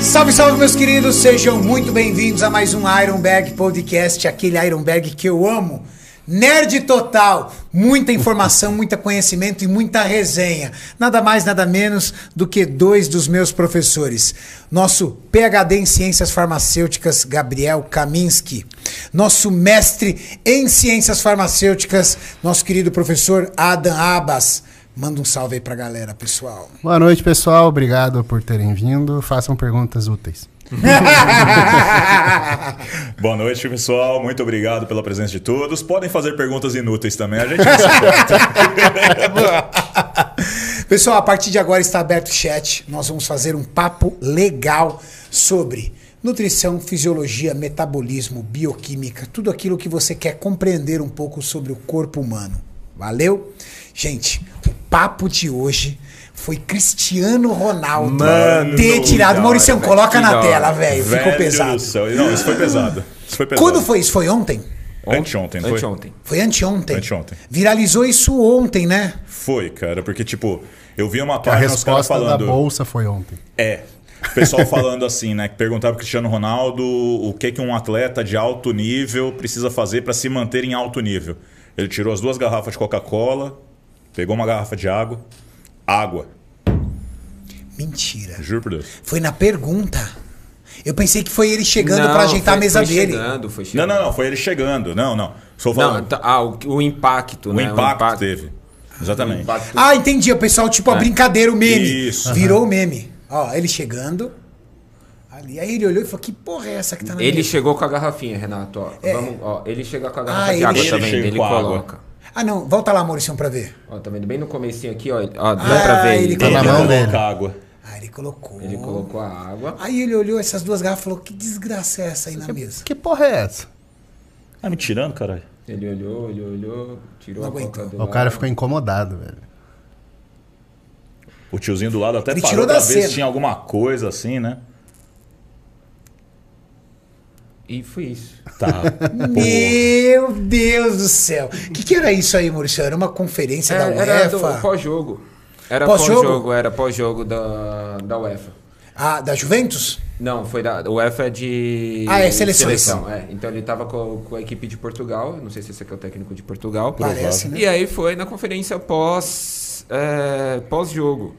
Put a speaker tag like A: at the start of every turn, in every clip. A: Salve, salve, meus queridos! Sejam muito bem-vindos a mais um Ironberg Podcast, aquele Ironberg que eu amo. Nerd total, muita informação, muito conhecimento e muita resenha. Nada mais, nada menos do que dois dos meus professores. Nosso PhD em Ciências Farmacêuticas, Gabriel Kaminski. Nosso mestre em Ciências Farmacêuticas, nosso querido professor Adam Abbas. Manda um salve aí pra galera, pessoal.
B: Boa noite, pessoal. Obrigado por terem vindo. Façam perguntas úteis.
C: Boa noite, pessoal. Muito obrigado pela presença de todos. Podem fazer perguntas inúteis também, a gente não se importa.
A: pessoal, a partir de agora está aberto o chat. Nós vamos fazer um papo legal sobre nutrição, fisiologia, metabolismo, bioquímica, tudo aquilo que você quer compreender um pouco sobre o corpo humano. Valeu? Gente, o papo de hoje foi Cristiano Ronaldo
C: Mano,
A: ter tirado.
C: da
A: Maurício,
C: hora,
A: coloca
C: velho, que
A: na
C: da
A: tela,
C: hora.
A: velho. Ficou
C: Velho
A: pesado.
C: do céu. Não, isso foi pesado. Isso foi pesado.
A: Quando foi isso? Foi ontem?
C: Anteontem, não foi?
D: Anteontem.
A: Foi anteontem.
C: Anteontem.
A: Viralizou isso ontem, né?
C: Foi, cara, porque, tipo, eu vi uma
B: A
C: página os caras
B: resposta da
C: falando.
B: bolsa foi ontem.
C: É. O pessoal falando assim, né? Que perguntava pro Cristiano Ronaldo o que, que um atleta de alto nível precisa fazer para se manter em alto nível. Ele tirou as duas garrafas de Coca-Cola, pegou uma garrafa de água. Água.
A: Mentira.
C: Juro por Deus.
A: Foi na pergunta. Eu pensei que foi ele chegando
D: Não,
A: pra ajeitar
D: foi-
A: a mesa
D: foi
A: dele.
D: Chegando, foi
C: Não,
D: chegando.
C: não, não. Foi ele chegando. Não, não. Só
D: Não,
C: falando.
D: tá- ah, o, o impacto,
C: o
D: né?
C: impacto teve. Exatamente.
A: Ah, entendi. O pessoal, tipo,
D: É.
A: a brincadeira, o meme.
C: Isso.
A: Virou o meme. Ó, ele chegando. Ali. Aí ele olhou e falou: Que porra é essa que tá na
D: Ele
A: mesa?
D: chegou com a garrafinha, Renato. Ó. Vamos, ó, ele chega com a garrafa de
A: É. Ah, ele
D: água
A: chega.
D: também.
C: Ele
D: Ele,
C: chega com a água.
D: coloca.
A: Ah, não. Volta lá, Maurício, pra ver.
D: Ó, tá vendo bem no comecinho aqui, ó. ele- ó dá
A: Ah,
D: pra ver
A: ele
D: ele.
A: Tá
B: na mão dele.
C: Coloca água.
A: Ah, ele colocou.
D: Ele colocou a água.
A: Aí ele olhou essas duas garrafas e falou: Que desgraça é essa aí na mesa?
B: Que porra é essa?
C: Ah, me tirando, caralho.
D: Ele olhou, olhou, olhou, tirou
A: Não
D: a coca
A: aguentou.
D: do
B: O
D: lado.
B: cara ficou incomodado, velho.
C: O tiozinho do lado até
A: Ele
C: parou
A: tirou
C: pra
A: da
C: ver
A: cena.
C: se tinha alguma coisa assim, né?
D: E foi isso.
C: Tá. Pô.
A: Meu Deus do céu. O que, que era isso aí, Maurício? Era uma conferência da
D: É,
A: UEFA?
D: era do pós-jogo. Era
A: Pós-jogo?
D: pós-jogo, era pós-jogo da, da UEFA.
A: Ah, da Juventus?
D: Não, foi da o UEFA é de
A: Ah, é seleções.
D: seleção, é. Então ele tava com, com a equipe de Portugal, não sei se esse aqui é o técnico de Portugal.
A: Parece, né?
D: E aí foi na conferência pós é, pós jogo.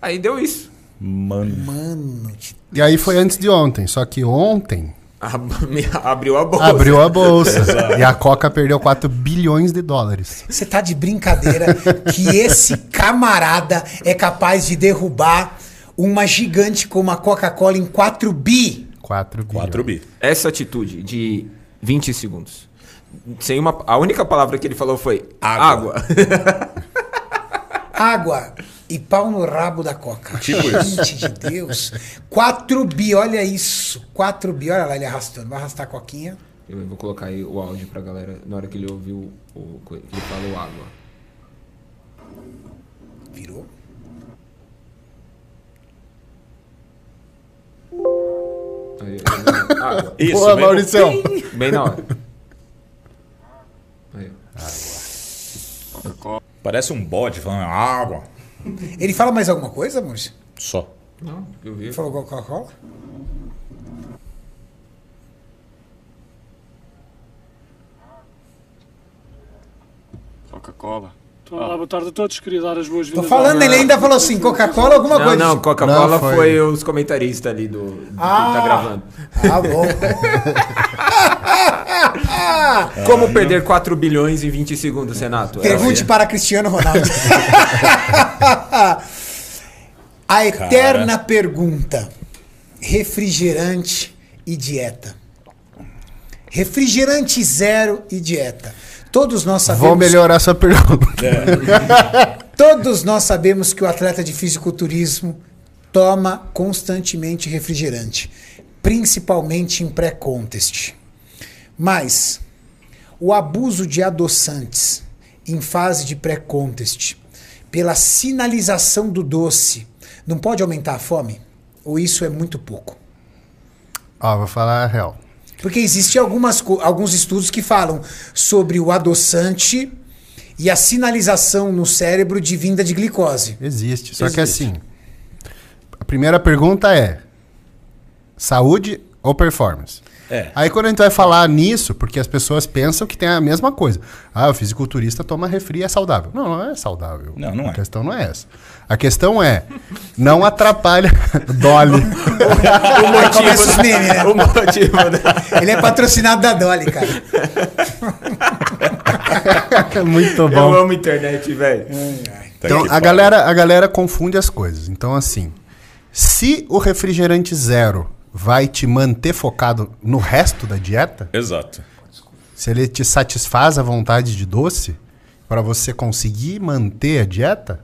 D: Aí deu isso.
C: Mano.
A: Mano, que
B: E aí foi antes de ontem, só que ontem
D: Ab- me Abriu a boca.
B: abriu a bolsa. e a Coca perdeu 4 bilhões de dólares.
A: Você tá de brincadeira que esse camarada é capaz de derrubar uma gigante como a Coca-Cola em 4 bi?
B: 4 bilhões.
C: 4 bi.
D: Essa atitude de 20 segundos. Sem uma, a única palavra que ele falou foi
C: Água.
D: água.
A: Água e pau no rabo da Coca.
C: Tipo isso.
A: Gente de Deus. 4 bi, olha isso. 4 bi, olha lá ele arrastando. Vai arrastar a coquinha.
D: Eu vou colocar aí o áudio pra galera na hora que ele ouviu o co- ele falou água.
A: Virou.
D: Aí, aí, água.
C: Isso,
B: Boa,
C: vem no-
B: Mauricião.
D: Bem na hora. Aí.
C: Parece um bode falando água.
A: Ele fala mais alguma coisa, Maurício?
C: Só.
D: Não, eu vi.
A: Ele falou Coca-Cola?
E: Coca-Cola. Então, Olá, boa tarde a todos. Queria dar as boas-vindas.
A: Tô falando, ele ainda falou assim, Coca-Cola alguma
D: Não,
A: coisa.
D: não, Coca-Cola
B: Não, foi-
D: foi... os comentaristas ali do, do que
A: Ah.
D: tá gravando.
A: Ah, bom.
D: Como perder 4 bilhões em 20 segundos, Renato? Era
A: Pergunte
D: assim.
A: para Cristiano Ronaldo. A eterna pergunta: refrigerante e dieta. Refrigerante zero e dieta. Todos nós
B: Vou
A: sabemos,
B: melhorar sua pergunta.
C: É.
A: todos nós sabemos que o atleta de fisiculturismo toma constantemente refrigerante, principalmente em pré-contest. Mas o abuso de adoçantes em fase de pré-contest pela sinalização do doce não pode aumentar a fome? Ou isso é muito pouco?
B: Ó, vou falar a real.
A: Porque existem algumas, co- alguns estudos que falam sobre o adoçante e a sinalização no cérebro de vinda de glicose.
B: Existe. Só que
D: Existe.
B: assim. A primeira pergunta é: Saúde ou performance?
C: É.
B: Aí quando a gente vai falar nisso, porque as pessoas pensam que tem a mesma coisa. Ah, o fisiculturista toma refri é saudável. Não, não é saudável.
C: Não, não
B: a
C: é.
B: questão não é essa. A questão é, não atrapalha... Dolly.
D: O
A: começa os memes, né?
D: o motivo da-
A: Ele é patrocinado da Dolly, cara.
B: Muito bom.
D: Eu amo internet, velho.
C: Tá
B: Então,
C: que
B: a
C: pariu.
B: galera, a galera confunde as coisas. Então, assim, se o refrigerante zero vai te manter focado no resto da dieta,
C: Exato.
B: se ele te satisfaz a vontade de doce, pra você conseguir manter a dieta,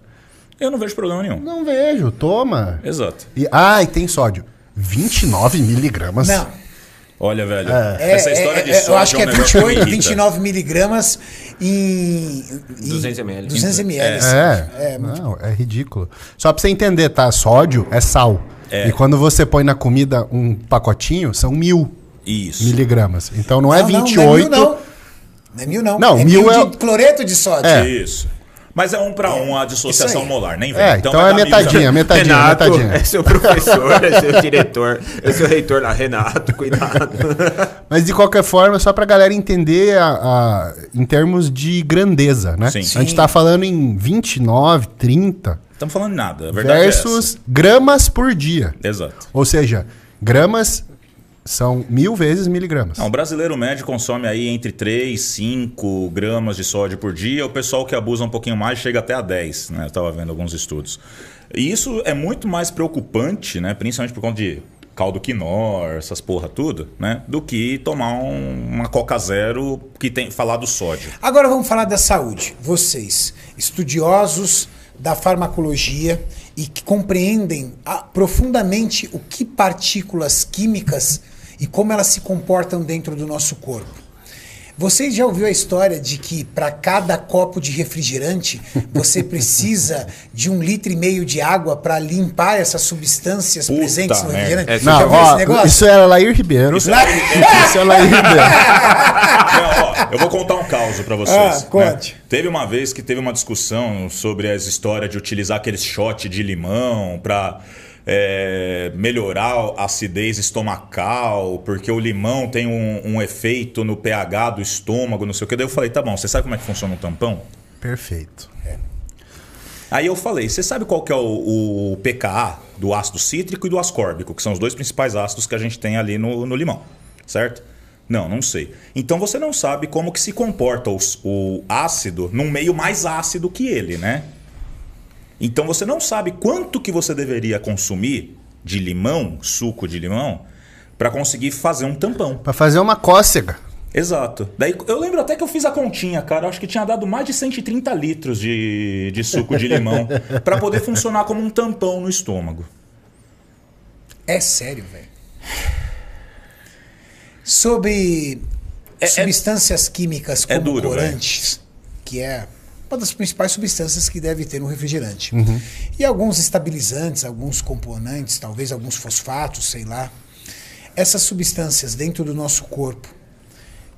C: Eu não vejo problema nenhum.
B: não vejo, toma.
C: Exato.
B: E, ah, e tem sódio. 29 miligramas.
A: Não.
C: Olha, velho.
A: É,
C: essa história
A: é,
C: de
A: é,
C: sódio
A: Eu acho que é
C: um negócio que me
A: 28,
C: irrita.
A: 29 miligramas em. em
D: 200 ml.
A: 200 ml.
B: É, não, é ridículo. Só pra você entender, tá? Sódio é sal. E quando você põe na comida um pacotinho, são mil
C: Isso.
B: miligramas. Então não é
A: Não,
B: 28.
A: Não, não é mil, não.
B: Não,
A: é
B: mil é o-
A: de cloreto de sódio.
C: É. Isso. Mas é um pra um a dissociação
A: Isso aí.
C: molar, nem vem.
B: É, então, é metadinha, metadinha,
D: Renato, é
B: metadinha.
D: seu professor, é seu diretor, é seu reitor lá. Renato, cuidado.
B: Mas de qualquer forma, só pra galera entender a, a- em termos de grandeza, né?
C: Sim.
B: A gente tá falando em 29, 30
C: Estamos falando nada. A verdade
B: versus gramas por dia.
C: é essa. Exato.
B: Ou seja, gramas são mil vezes miligramas.
C: Não, o brasileiro médio consome aí entre 3 5 gramas de sódio por dia. O pessoal que abusa um pouquinho mais chega até a 10, né? Eu estava vendo alguns estudos. E isso é muito mais preocupante, né? Principalmente por conta de caldo quinor, essas porra tudo, né? Do que tomar um- uma Coca Zero que tem falar do sódio.
A: Agora vamos falar da saúde. Vocês, estudiosos da farmacologia e que compreendem ah, profundamente o que partículas químicas e como elas se comportam dentro do nosso corpo. Vocês já ouviu a história de que para cada copo de refrigerante você precisa de um litro e meio de água para limpar essas substâncias
C: Puta
A: presentes no
C: merda.
A: refrigerante?
D: É,
A: já
B: Não,
A: ouviu esse
B: ó,
A: negócio?
B: isso era Lair Ribeiro.
C: Isso
B: Isso,
C: é-
B: é Lair Ribeiro.
C: Não, ó, eu vou contar um caos pra vocês.
A: Ah, conte.
C: né? Teve uma vez que teve uma discussão sobre as histórias de utilizar aquele shot de limão pra é, melhorar a acidez estomacal, porque o limão tem um, um efeito no pH do estômago, não sei o que. Daí eu falei, tá bom, você sabe como é que funciona um tampão?
B: Perfeito.
C: Aí eu falei, você sabe qual que é o, o pKa do ácido cítrico e do ascórbico, que são os dois principais ácidos que a gente tem ali no, no limão, certo? Não, não sei. Então você não sabe como que se comporta os- o ácido num meio mais ácido que ele, né? Então você não sabe quanto que você deveria consumir de limão, suco de limão, para conseguir fazer um tampão.
B: Pra fazer uma cócega.
C: Exato. Daí eu lembro até que eu fiz a continha, cara. Eu acho que tinha dado mais de 130 litros de, de suco de limão pra poder funcionar como um tampão no estômago.
A: É sério, velho. Sobre substâncias químicas
C: é
A: como
C: duro,
A: corantes, que é uma das principais substâncias que deve ter no refrigerante.
C: Uhum.
A: E alguns estabilizantes, alguns componentes, talvez alguns fosfatos, sei lá. Essas substâncias dentro do nosso corpo,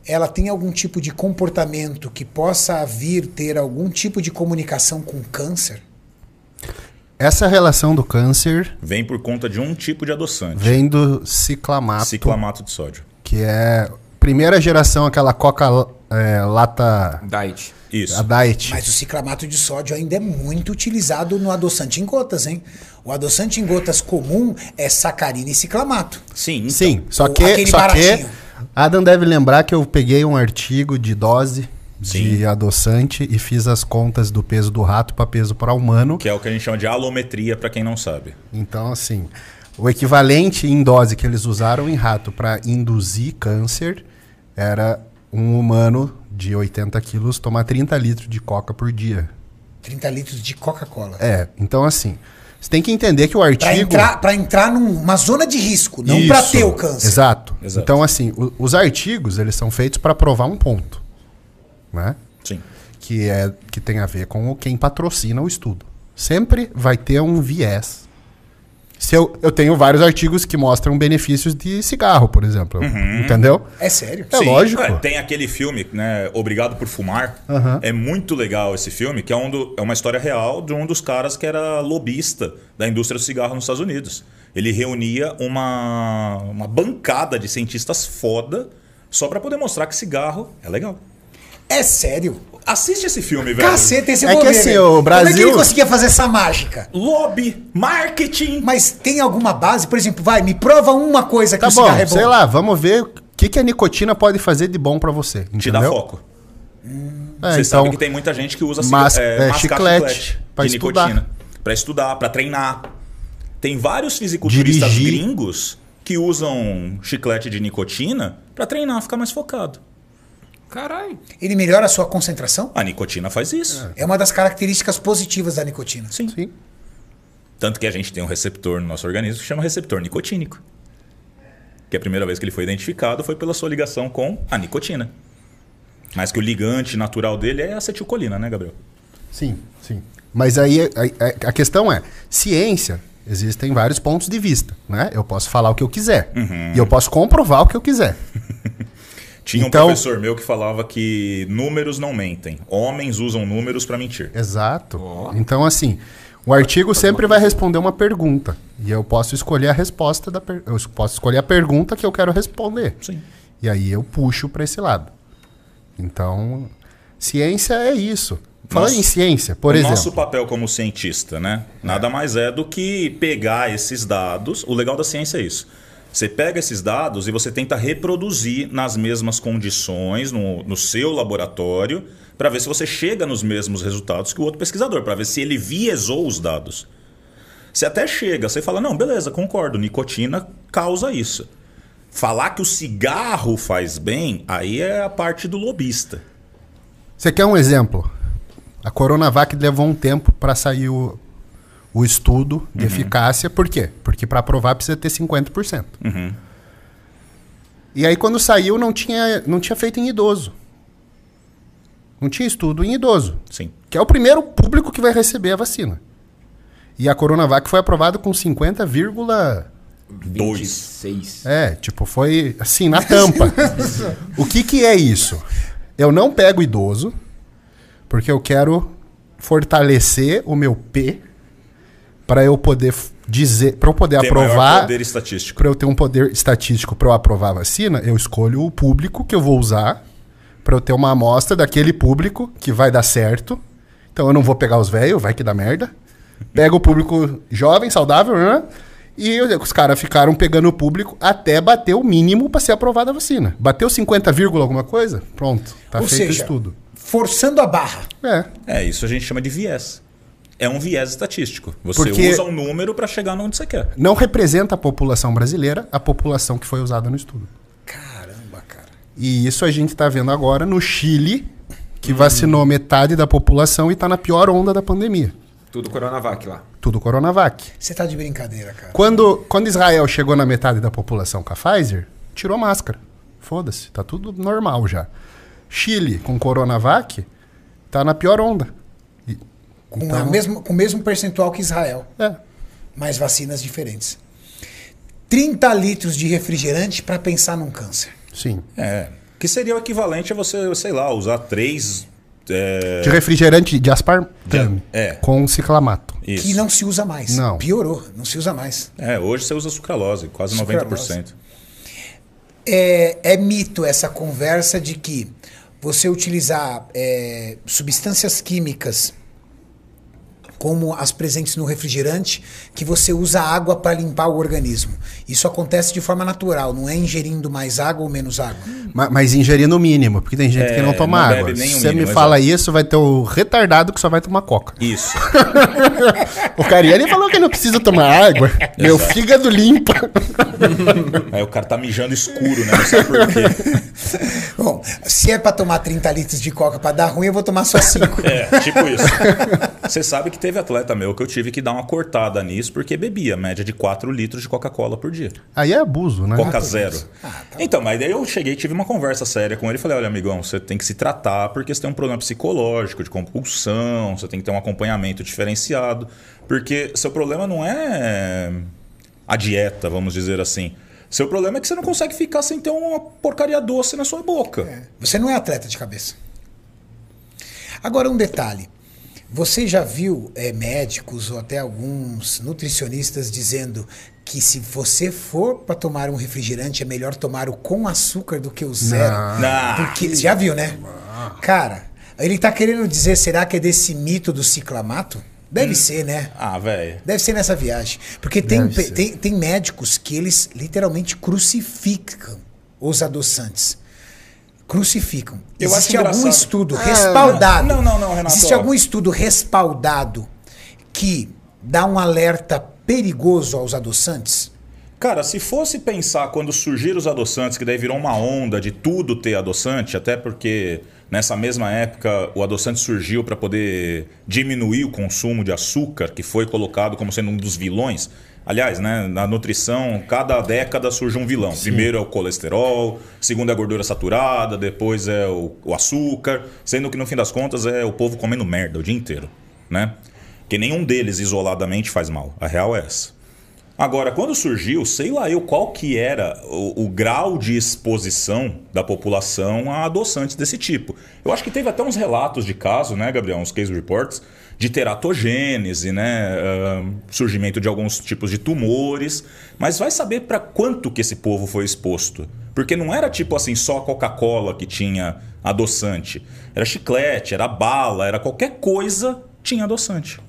A: ela tem algum tipo de comportamento que possa vir ter algum tipo de comunicação com o câncer?
B: Essa relação do câncer
C: Vem por conta de um tipo de adoçante,
B: vem do ciclamato,
C: ciclamato de sódio.
B: que é primeira geração aquela coca é, lata
D: Diet.
C: Isso.
B: a diet.
A: Mas o ciclamato de sódio ainda é muito utilizado no adoçante em gotas, hein? O adoçante em gotas comum é sacarina e ciclamato.
C: Sim, então.
B: Sim, só
A: o-
B: que
A: aquele
B: só que
A: baratinho.
B: Adam deve lembrar que eu peguei um artigo de dose
C: Sim.
B: de adoçante e fiz as contas do peso do rato para peso para humano.
C: Que é o que a gente chama de alometria, pra quem não sabe.
B: Então assim, o equivalente em dose que eles usaram em rato para induzir câncer era um humano de 80 quilos tomar 30 litros de coca por dia.
A: 30 litros de Coca-Cola.
B: É, então assim, você tem que entender que o
A: Pra
B: artigo.
A: entrar, pra entrar numa zona de risco, não pra
B: Isso,
A: ter o câncer.
B: Exato.
C: Exato.
B: Então, assim, o- os artigos, eles são feitos para provar um ponto, né?
C: Sim.
B: Que, é, que tem a ver com o- quem patrocina o estudo. Sempre vai ter um viés Se eu, eu tenho vários artigos que mostram benefícios de cigarro, por exemplo.
C: Uhum.
B: Entendeu?
A: É sério?
B: É lógico.
C: É, tem aquele filme, né? Obrigado por Fumar. É muito legal esse filme, que é, um do- é uma história real de um dos caras que era lobista da indústria do cigarro nos Estados Unidos. Ele reunia uma, uma bancada de cientistas foda só pra poder mostrar que cigarro é legal.
A: É sério?
C: Assiste esse filme, velho.
A: Caceta, esse eu
B: É
A: vou
B: que
A: ver,
B: assim,
A: velho.
B: o
A: Como é que ele
B: Brasil-
A: conseguia fazer essa mágica?
C: Lobby, marketing.
A: Mas tem alguma base? Por exemplo, vai, me prova uma coisa que
B: Tá
A: o
B: bom,
A: cigarro é bom.
B: sei lá, vamos ver o que, que a nicotina pode fazer de bom pra você. Entendeu?
C: Te dá foco.
B: É,
C: Você
B: então,
C: sabe que tem muita gente que usa
B: mas-
C: ciga-
B: é,
C: mascar
B: chiclete pra
C: de
B: estudar.
C: nicotina. Pra estudar, pra treinar. Tem vários fisiculturistas
B: Dirigir.
C: gringos que usam chiclete de nicotina pra treinar, ficar mais focado.
D: Caralho.
A: Ele melhora a sua concentração?
C: A nicotina faz isso.
A: É uma das características positivas da nicotina.
C: Sim.
B: Sim.
C: Tanto que a gente tem um receptor no nosso organismo que chama receptor nicotínico. Que a primeira vez que ele foi identificado foi pela sua ligação com a nicotina. Mas que o ligante natural dele é a acetilcolina, né, Gabriel?
B: Sim, sim. Mas aí a, a- a questão é, ciência, existem vários pontos de vista, né? Eu posso falar o que eu quiser.
C: Uhum.
B: E eu posso comprovar o que eu quiser.
C: Tinha um
B: Então-
C: professor meu que falava que números não mentem. Homens usam números pra mentir.
B: Exato. Então, assim, o artigo sempre vai responder uma pergunta. E eu posso escolher a resposta da per... Eu posso escolher a pergunta que eu quero responder.
C: Sim.
B: E aí eu puxo para esse lado. Então, ciência é isso. Falando
C: Nosso-
B: em ciência, por
C: o
B: exemplo.
C: nosso papel como cientista, né? Nada mais é do que pegar esses dados. O legal da ciência é isso. Você pega esses dados e você tenta reproduzir nas mesmas condições, no, no seu laboratório, para ver se você chega nos mesmos resultados que o outro pesquisador, para ver se ele viesou os dados. Você até chega, você fala, não, beleza, concordo, nicotina causa isso. Falar que o cigarro faz bem, aí é a parte do lobista.
B: Você quer um exemplo? A Coronavac levou um tempo para sair o, o estudo de eficácia. Por quê? Porque para aprovar precisa ter 50%. E aí, quando saiu, não tinha, não tinha feito em idoso. Não tinha estudo em idoso,
C: Sim.
B: que é o primeiro público que vai receber a vacina. E a Coronavac foi aprovada com 50, vírgula-
C: Dois.
D: 26.
B: é, tipo, foi assim, na tampa. o que que é isso? Eu não pego idoso, porque eu quero fortalecer o meu P para eu poder f- dizer, para eu poder
C: Tem maior
B: aprovar,
C: poder estatístico.
B: para eu ter um poder estatístico para eu aprovar a vacina, eu escolho o público que eu vou usar para eu ter uma amostra daquele público que vai dar certo. Então eu não vou pegar os velhos, vai que dá merda. Pega o público jovem, saudável, né? E eu- os caras ficaram pegando o público até bater o mínimo para ser aprovada a vacina. Bateu 50, vírgula alguma coisa? Pronto, tá
A: Ou
B: feito o
A: seja,
B: estudo.
A: forçando a barra.
B: É.
C: É, isso a gente chama de viés. É um viés estatístico. Você
B: Porque-
C: usa um número pra chegar onde você quer.
B: Não representa a população brasileira, a população que foi usada no estudo.
A: Caramba, cara.
B: E isso a gente tá vendo agora no Chile, que vacinou metade da população e tá na pior onda da pandemia.
D: Tudo Coronavac lá.
B: Tudo Coronavac.
A: Você tá de brincadeira, cara.
B: Quando, quando Israel chegou na metade da população com a Pfizer, tirou máscara. Foda-se, tá tudo normal já. Chile com Coronavac tá na pior onda. E- Tá
A: Com, a mesma- com o mesmo percentual que Israel,
B: é.
A: mas vacinas diferentes. 30 litros de refrigerante pra pensar num câncer.
B: Sim.
C: É. Que seria o equivalente a você, sei lá, usar três. É.
B: De refrigerante de aspartame
C: É.
B: com ciclamato.
C: Isso.
A: Que não se usa mais.
B: Não.
A: Piorou, não se usa mais.
C: É, hoje você usa sucralose, quase
A: Sucralose.
C: 90%.
A: É, é mito essa conversa de que você utilizar é, substâncias químicas como as presentes no refrigerante, que você usa água para limpar o organismo. Isso acontece de forma natural, não é ingerindo mais água ou menos água.
B: Ma- Mas ingerir no mínimo, porque tem gente que não toma
C: É, não bebe
B: água.
C: nem o
B: Se você me
C: mínimo,
B: fala isso, vai ter o retardado que só vai tomar coca.
C: Isso.
B: O Cariani falou que não precisa tomar água. Meu fígado limpa.
C: Aí o cara tá mijando escuro, né? Não sei por quê.
A: Bom, se é para tomar 30 litros de coca para dar ruim, eu vou tomar só 5.
C: É, tipo isso. Você sabe que teve atleta meu que eu tive que dar uma cortada nisso porque bebia média de 4 litros de Coca-Cola por dia.
B: Aí é abuso, né?
C: Coca Zero. Então, mas daí eu cheguei e tive uma conversa séria com ele. Falei, olha, amigão, você tem que se tratar porque você tem um problema psicológico, de compulsão, você tem que ter um acompanhamento diferenciado. Porque seu problema não é a dieta, vamos dizer assim. Seu problema é que você não consegue ficar sem ter uma porcaria doce na sua boca.
A: Você não é atleta de cabeça. Agora, um detalhe. Você já viu eh, médicos ou até alguns nutricionistas dizendo que se você for para tomar um refrigerante, é melhor tomar o com açúcar do que o zero?
C: Não.
A: Porque, já viu, né? Cara, ele tá querendo dizer, será que é desse mito do ciclamato? Deve ser, né?
C: Ah, velho.
A: Deve ser nessa viagem. Porque tem,
B: Deve
A: pe-
B: ser.
A: tem, tem médicos que eles literalmente crucificam os adoçantes. Crucificam.
C: Eu acho
A: Existe algum
C: engraçado. Ah,
A: estudo respaldado.
C: não, não, não, Renato,
A: Existe
C: ó.
A: algum estudo respaldado que dá um alerta perigoso aos adoçantes?
C: Cara, se fosse pensar quando surgiram os adoçantes, que daí virou uma onda de tudo ter adoçante, até porque nessa mesma época o adoçante surgiu para poder diminuir o consumo de açúcar, que foi colocado como sendo um dos vilões. Aliás, né, na nutrição, cada década surge um vilão. Primeiro é o colesterol, segundo é a gordura saturada, depois é o, o açúcar, sendo que no fim das contas é o povo comendo merda o dia inteiro, né? Que nenhum deles isoladamente faz mal. A real é essa. Agora, quando surgiu, sei lá eu qual que era o, o grau de exposição da população a adoçantes desse tipo. Eu acho que teve até uns relatos de caso, né, Gabriel? Uns case reports de teratogênese, né? ahn, surgimento de alguns tipos de tumores. Mas vai saber para quanto que esse povo foi exposto. Porque não era tipo assim só a Coca-Cola que tinha adoçante. Era chiclete, era bala, era qualquer coisa tinha adoçante.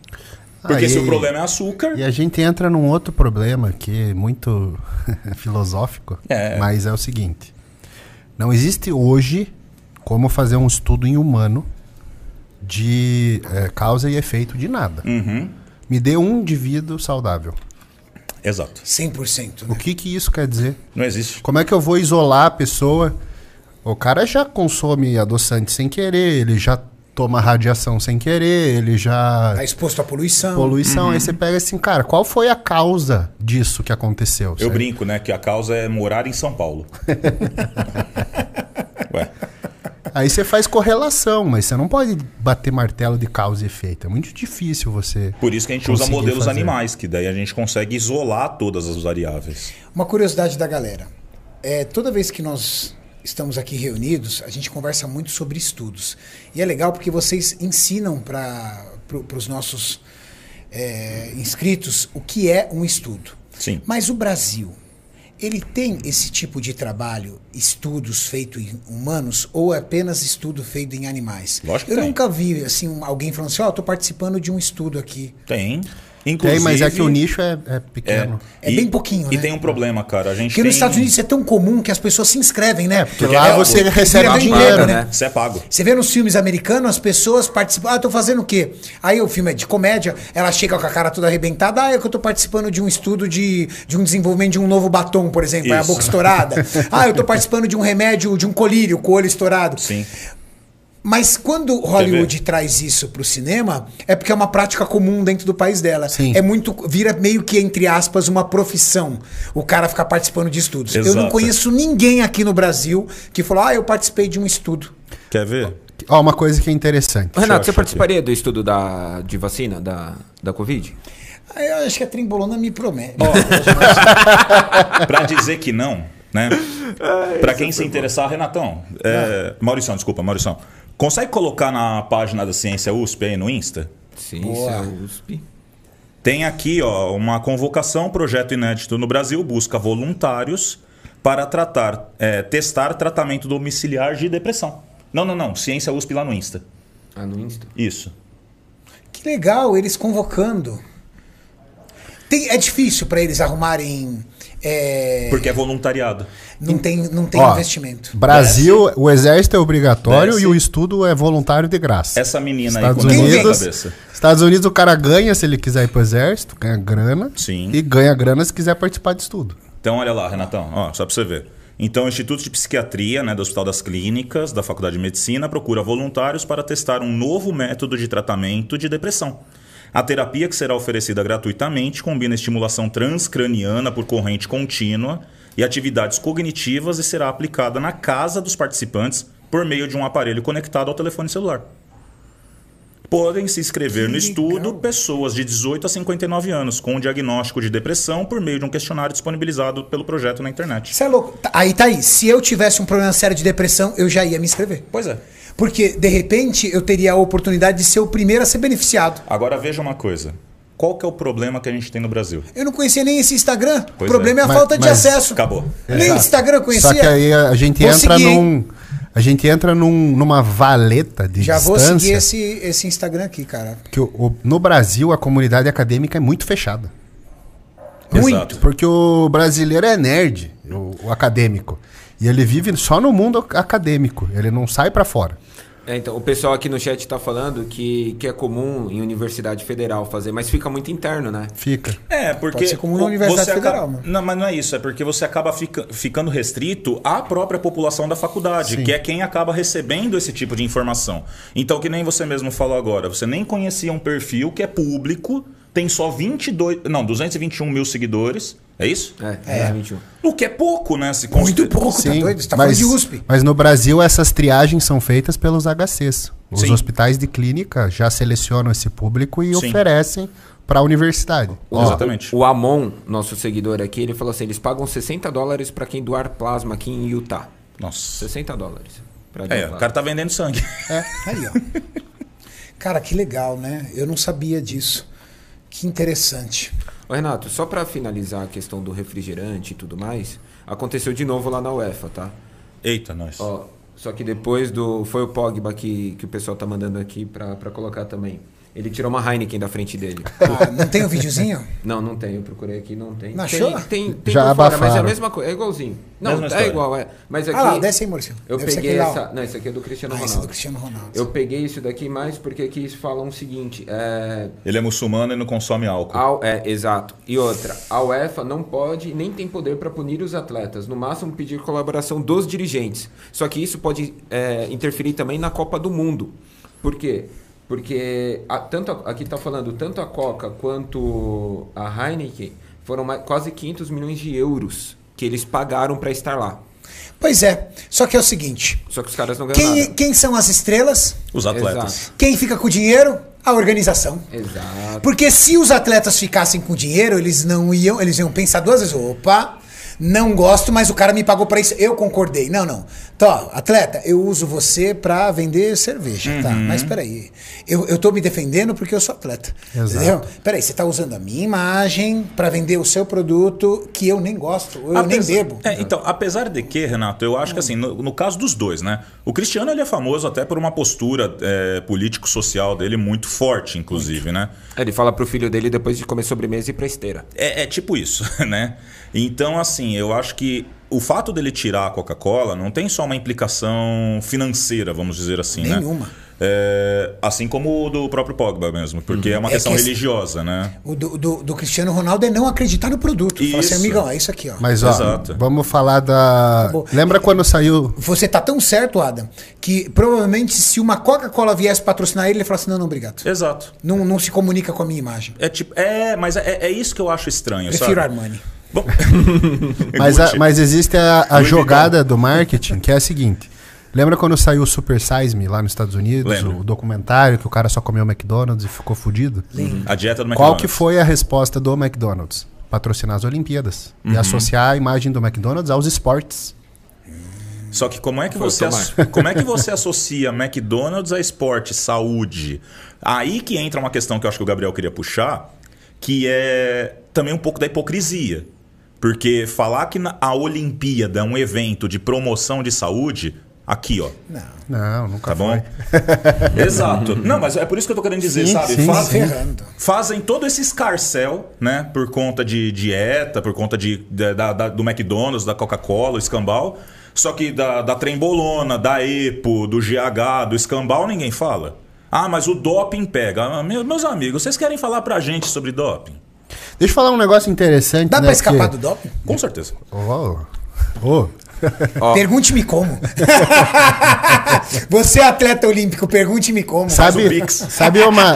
C: Porque
B: Ah,
C: se
B: e-
C: o problema é açúcar...
B: E a gente entra num outro problema que é muito filosófico,
C: É.
B: mas é o seguinte: não existe hoje como fazer um estudo em humano de eh, causa e efeito de nada. Me dê um indivíduo saudável.
C: Exato.
A: 100%.
B: O
A: Né?
B: que, que isso quer dizer?
C: Não existe.
B: Como é que eu vou isolar a pessoa? O cara já consome adoçante sem querer, ele já toma radiação sem querer, ele já
A: Tá exposto à poluição.
B: poluição. Aí você pega assim, cara, qual foi a causa disso que aconteceu?
C: Eu
B: sabe?
C: brinco, né? Que a causa é morar em São Paulo. Ué.
B: Aí você faz correlação, mas você não pode bater martelo de causa e efeito. É muito difícil você.
C: Por isso que a gente usa
B: conseguir
C: modelos
B: fazer.
C: animais, que daí a gente consegue isolar todas as variáveis.
A: Uma curiosidade da galera. É, toda vez que nós estamos aqui reunidos, a gente conversa muito sobre estudos. E é legal porque vocês ensinam para os nossos é, inscritos o que é um estudo.
C: Sim.
A: Mas o Brasil, ele tem esse tipo de trabalho, estudos feitos em humanos ou é apenas estudo feito em animais?
C: Lógico que
A: Eu
C: tem.
A: nunca vi assim um- alguém falando assim, ó, estou participando de um estudo aqui.
C: Tem. Inclusive,
B: Tem, mas é que o nicho é, é pequeno.
A: É bem pouquinho,
C: E
A: né?
C: tem um problema, cara. A gente
A: Porque
C: tem...
A: nos Estados Unidos isso é tão comum que as pessoas se inscrevem, né?
B: Porque lá
C: é,
B: você
C: o-
B: recebe
D: Tá
A: vira
B: dinheiro,
A: dinheiro,
B: né?
A: né?
C: Isso é pago.
A: Você vê nos filmes americanos as pessoas participam. Ah, eu tô fazendo o quê? Aí o filme é de comédia, ela chega com a cara toda arrebentada. Ah, é que eu tô participando de um estudo de, de um desenvolvimento de um novo batom, por exemplo, aí a
C: Isso.
A: boca estourada. ah, eu tô participando de um remédio, de um colírio com o olho estourado.
C: Sim.
A: Mas quando Hollywood traz isso pro cinema, é porque é uma prática comum dentro do país dela.
B: Sim.
A: É muito. Vira meio que, entre aspas, uma profissão o cara ficar participando de estudos. Eu não
C: Exato.
A: conheço ninguém aqui no Brasil que falou, ah, eu participei de um estudo.
C: Quer ver?
B: Ó, uma coisa que é interessante.
C: Deixa eu
D: Renato, você
C: achar
D: participaria do estudo da, de vacina da, da Covid?
A: Ah, Eu acho que a Trembolona me promete.
C: Pra dizer que não, né?
A: É,
C: Pra quem se interessar, Renatão.
A: Ah.
C: É... Maurição, desculpa, Maurição. Consegue colocar na página da Ciência USP aí no Insta?
D: Sim,
A: Boa.
D: isso é USP.
C: Tem aqui ó, uma convocação, projeto inédito no Brasil, busca voluntários para tratar, é, testar tratamento domiciliar de depressão. Não, não, não. Ciência USP lá no Insta.
D: Ah, no Insta.
C: Isso.
A: Que legal, eles convocando. Tem- é difícil pra eles arrumarem. é,
C: Porque é voluntariado.
A: não tem, não tem
B: Ó,
A: investimento.
B: Brasil, o exército é obrigatório
C: Desce.
B: e o estudo é voluntário de graça.
C: Essa menina
B: Estados
C: aí com o negócio na
B: Unidos,
C: cabeça.
B: Estados Unidos o cara ganha se ele quiser ir pro exército, ganha grana.
C: Sim.
B: E ganha grana se quiser participar de estudo.
C: Então, olha lá, Renatão, ó, só para você ver. Então, o Instituto de Psiquiatria né, do Hospital das Clínicas, da Faculdade de Medicina, procura voluntários para testar um novo método de tratamento de depressão. A terapia, que será oferecida gratuitamente, combina estimulação transcraniana por corrente contínua e atividades cognitivas e será aplicada na casa dos participantes por meio de um aparelho conectado ao telefone celular. podem se inscrever
A: Que
C: no estudo
A: legal.
C: pessoas de 18 a 59 anos com diagnóstico de depressão por meio de um questionário disponibilizado pelo projeto na internet.
A: Isso é louco. Tá- Aí tá aí. Se eu tivesse um problema sério de depressão, eu já ia me inscrever.
C: Pois é.
A: Porque, de repente, eu teria a oportunidade de ser o primeiro a ser beneficiado.
C: Agora veja uma coisa. Qual que é o problema que a gente tem no Brasil?
A: Eu não conhecia nem esse Instagram. o
C: Pois
A: problema é,
C: é.
A: a
B: Mas-
A: falta de
B: mas-
A: acesso.
C: Acabou.
A: Nem Instagram eu conhecia.
B: Só que aí a gente
A: Vou
B: entra
A: seguir, hein?
B: num. A gente entra num, numa valeta de
A: Já vou
B: distância.
A: seguir esse, esse Instagram aqui, cara.
B: Porque o- o- no Brasil, a comunidade acadêmica é muito fechada.
C: Muito.
B: Porque o brasileiro é nerd, o, o acadêmico. E ele vive só no mundo ac- acadêmico. Ele não sai pra fora.
D: É, então, o pessoal aqui no chat tá falando que, que é comum em universidade federal fazer, mas fica muito interno, né?
B: Fica.
C: É, porque.
A: Pode ser como na Universidade
C: você
A: Federal,
C: acaba-
A: né?
C: Não, mas não é isso. É porque você acaba fica- ficando restrito à própria população da faculdade, que é quem acaba recebendo esse tipo de informação. Então, que nem você mesmo falou agora, você nem conhecia um perfil que é público, tem só 22. Não, 221 mil seguidores. É isso?
D: É, é. 21.
C: O que é pouco, né? Se
A: Muito
C: consider-
A: pouco, tá doido? Você tá falando de USP.
B: mas no Brasil, essas triagens são feitas pelos HCs. Os
C: Sim.
B: hospitais de clínica já selecionam esse público e
C: Sim.
B: oferecem pra universidade. Ó,
C: Exatamente.
D: O Amon, nosso seguidor aqui, ele falou assim: eles pagam 60 dólares pra quem doar plasma aqui em Utah.
C: Nossa.
D: 60 dólares. Pra doar
C: É, o
D: plasma.
C: cara tá vendendo sangue.
B: é.
A: Aí, ó. Cara, que legal, né? Eu não sabia disso. Que interessante.
D: Ô, Renato, só pra finalizar a questão do refrigerante e tudo mais, aconteceu de novo lá na UEFA, tá?
C: Eita, nós.
D: Ó, só que depois do. Foi o Pogba que, que o pessoal tá mandando aqui pra, pra colocar também. Ele tirou uma Heineken da frente dele.
A: Ah, não tem o videozinho?
D: Não, não tem. Eu procurei aqui, não tem.
A: Não
D: tem,
A: achou?
D: tem, tem
B: Já
D: por fora, mas é a
B: abafaram.
D: mesma coisa. É igualzinho. Não,
C: Mesma
D: é
C: história.
D: igual, é. Mas aqui.
A: Ah lá, desce aí, Maurício.
D: Eu
A: Deve ser
D: peguei
A: aquele lá,
D: essa. Não, esse aqui é do Cristiano
A: Ah, esse é
D: Ronaldo.
A: do Cristiano Ronaldo.
D: Eu peguei isso daqui mais porque aqui falam o seguinte. É,
C: Ele é muçulmano e não consome álcool.
D: a- é, exato. E outra, a UEFA não pode nem tem poder para punir os atletas, no máximo pedir colaboração dos dirigentes. Só que isso pode é, interferir também na Copa do Mundo. Por quê? Porque a- tanto a- aqui está falando tanto a Coca quanto a Heineken foram mais- quase 500 milhões de euros que eles pagaram para estar lá.
A: Pois é. Só que é o seguinte:
D: Só que os caras não ganharam
A: quem, é,
D: nada.
A: quem são as estrelas?
C: Os atletas.
D: Exato.
A: Quem fica com o dinheiro? A organização.
D: Exato.
A: Porque se os atletas ficassem com dinheiro, eles não iam, eles iam pensar duas vezes, opa, não gosto, mas o cara me pagou pra isso, eu concordei. Não, não. Então, ó, atleta, eu uso você pra vender cerveja, tá?
C: Uhum.
A: Mas peraí, eu, eu tô me defendendo porque eu sou atleta,
B: Exato.
A: entendeu? Peraí, você tá usando a minha imagem pra vender o seu produto que eu nem gosto, ou eu nem
C: Apesar-
A: bebo.
C: É, então, apesar de que, Renato, eu acho que assim, no, no caso dos dois, né? O Cristiano ele é famoso até por uma postura é, político-social dele muito forte, inclusive, né?
D: Ele fala pro filho dele depois de comer sobremesa e ir pra esteira.
C: É, é tipo isso, né? Então, assim, eu acho que o fato dele tirar a Coca-Cola não tem só uma implicação financeira, vamos dizer assim, né?
A: Nenhuma.
C: É, assim como o do próprio Pogba mesmo, porque é uma
A: É
C: questão
A: que-
C: religiosa, né?
A: O do, do- do Cristiano Ronaldo é não acreditar no produto. Fala assim,
C: Isso.
A: amigão, é isso aqui, ó.
B: Mas ó,
C: Exato.
B: vamos falar da.
A: Bom,
B: Lembra quando saiu
A: Você tá tão certo, Adam, que provavelmente se uma Coca-Cola viesse patrocinar ele, ele fala assim: não, não, obrigado.
C: Exato.
A: Não, não se comunica com a minha imagem.
C: É tipo, é, mas é, é isso que eu acho estranho,
A: Prefiro
C: sabe?
A: Armani.
C: Bom-
B: Mas, a-
C: Gucci.
B: mas existe a, a
C: Louis
B: jogada do marketing, que é a seguinte. Lembra quando saiu o Super Size Me lá nos Estados Unidos?
C: Lembro.
B: O documentário que o cara só comeu McDonald's e ficou fudido?
C: A dieta do
B: Qual
C: McDonald's.
B: que foi a resposta do McDonald's? Patrocinar as Olimpíadas. E
C: Uhum.
B: associar a imagem do McDonald's aos esportes.
C: Só que como é que,
D: Foi o
C: você,
D: Tomar.
C: asso- como é que você associa McDonald's a esporte, saúde? Aí que entra uma questão que eu acho que o Gabriel queria puxar, que é também um pouco da hipocrisia. Porque falar que na- a Olimpíada é um evento de promoção de saúde, aqui, ó.
A: Não.
B: Não, nunca
C: Tá bom?
B: foi.
C: Exato. Não, mas é por isso que eu tô querendo dizer,
B: Sim,
C: sabe?
B: sim,
C: Faz-
B: sim.
A: Ferrando.
C: Fazem todo esse escarcel, né? Por conta de dieta, por conta de, da- da- da- do McDonald's, da Coca-Cola, o escambau. Só que da, da trembolona, da EPO, do GH, do escambau, ninguém fala. Ah, mas o doping pega. Ah, meu- meus amigos, vocês querem falar pra gente sobre doping?
B: Deixa eu falar um negócio interessante.
A: Dá
B: né,
A: pra escapar
B: que-
A: do doping?
C: Com certeza.
B: Ô, ô, ô.
A: Pergunte-me como. Você é atleta olímpico, pergunte-me como.
C: o
B: Sabe,
C: Pix.
B: sabe uma,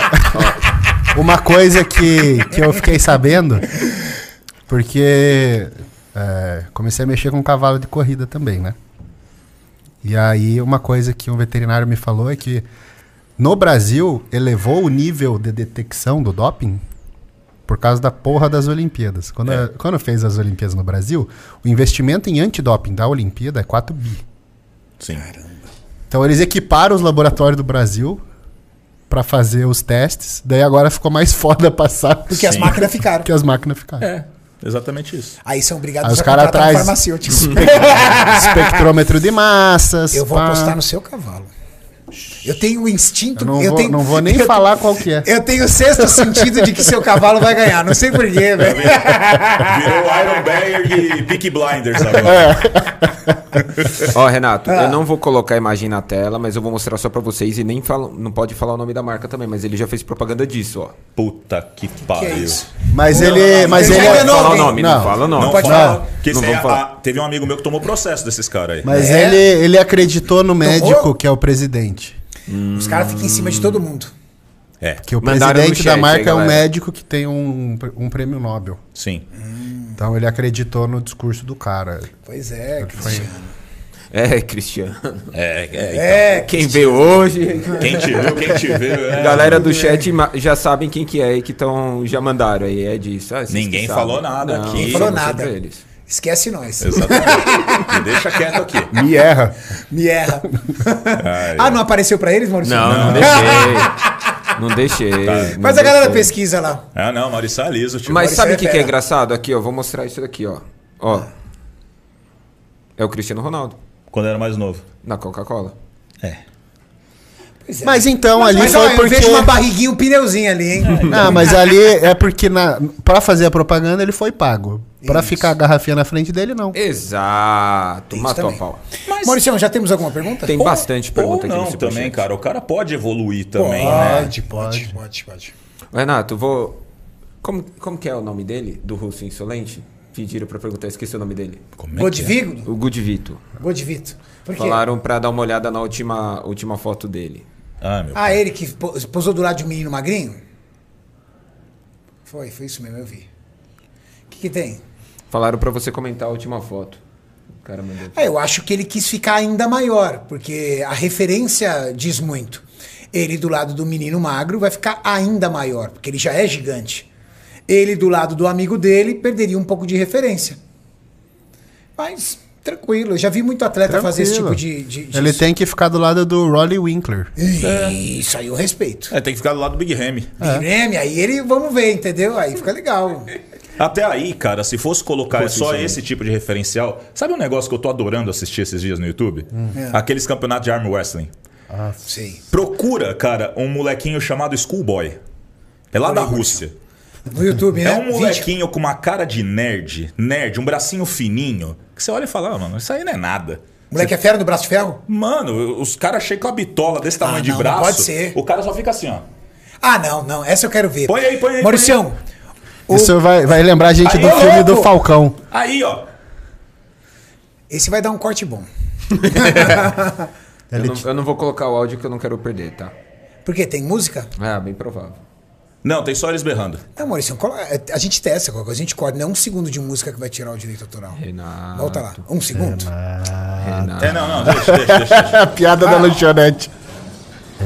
B: uma coisa que, que eu fiquei sabendo? Porque é, comecei a mexer com cavalo de corrida também, né? E aí uma coisa que um veterinário me falou é que No Brasil, elevou o nível de detecção do doping por causa da porra das Olimpíadas. Quando, a- quando fez as Olimpíadas no Brasil, o investimento em antidoping da Olimpíada é 4 bi.
C: Sim.
B: Então eles equiparam os laboratórios do Brasil pra fazer os testes. Daí agora ficou mais foda passar
A: Porque
B: que
A: as
C: Sim.
A: máquinas ficaram.
B: as máquinas ficaram.
C: É, exatamente isso.
A: Aí são obrigados
B: Aí os
A: a
B: cara
A: contratar
B: atrás-
A: farmacêuticos.
B: Espectrômetro de massas.
A: Eu vou
B: pá.
A: apostar no seu cavalo. Eu tenho o instinto.
B: Eu não,
A: eu
B: vou,
A: tenho,
B: não vou nem
A: eu-
B: falar qual que é.
A: Eu tenho o sexto sentido de que seu cavalo vai ganhar. Não sei porquê, velho.
C: Tá Virou Iron Bear e Peaky Blinders agora.
D: Ó, Renato,
A: Ah.
D: eu não vou colocar a imagem na tela, mas eu vou mostrar só pra vocês e nem falo, não pode falar o nome da marca também, mas ele já fez propaganda disso, ó.
C: Puta que pariu.
A: isso?
B: Mas ele. mas
A: ele
B: ele.
A: já
B: é-
A: enganou
D: Fala o
A: alguém.
D: nome, não, fala o nome.
C: Não,
A: pode
C: fala.
A: falar.
C: Que
D: Não
C: isso aí
D: vamos
C: é-
D: falar.
C: ah, teve um amigo meu que tomou processo desses caras aí.
B: Mas
A: É.
B: ele, ele acreditou no médico que é o presidente.
A: Os caras ficam em cima de todo mundo.
C: É,
B: Que o
D: Mandaram no
B: presidente da
D: chat
B: marca
D: aí,
B: é um
D: galera.
B: médico que tem um, um prêmio Nobel.
C: sim.
B: Então ele acreditou no discurso do cara.
A: Pois é, Cristiano.
D: É, Cristiano.
C: É, é,
A: É,
D: Quem vê hoje.
C: Quem te viu, quem te viu. é.
D: Galera do chat ma- já sabem quem que é e que tão, já mandaram aí, é disso. Ah, vocês
C: Ninguém
D: que
C: falou
D: sabem.
C: nada aqui.
A: Ninguém falou
D: somos
A: nada.
D: sempre eles.
A: esquece nós.
C: Exatamente. Me deixa quieto aqui.
B: Me erra.
A: Me erra.
C: Ai,
A: Ah, não apareceu pra eles, Maurício?
D: Não, não, deixei. Não
C: Tá.
D: deixei. não
A: Mas a galera
D: deixei.
A: pesquisa lá.
C: Ah, não, Maurício é liso, tio.
D: Mas
A: Agora
D: sabe
A: isso
D: o
A: é
D: que, que é
A: fera.
D: engraçado? Aqui, ó, vou mostrar isso daqui, ó. Ó. É o Cristiano Ronaldo,
C: Quando era mais novo.
D: na Coca-Cola.
C: É.
A: Pois é.
B: Mas então, ali
A: Mas,
B: foi
A: ó, eu
B: porque.
A: vejo uma barriguinha, um pneuzinho ali, hein?
B: Ah, mas ali é porque na, pra fazer a propaganda ele foi pago. Pra
A: Isso.
B: ficar a garrafinha na frente dele, não.
D: Exato.
A: Isso
D: Matou
A: também.
D: a pau.
A: Maurício, já temos alguma pergunta?
D: Tem bastante pergunta
C: Ou
D: aqui
C: não
D: nesse
C: também,
D: projeto.
C: cara. O cara pode evoluir também, né?
A: Pode, pode, pode, pode.
D: Renato, vou. Como, como que é o nome dele? Do russo insolente? Pediram pra perguntar, esqueci o nome dele.
C: Como é que é?
A: Godvigo?
D: O Gudvito.
A: Godvito. Por quê?
D: Falaram pra dar uma olhada na última, última foto dele.
C: Ah, meu.
D: é.
A: Ah, ele que po- posou do lado de um menino magrinho? Foi, foi isso mesmo, eu vi. O que, que tem?
D: Falaram pra você comentar a última foto. O cara mandou.
A: Ah, eu acho que ele quis ficar ainda maior, porque a referência diz muito. Ele do lado do menino magro vai ficar ainda maior, porque ele já é gigante. Ele do lado do amigo dele perderia um pouco de referência. Mas, tranquilo, eu já vi muito atleta fazer esse tipo
B: Tranquilo.
A: de. de- de-
B: Ele tem É. que ficar do lado do Rolly Winkler.
A: Isso aí eu respeito.
C: É, tem que ficar do lado do Big Remy.
B: É.
A: Big Remy, aí ele, vamos ver, entendeu? Aí fica legal.
C: Até aí, cara, se fosse colocar
D: Fosse
C: só
D: isso aí.
C: esse tipo de referencial, sabe um negócio que eu tô adorando assistir esses dias no YouTube?
D: Hum.
C: É. Aqueles campeonatos de arm wrestling.
A: Sim.
C: Procura, cara, um molequinho chamado Schoolboy. É lá da Rússia.
A: No YouTube, né?
C: É um
A: Vídeo.
C: molequinho com uma cara de nerd, nerd, um bracinho fininho, que você olha e fala, ah, mano, isso aí não é nada.
A: Moleque é fera do braço de ferro?
C: Mano, os caras chegam com a bitola desse tamanho
A: Ah,
C: de
A: não,
C: braço.
A: pode ser.
C: O cara só fica assim, ó.
A: Ah, não, não. Essa eu quero ver.
C: Põe aí, põe aí,
A: Mauricião,
B: Isso vai, vai lembrar a gente
C: Aí,
B: do
C: ô,
B: filme do
A: louco!
B: Falcão.
C: Aí, ó.
A: esse vai dar um corte bom.
C: É
D: Eu não, eu não vou colocar o áudio que eu não quero perder, tá?
A: Porque tem música?
D: Ah, bem provável.
C: Não, tem só eles berrando.
A: Não, Maurício, colo- é, a gente testa qualquer coisa, a gente corta. Não é um segundo de música que vai tirar o direito autoral.
D: Renato.
A: Volta lá. Um segundo.
C: É, não, não, deixa, deixa, deixa. deixa.
B: A piada da lanchonete. É,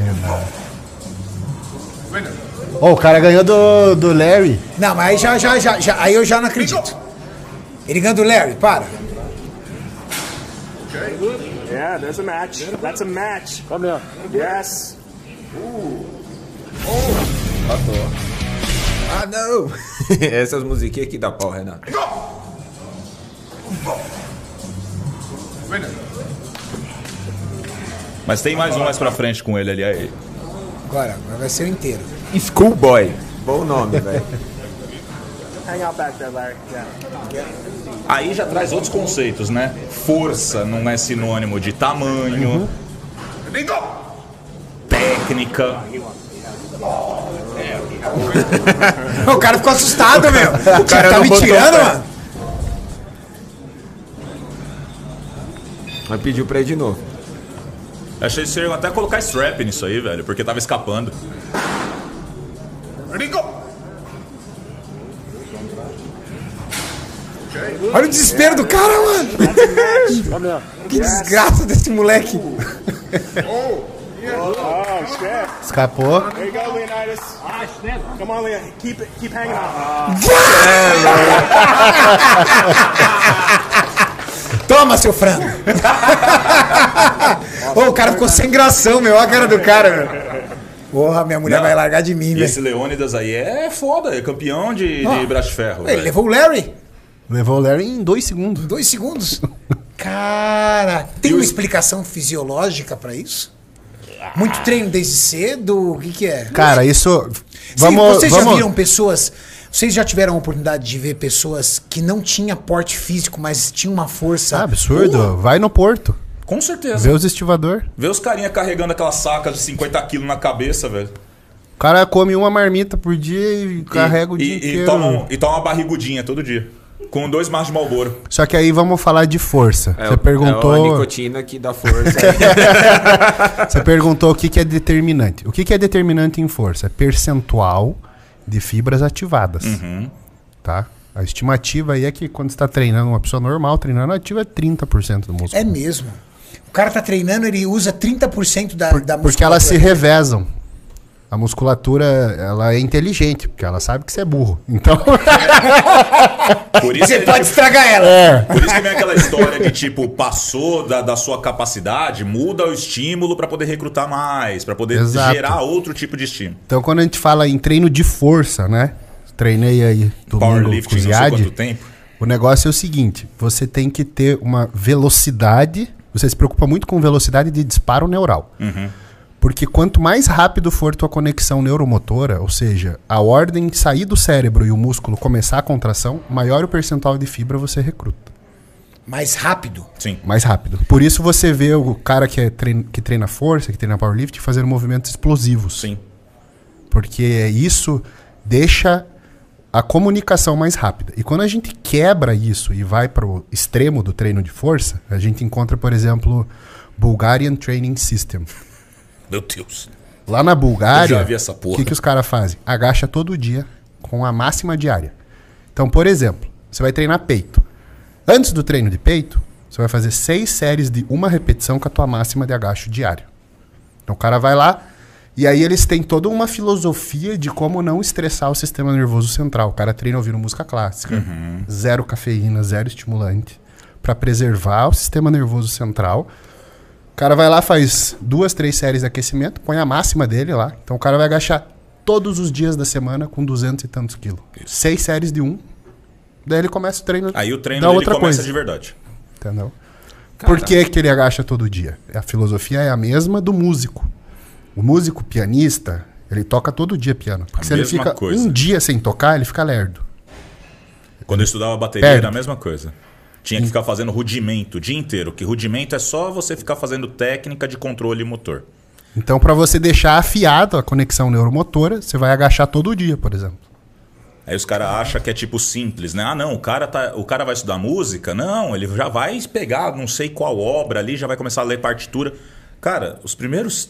B: Ô, o cara ganhou do, do Larry.
A: Não, mas aí já, já, já, já- Aí eu já não acredito. Ele ganha do Larry, para.
F: Yeah, there's a match. That's a match.
E: Come here.
F: Yes.
A: Oh.
D: Ah, não! Essas musiquinhas que dá pau, Renato.
C: Mas tem mais um mais pra frente com ele ali. Aí.
A: Agora, agora vai ser o inteiro.
D: Schoolboy. Bom nome, velho.
F: Hang out back there, Larry. Yeah.
C: aí já traz outros conceitos, né? Força não é sinônimo de
A: Uhum.
C: tamanho. Técnica.
A: O cara ficou assustado, meu. O
D: cara
A: cara tá
D: não
A: me
D: botou
A: tirando,
D: fé.
A: mano.
D: Mas pediu pra ir de novo.
C: Achei que você ia até colocar strap nisso aí, velho, porque tava escapando.
A: Olha o desespero do cara, mano.
E: Come here.
A: Que desgraça desse moleque.
F: Oh, Nice grab.
B: Escapou.
F: There you go, Leonidas. Come on, Leon. Keep it. Keep hanging on.
A: Toma, seu frango! Ô, o cara ficou sem gração, meu. Olha a cara do cara, meu. Porra, minha mulher
C: Não.
A: vai largar de mim,
C: E esse
A: velho.
C: Leônidas aí é foda, é campeão de, de braço de ferro.
A: Ele
C: velho.
A: levou o Larry.
B: Levou o Larry em dois segundos.
A: Dois segundos. Cara, tem
C: E o-
A: uma explicação fisiológica pra isso? Muito treino desde cedo? O que, que é?
B: Cara, isso.
A: Sim,
B: Vamos.
A: vocês já
B: vamos-
A: viram pessoas. Vocês já tiveram a oportunidade de ver pessoas que não tinham porte físico, mas tinham uma força.
B: Ah, absurdo.
A: Pô,
B: Vai no porto.
C: Com certeza.
B: Vê os estivador.
C: Vê os carinha carregando aquela saca de 50 quilos na cabeça, velho.
B: O cara come uma marmita por dia e carrega o
C: e,
B: dia
C: e,
B: inteiro.
C: toma um- e toma uma barrigudinha todo dia. Com dois mais de Malboro.
B: Só que aí vamos falar de força.
D: É,
B: você
D: o- É a
B: perguntou,
D: nicotina que dá força.
B: você perguntou o que, que é determinante. O que, que é determinante em força? É percentual de fibras ativadas. Tá? A estimativa aí é que quando você está treinando uma pessoa normal, treinando ativa é 30% do músculo.
A: É mesmo. O cara tá treinando, ele usa 30% da, É, da
B: Porque elas se
A: musculatura.
B: revezam. A musculatura, ela é inteligente, porque ela sabe que você é burro. Então,
C: Por isso,
A: Você
C: que, É.
A: pode estragar ela.
C: por isso que vem aquela história que, tipo, passou da, da sua capacidade, muda o estímulo pra poder recrutar mais, pra poder
B: Exato.
C: gerar outro tipo de estímulo.
B: então quando a gente fala em treino de força, né? Treinei aí domingo com o
C: Powerlifting, não sei
B: Ziad.
C: quanto tempo.
B: O negócio é o seguinte: você tem que ter uma velocidade. Você se preocupa muito com velocidade de disparo neural.
C: Uhum.
B: Porque quanto mais rápido for tua conexão neuromotora, ou seja, a ordem sair do cérebro e o músculo começar a contração, maior o percentual de fibra você recruta.
A: Mais rápido.
C: Sim.
B: Mais rápido. Por isso você vê o cara que, é trein- que treina força, que treina powerlifting, fazendo movimentos explosivos.
C: Sim.
B: Porque isso deixa a comunicação mais rápida. E quando a gente quebra isso e vai para o extremo do treino de força, a gente encontra, por exemplo, Bulgarian Training System.
C: Meu Deus.
B: Lá na Bulgária,
C: Eu já vi essa porra.
B: o que, que os caras fazem? Agacha todo dia com a máxima diária. Então, por exemplo, você vai treinar peito. Antes do treino de peito, você vai fazer seis séries de uma repetição com a tua máxima de agacho diário. Então o cara vai lá e aí eles têm toda uma filosofia de como não estressar o sistema nervoso central. O cara treina ouvindo música clássica,
C: Uhum.
B: zero cafeína, zero estimulante, Pra preservar o sistema nervoso central. O cara vai lá, faz duas, três séries de aquecimento, põe a máxima dele lá. Então o cara vai agachar todos os dias da semana com 200 e tantos quilos. Seis séries de um. Daí ele começa o treino
C: Aí o treino
B: da
C: dele
B: outra
C: começa
B: coisa.
C: de verdade.
B: Entendeu? Por que, é que ele agacha todo dia? A filosofia é a mesma do músico. O músico pianista, ele toca todo dia piano. Porque
C: A
B: se ele
C: mesma
B: fica
C: coisa.
B: um dia sem tocar, ele fica lerdo.
C: Quando eu estudava bateria
B: Perde.
C: era a mesma coisa. Tinha que ficar fazendo rudimento o dia inteiro, que rudimento é só você ficar fazendo técnica de controle motor.
B: Então, para você deixar afiado a conexão neuromotora, você vai agachar todo dia, por exemplo.
C: Aí os caras acham que é tipo simples, né? Ah, não, o cara, tá, o cara vai estudar música? Não, ele já vai pegar não sei qual obra ali, já vai começar a ler partitura. Cara, os primeiros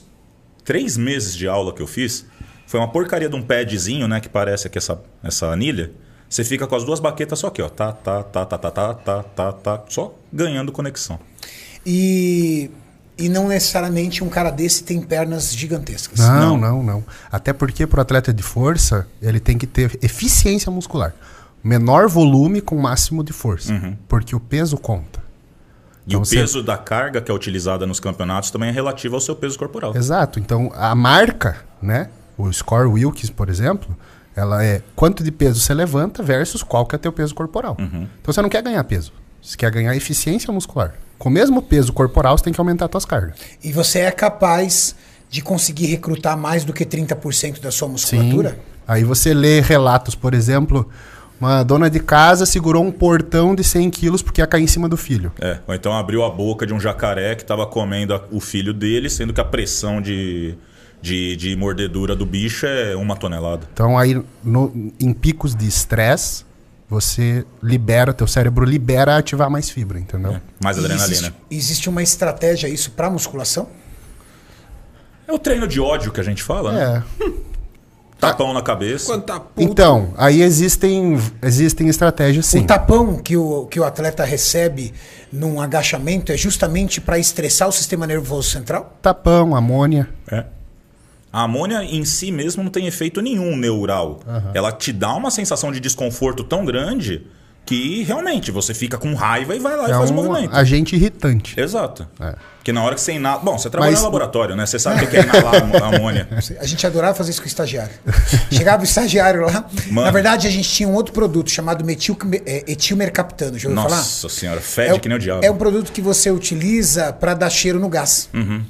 C: três meses de aula que eu fiz foi uma porcaria de um padzinho, né? Que parece aqui essa, essa anilha. Você fica com as duas baquetas só aqui, ó. Tá, tá, tá, tá, tá, tá, tá, tá, tá. Só ganhando conexão.
A: E, e não necessariamente um cara desse tem pernas gigantescas.
B: Não, não, não. Até porque pro atleta de força, ele tem que ter eficiência muscular. Menor volume com máximo de força.
C: Uhum.
B: Porque o peso conta.
C: E
B: Então,
C: o
B: você-
C: peso da carga que é utilizada nos campeonatos também é relativo ao seu peso corporal.
B: Exato. Então, a marca, né? O score Wilkins, por exemplo, ela é quanto de peso você levanta versus qual que é teu peso corporal. Então, você não quer ganhar peso. Você quer ganhar eficiência muscular. Com o mesmo peso corporal, você tem que aumentar suas cargas.
A: E você é capaz de conseguir recrutar mais do que 30% da sua musculatura?
B: Aí você lê relatos, por exemplo, uma dona de casa segurou um portão de 100 quilos porque ia cair em cima do filho.
C: É, ou então abriu a boca de um jacaré que estava comendo a- o filho dele, sendo que a pressão de, de, de mordedura do bicho é uma tonelada.
B: Então aí no- em picos de estresse, você libera, teu cérebro libera a ativar mais fibra, entendeu?
C: Mais
A: E
C: adrenalina.
A: Existe, existe uma estratégia isso para musculação?
C: É o treino de ódio que a gente fala, né?
B: É.
C: Tapão na cabeça.
D: Quando tá puto,
B: Então, aí existem existem estratégias sim.
A: O tapão que o, que o atleta recebe num agachamento é justamente para estressar o sistema nervoso central?
B: Tapão, amônia.
C: É. A amônia em si mesmo não tem efeito nenhum neural. Ela te dá uma sensação de desconforto tão grande que realmente você fica com raiva e vai lá e
A: Tá
B: É
C: faz o
B: um
C: movimento.
B: agente irritante.
C: Exato.
B: É.
C: Porque na hora que você inala. Bom, você trabalha
B: Mas-
C: no laboratório, né? Você sabe o que é inalar am- amônia.
A: A gente adorava fazer isso com o estagiário. Chegava o estagiário lá.
C: Mano.
A: Na verdade, a gente tinha um outro produto chamado metil, é, etilmercaptano. Já ouviu falar?
C: Nossa senhora, fede
A: o-
C: que nem o diabo.
A: é um produto que você utiliza para dar cheiro no gás.
C: Uhum.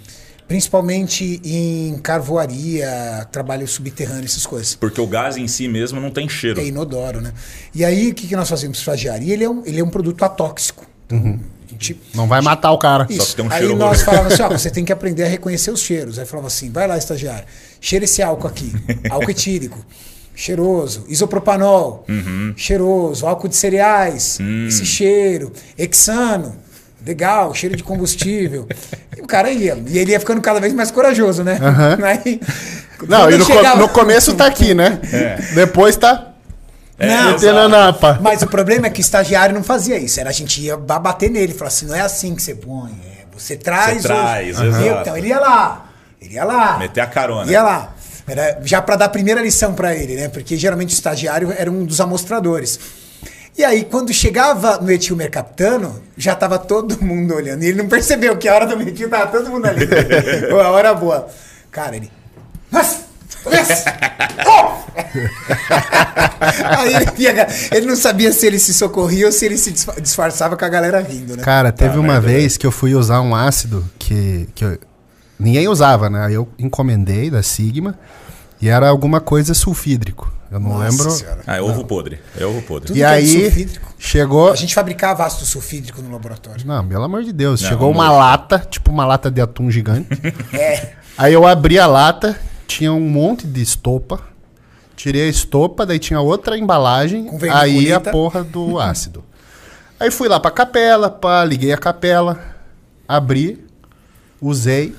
A: Principalmente em carvoaria, trabalho subterrâneo, essas coisas.
C: Porque o gás em si mesmo não tem cheiro.
A: É inodoro, né? E aí, o que, que nós fazemos para estagiário? E ele é um, ele é um produto atóxico. Então, a gente-
B: Não vai matar o cara.
A: Isso.
C: tem um
A: aí
C: cheiro
A: nós
C: horroroso.
A: falávamos assim, ó, você tem que aprender a reconhecer os cheiros. Aí falava assim, vai lá, estagiário, cheira esse álcool aqui. Álcool etílico, cheiroso. Isopropanol,
C: Uhum.
A: cheiroso. Álcool de cereais,
C: Hum.
A: esse cheiro. Hexano, legal, cheiro de combustível. e o cara ia. E ele ia ficando cada vez mais corajoso, né? Aí,
B: Não,
A: quando
B: e no, co-
A: chegava- É.
B: no começo tá aqui, né? Depois tá
C: É
A: Não,
B: metendo a napa.
A: Mas o problema é que o estagiário não fazia isso. Era a gente ia ba- bater nele, falar assim, não é assim que você põe. é, você traz.
C: Você traz,
A: os-
C: exato.
A: Então ele ia lá, ele ia lá.
C: Meter a carona.
A: Ia lá. Era já para dar a primeira lição para ele, né? Porque geralmente o estagiário era um dos amostradores. E aí, quando chegava no Etil Mercaptano, já tava todo mundo olhando. E ele não percebeu que a hora do Metil tava todo mundo ali. Pô, a hora boa. Cara, ele. Nossa! Nossa! Oh! Aí ele, ia- ele não sabia se ele se socorria ou se ele se disfa- disfarçava com a galera rindo, né?
B: Cara, teve uma
C: merda,
B: vez que eu fui usar um ácido que, que eu- ninguém usava, né? Aí Eu encomendei da Sigma e era alguma coisa sulfídrico. Eu não lembro.
A: Senhora.
C: Ah, é ovo podre. É ovo podre.
A: Tudo
B: E
A: que é
B: aí
A: sulfídrico.
B: chegou.
A: A gente fabricava ácido sulfídrico no laboratório.
B: Não, pelo amor de Deus. chegou
C: não.
B: uma lata, tipo uma lata de atum gigante.
A: É.
B: Aí eu abri a lata, tinha um monte de estopa. Tirei a estopa, daí tinha outra embalagem,
A: Com vermiculita.
B: aí a porra do ácido. aí fui lá pra capela, pá, liguei a capela, abri, usei.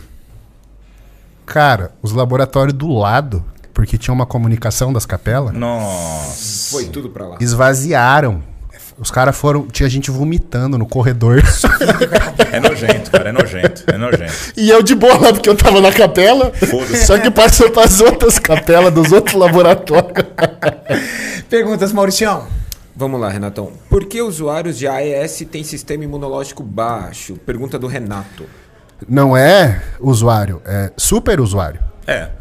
B: Cara, os laboratórios do lado, porque tinha uma comunicação das capelas,
C: Nossa.
D: Foi tudo pra lá.
B: esvaziaram. Os caras foram. Tinha gente vomitando no corredor.
C: É nojento, cara. É nojento. É nojento.
B: E eu de boa lá, porque eu tava na capela.
C: Foda-se.
B: Só que passou pras outras capelas dos outros laboratórios.
A: Perguntas, Mauricião.
D: Vamos lá, Renatão. Por que usuários de AES têm sistema imunológico baixo? Pergunta do Renato.
B: Não é usuário, é super usuário.
C: É.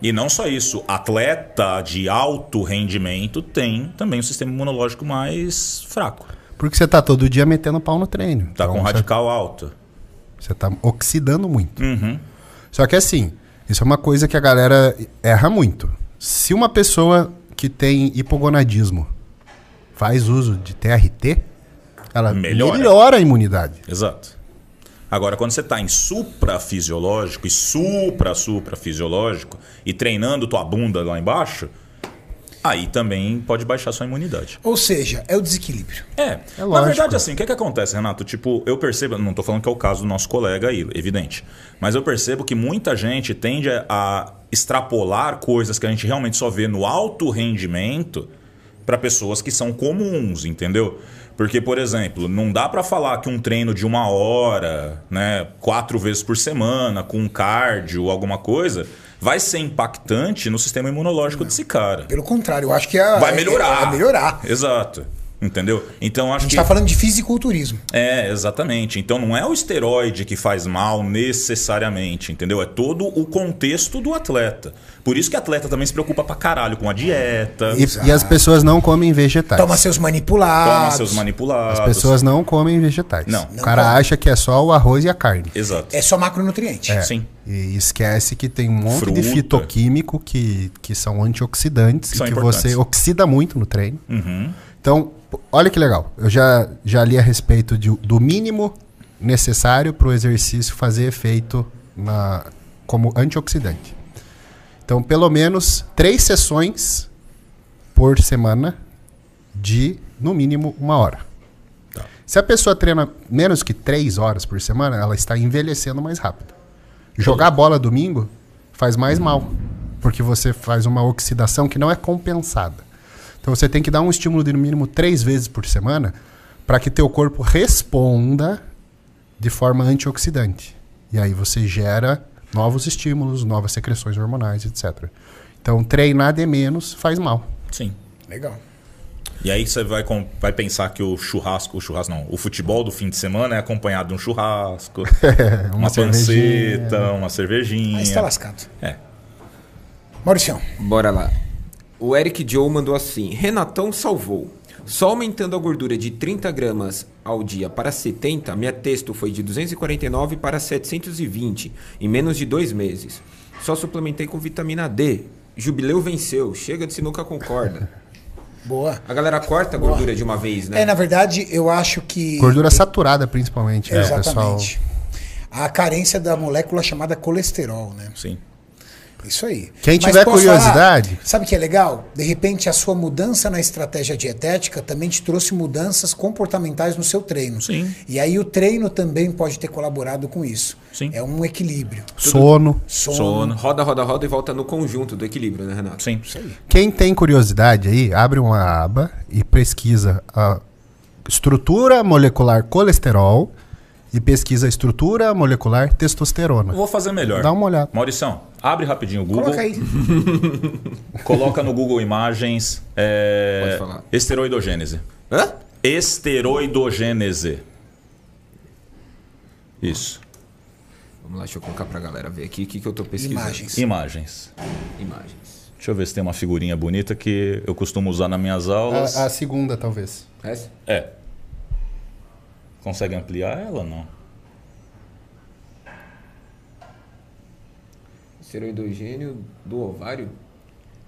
C: E não só isso. Atleta de alto rendimento tem também um sistema imunológico mais fraco.
B: Porque você tá todo dia metendo pau no treino.
C: Tá com
B: Então,
C: radical alto.
B: Você, você tá oxidando muito.
C: Uhum.
B: Só que assim, isso é uma coisa que a galera erra muito. Se uma pessoa que tem hipogonadismo faz uso de TRT, ela
C: Melhora.
B: melhora a imunidade.
C: Exato. Agora, quando você está em suprafisiológico e supra-suprafisiológico e treinando tua bunda lá embaixo, aí também pode baixar sua imunidade.
A: Ou seja, é o desequilíbrio.
C: É, na
B: lógico.
C: verdade, assim, o que, é que acontece, Renato? Tipo, eu percebo, não tô falando que é o caso do nosso colega aí, evidente, mas eu percebo que muita gente tende a- a extrapolar coisas que a gente realmente só vê no alto rendimento para pessoas que são comuns, entendeu? Porque, por exemplo, não dá para falar que um treino de uma hora, né, quatro vezes por semana, com um cardio, alguma coisa, vai ser impactante no sistema imunológico desse cara.
A: Pelo contrário, eu acho que é,
C: Vai
A: é-
C: melhorar.
A: é- vai melhorar. A
C: Exato. Entendeu? Então acho
A: gente tá
C: que.
A: está falando de fisiculturismo.
C: É, exatamente. Então não é o esteroide que faz mal necessariamente, entendeu? É todo o contexto do atleta. Por isso que atleta também se preocupa pra caralho com a dieta,
B: E, e as pessoas não comem vegetais.
C: Então,
A: Toma seus manipulados.
C: toma seus manipulados.
B: As pessoas não comem vegetais.
C: Não.
B: O cara acha que é só o arroz e a carne.
C: Exato.
A: É só macronutriente.
C: Sim.
B: E esquece que tem um monte
C: Fruta.
B: de fitoquímico que, que são antioxidantes
C: são
B: e que
C: importantes. Uhum.
B: você oxida muito no treino. Então, p- olha que legal. Eu já, já li a respeito de- do mínimo necessário para o exercício fazer efeito na, como antioxidante. Então, pelo menos três sessões por semana de, no mínimo, uma hora.
C: Tá.
B: Se a pessoa treina menos que três horas por semana, ela está envelhecendo mais rápido. Jogar bola domingo faz mais mal, porque você faz uma oxidação que não é compensada. Então você tem que dar um estímulo de no mínimo três vezes por semana para que teu corpo responda de forma antioxidante. E aí você gera Novos estímulos, novas secreções hormonais, etc. Então, treinar de menos faz mal.
C: Sim.
A: Legal.
C: E aí você vai, com- vai pensar que o churrasco, o churrasco não, o futebol do fim de semana é acompanhado de um churrasco, uma,
B: É, cervejinha,
C: panceta, uma cervejinha.
A: Mas tá lascado.
C: É.
A: Mauricião,
D: Bora lá. O Eric Joe mandou assim: Renatão salvou. Só aumentando a gordura de 30 gramas ao dia para 70, minha texto foi de 249 para 720 em menos de dois meses. Só suplementei com vitamina D. Jubileu venceu. Chega de sinuca com corda.
A: boa.
D: A galera corta a gordura de uma vez, né?
A: É, na verdade, eu acho que.
B: Gordura saturada, principalmente, né, pessoal?
A: Exatamente. A carência da molécula chamada colesterol, né?
C: Sim.
A: Isso aí.
B: Quem
A: Mas
B: tiver
A: posso
B: curiosidade-
A: falar? sabe o que é legal? De repente, a sua mudança na estratégia dietética também te trouxe mudanças comportamentais no seu treino.
C: Sim.
A: E aí o treino também pode ter colaborado com isso.
C: Sim.
A: É um equilíbrio.
B: Sono.
A: Sono.
C: Sono.
D: Roda, roda, roda e volta no conjunto do equilíbrio, né, Renato?
C: Sim.
B: Quem tem curiosidade aí, abre uma aba e pesquisa a estrutura molecular colesterol e pesquisa a estrutura molecular testosterona.
C: Eu vou fazer melhor.
B: Dá uma olhada.
C: Maurição, abre rapidinho o Google.
A: Coloca aí.
C: Coloca no Google Imagens
D: Pode
C: é,
D: falar.
C: esteroidogênese.
D: Hã?
C: Esteroidogênese. Isso.
D: Vamos lá, deixa eu colocar pra galera ver aqui o que, que eu tô pesquisando.
A: Imagens.
C: Imagens.
D: Imagens.
C: Deixa eu ver se tem uma figurinha bonita que eu costumo usar nas minhas aulas.
B: A, a segunda, talvez.
D: Essa?
C: É. Consegue ampliar ela ou não?
D: Seroidogênio do ovário?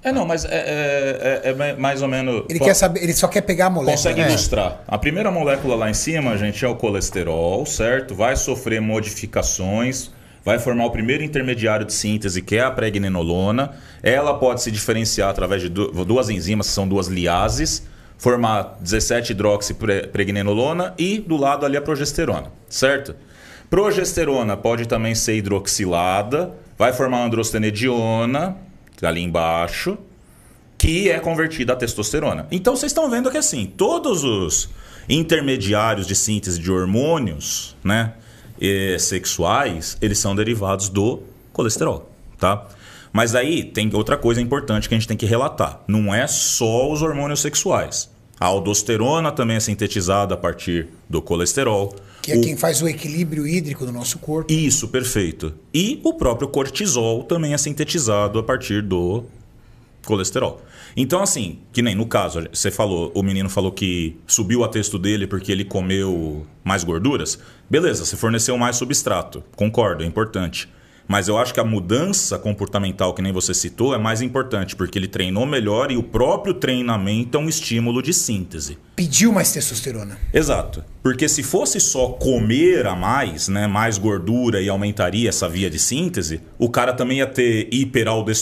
C: É, não, mas é, é- é- é mai- mais ou menos.
A: Ele,
C: po-
A: quer saber, ele só quer pegar a molécula.
C: Consegue
A: né?
C: ilustrar. A primeira molécula lá em cima, gente, é o colesterol, certo? Vai sofrer modificações, vai formar o primeiro intermediário de síntese, que é a pregnenolona. Ela pode se diferenciar através de du- duas enzimas, que são duas liases, formar 17-hidroxipregnenolona e do lado ali a progesterona, certo? Progesterona pode também ser hidroxilada, vai formar androstenediona, tá ali embaixo, que é convertida a testosterona. Então vocês estão vendo que assim, todos os intermediários de síntese de hormônios, né, eh, sexuais, eles são derivados do colesterol, tá? Mas aí tem outra coisa importante que a gente tem que relatar. Não é só os hormônios sexuais. A aldosterona também é sintetizada a partir do colesterol.
A: Que é
C: O-
A: quem faz o equilíbrio hídrico do nosso corpo.
C: Isso, perfeito. E o próprio cortisol também é sintetizado a partir do colesterol. Então, assim, que nem no caso, você falou, o menino falou que subiu a texto dele porque ele comeu mais gorduras. Beleza, você forneceu mais substrato. Concordo, é importante. Mas eu acho que a mudança comportamental, que nem você citou, é mais importante, porque ele treinou melhor e o próprio treinamento é um estímulo de síntese.
A: Pediu mais testosterona.
C: Exato. Porque se fosse só comer a mais, né, mais gordura e aumentaria essa via de síntese, o cara também ia ter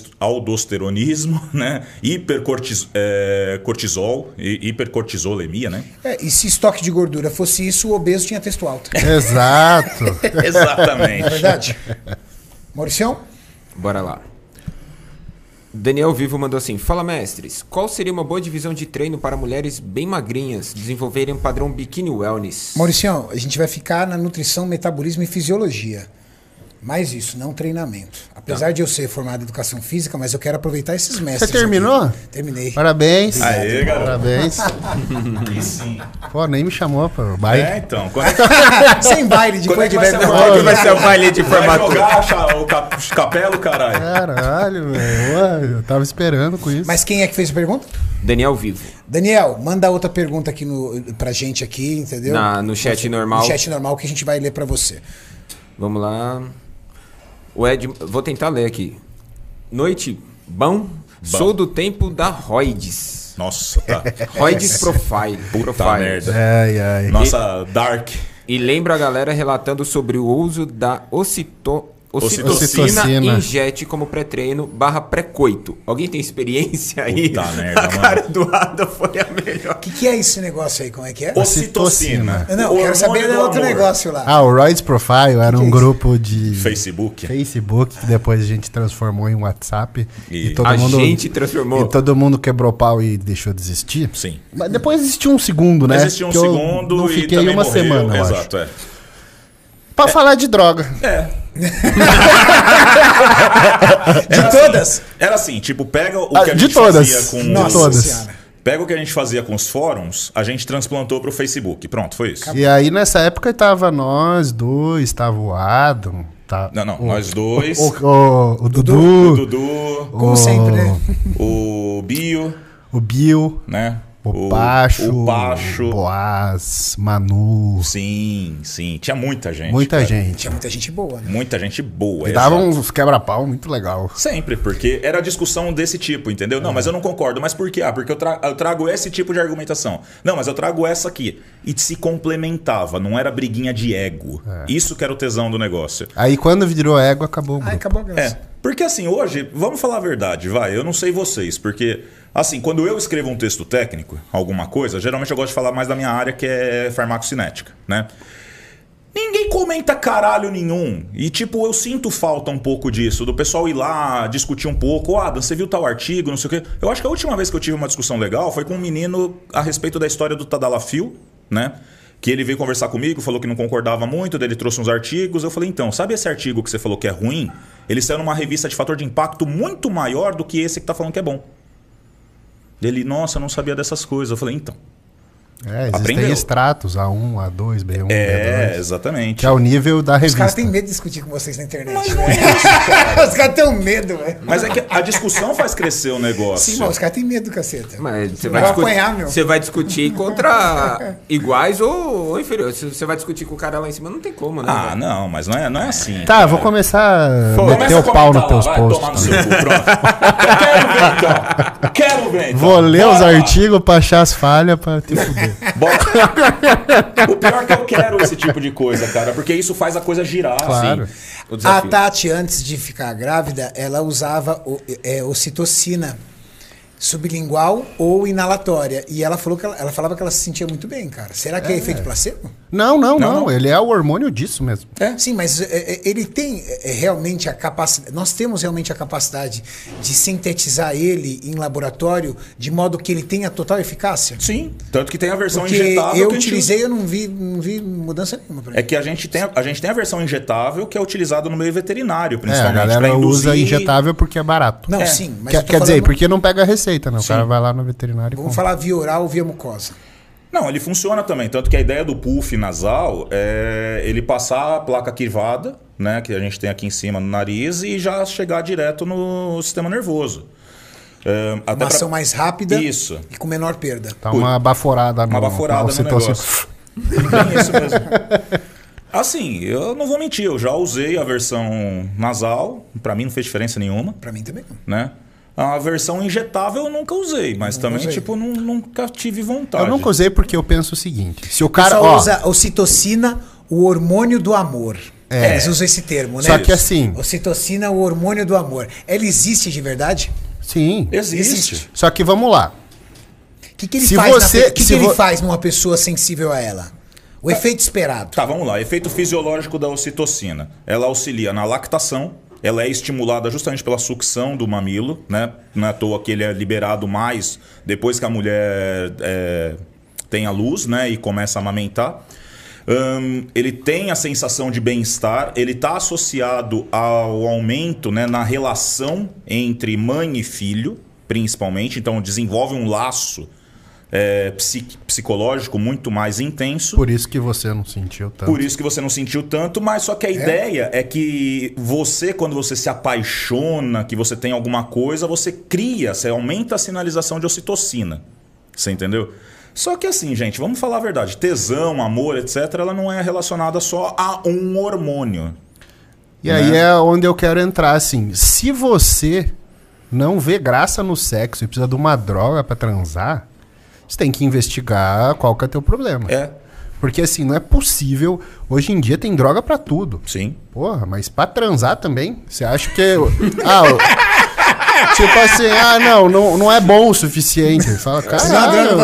C: hiperaldosteronismo, né, hipercortis, eh, cortisol, hi- hipercortisolemia, né?
A: É, e se estoque de gordura fosse isso, o obeso tinha testo alto.
B: Exato.
A: Não é
C: Exatamente.
A: verdade? Mauricião?
D: Bora lá. Daniel Vivo mandou assim: Fala mestres, qual seria uma boa divisão de treino para mulheres bem magrinhas desenvolverem um padrão biquíni wellness?
A: Mauricião, a gente vai ficar na nutrição, metabolismo e fisiologia. Mais isso, não treinamento.
C: Tá.
A: Apesar de eu ser formado em educação física, mas eu quero aproveitar esses mestres. aqui.
B: terminou?
A: Terminei.
B: Parabéns.
C: Aê, garoto.
B: Parabéns.
C: E sim.
B: Pô, nem me chamou, pô. Vai.
C: É, então. Quando é que,
A: Sem baile,
C: quando
A: depois
C: é que
A: de
C: vai ser
A: bebe.
C: o baile?
D: vai ser o baile de
C: Vai
D: formatura?
C: jogar cha- o cap- capelo, caralho?
B: Caralho, velho. Ué, Eu tava esperando com isso.
A: Mas quem é que fez a pergunta?
D: Daniel Vivo.
A: Daniel, manda outra pergunta aqui no, pra gente aqui, entendeu?
D: Na- no chat normal.
A: No chat normal que a gente vai ler pra você.
D: Vamos lá. O Ed, vou tentar ler aqui. Noite, bom? Sou do tempo da Roids.
C: Nossa, tá.
D: Roids Profile.
C: Tá
D: Profile.
C: merda.
B: Ai, ai.
C: Nossa, Dark.
D: E lembra a galera relatando sobre o uso da ocito- ocitocina,
B: Ocitocina.
D: injete como pré-treino barra pré-coito. Alguém tem experiência aí?
C: Puta merda,
D: a
C: mano.
D: cara do Adam foi a melhor.
A: O que, que é esse negócio aí? Como é que é?
C: Ocitocina.
A: Eu não, eu quero saber do
C: Hormônio
A: outro
C: amor.
A: negócio lá.
B: Ah, o Roy's Profile era um grupo de
C: Facebook.
B: Facebook, que depois a gente transformou em WhatsApp.
C: E
B: E, todo
D: a
B: mundo. então
D: gente transformou.
B: E todo mundo quebrou pau e deixou de existir?
C: Sim.
B: Mas depois existiu um segundo, né?
C: Existiu um
B: Que eu
C: segundo
B: não
C: e
B: fiquei
C: também
B: uma
C: morreu.
B: semana, eu acho.
C: Exato, é.
G: Pra falar de droga.
A: De todas?
C: Era assim, tipo, pega o que
G: Ah,
C: a
G: de
C: gente
G: todas.
C: fazia com
A: Nossa
C: os...
B: todas.
A: senhora.
C: Pega o que a gente fazia com os fóruns, a gente transplantou pro Facebook. Pronto, foi isso.
B: E aí, nessa época, tava nós dois, tava o Adam. Tá,
C: Não, não,
B: o,
C: nós dois,
B: O,
C: o,
B: o- o
C: o
B: Dudu,
C: Dudu,
A: Como sempre, né?
C: o Bio,
B: o Bill,
C: né?
B: o, Pacho,
C: O Pacho.
B: Boaz, Manu.
C: Sim, sim. Tinha muita gente.
B: muita
C: cara.
B: gente.
A: Tinha muita gente boa, né?
C: Muita gente boa.
B: E dava um
C: exato.
B: uns quebra-pau muito legal.
C: Sempre, porque era discussão desse tipo, entendeu? Não, mas eu não concordo. Mas por quê? Ah, porque eu, tra- eu trago esse tipo de argumentação. Não, mas eu trago essa aqui. E se complementava, não era briguinha de ego. Isso que era o tesão do negócio.
B: Aí, quando virou égua, acabou o
A: Ai,
B: grupo.
A: acabou a graça.
C: É, porque assim, hoje, vamos falar a verdade, vai. Eu não sei vocês, porque, assim, quando eu escrevo um texto técnico, alguma coisa, geralmente eu gosto de falar mais da minha área, que é farmacocinética, né? Ninguém comenta caralho nenhum. E, tipo, eu sinto falta um pouco disso, do pessoal ir lá discutir um pouco. Ô, Adam, você viu tal artigo, não sei o quê. Eu acho que a última vez que eu tive uma discussão legal foi com um menino a respeito da história do Tadalafil, né? Que ele veio conversar comigo, falou que não concordava muito, daí ele trouxe uns artigos. Eu falei, então, sabe esse artigo que você falou que é ruim? Ele saiu numa revista de fator de impacto muito maior do que esse que tá falando que é bom. Ele, nossa, eu não sabia dessas coisas. Eu falei, então.
B: É, existem
C: Aprendeu.
B: estratos, A1, A2, B1,
C: É,
B: B2.
C: exatamente.
B: Que é o nível da
A: Os
B: revista.
A: caras têm medo de discutir com vocês na internet. né? os caras têm um medo, velho.
C: Mas é que a discussão faz crescer o negócio.
A: Sim, mano, os caras têm medo, caceta.
D: Mas você
A: Vai
D: vai, discu-
A: apanhar, meu.
D: você vai discutir contra iguais ou, ou inferiores. Se Você vai discutir com o cara lá em cima, não tem como, né?
C: Ah,
D: velho?
C: não, mas não é, não é assim.
B: Tá, vou começar a
C: Começa
B: meter
C: a
B: o pau
C: comentar
B: nos teus
C: lá, vai
B: posts.
C: tomar no seu cu, pronto. Quero ver, então. Quero ver, então.
B: Vou ler
C: Bora
B: os
C: lá.
B: artigos pra achar as falhas pra te fuder.
C: Bora. O pior é que eu quero esse tipo de coisa, cara, porque isso faz a coisa girar,
B: Claro.
C: assim. O
A: A
C: desafio.
A: Tati, antes de ficar grávida, ela usava o- é, ocitocina sublingual ou inalatória. E ela falou que ela, ela falava que ela se sentia muito bem, cara. Será que é, efeito placebo?
B: Não, não, não,
C: não.
B: Ele é o hormônio disso mesmo.
A: Sim, mas é, é, ele tem é, é, realmente a capacidade. Nós temos realmente a capacidade de sintetizar ele em laboratório de modo que ele tenha total eficácia?
C: Sim, tanto que tem a versão
A: Porque eu
C: injetável. que a gente usa.
A: utilizei, eu não vi, não vi mudança nenhuma pra mim.
C: É que a gente, tem a, a gente tem a versão injetável que é utilizada no meio veterinário,
B: É, a
C: principalmente. pra
B: galera
C: induzir-
B: usa injetável porque é barato.
A: Não, sim, mas eu
B: quer
A: tô
B: quer dizer,
A: falando-
B: porque não pega a receita, não. O cara vai lá no veterinário e
A: Vamos
B: compra.
A: falar via oral ou via mucosa.
C: Não, ele funciona também. Tanto que a ideia do puff nasal é ele passar a placa quivada, né, que a gente tem aqui em cima no nariz, e já chegar direto no sistema nervoso. É, até
A: Uma
C: pra-
A: ação mais rápida
C: Isso.
A: e com menor perda.
B: Tá uma baforada no,
C: Uma baforada
B: na
C: no
B: ocitocina.
C: negócio. Tem isso mesmo. Assim, eu não vou mentir, eu já usei a versão nasal, pra mim não fez diferença nenhuma,
A: Pra mim também não.
C: né? A versão injetável eu nunca usei, mas também,
A: usei.
C: tipo, nun- nunca tive vontade.
B: Eu nunca usei porque eu penso o seguinte. Se o
A: Cara,
B: cara...
A: Só
B: ó,
A: usa ocitocina, o hormônio do amor.
B: É.
A: Eles usam esse termo, né?
B: Só que assim-
A: Ocitocina, o hormônio do amor. Ela existe de verdade?
B: Sim.
C: Existe.
A: Existe.
B: Só que vamos lá.
A: O que, que ele
B: Se
A: faz? na
B: você-
A: pe- o que,
B: se
A: que ele
B: vo- É.
A: faz numa pessoa sensível a ela? O efeito esperado.
C: Tá, vamos lá. Efeito fisiológico da ocitocina. Ela auxilia na lactação, ela é estimulada justamente pela sucção do mamilo, né? Não é à toa que ele é liberado mais depois que a mulher é, tem a luz, né? E começa a amamentar. Hum, ele tem a sensação de bem-estar, ele está associado ao aumento né, na relação entre mãe e filho, principalmente. Então, desenvolve um laço é, psiqui- psicológico muito mais intenso.
B: Por isso que você não sentiu tanto.
C: Por isso que você não sentiu tanto, mas só que a ideia é que você, quando você se apaixona, que você tem alguma coisa, você cria, você aumenta a sinalização de ocitocina. Você entendeu? Só que assim, gente, vamos falar a verdade. Tesão, amor, etc., ela não é relacionada só a um hormônio.
B: E
A: Né?
B: aí é onde eu quero entrar, assim. Se você não vê graça no sexo e precisa de uma droga pra transar, você tem que investigar qual que é teu problema.
C: É,
B: Porque assim, não é possível. Hoje em dia tem droga pra tudo.
C: sim.
B: Porra, mas pra transar também? Você acha que. Ah, o- Tipo assim, ah, não, não, não é bom o suficiente. Você Fala,
A: é
B: caralho.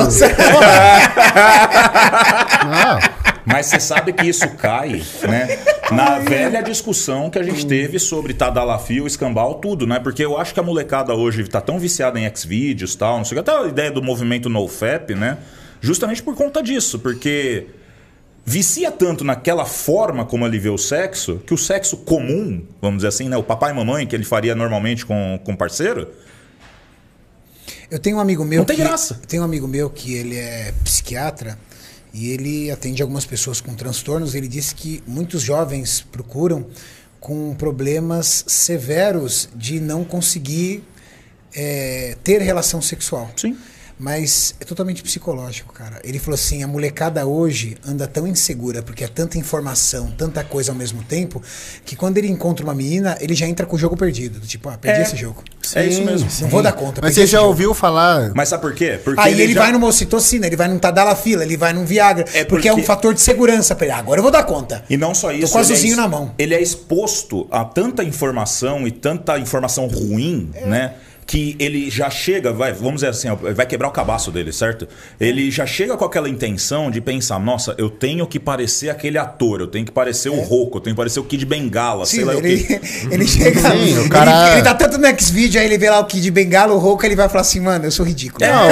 B: Não,
C: Mas você sabe que isso cai, né? Na velha discussão que a gente teve sobre Tadalafil, escambau, tudo, né? Porque eu acho que a molecada hoje tá tão viciada em Xvideos e tal, não sei o que. Até a ideia do movimento NoFap, né? Justamente por conta disso, porque vicia tanto naquela forma como ele vê o sexo, que o sexo comum, vamos dizer assim, né? O papai e mamãe que ele faria normalmente com com o parceiro,
A: Eu tenho um amigo meu.
C: Não tem
A: que,
C: graça.
A: Eu tenho um amigo meu que ele é psiquiatra e ele atende algumas pessoas com transtornos. Ele disse que muitos jovens procuram com problemas severos de não conseguir eh, ter relação sexual.
C: Sim.
A: Mas é totalmente psicológico, cara. Ele falou assim: a molecada hoje anda tão insegura, porque é tanta informação, tanta coisa ao mesmo tempo, que quando ele encontra uma menina, ele já entra com o jogo perdido. do Tipo, ah, perdi
C: É.
A: esse jogo.
C: é isso mesmo.
A: Não vou dar conta.
B: Mas
A: perdi
B: você
A: esse
B: já
A: jogo.
B: ouviu falar.
C: Mas sabe por quê? Porque
A: Aí ele
C: já-
A: vai numa ocitocina, ele vai num Tadalafila, ele vai num Viagra.
C: É
A: porque... é um
C: porque-
A: fator de segurança pra ele. Ah, agora eu vou dar conta.
C: E não só isso.
A: Tô com o
C: ele é
A: azulzinho
C: ex-
A: na mão.
C: Ele é exposto a tanta informação e tanta informação ruim,
A: É.
C: né? Que ele já chega, vai, vamos dizer assim, ó, vai quebrar o cabaço dele, certo? Ele já chega com aquela intenção de pensar: nossa, eu tenho que parecer aquele ator, eu tenho que parecer o Roco, eu tenho que parecer o Kid Bengala, sei lá
A: É.
C: o
A: ele,
C: quê.
A: ele chega.
B: Sim, o
A: ele-
B: cara-
A: ele, tá tanto no X-Video, aí ele vê lá o Kid Bengala, o Rouca, ele vai falar assim, mano, eu sou ridículo.
C: É.
B: Não, o,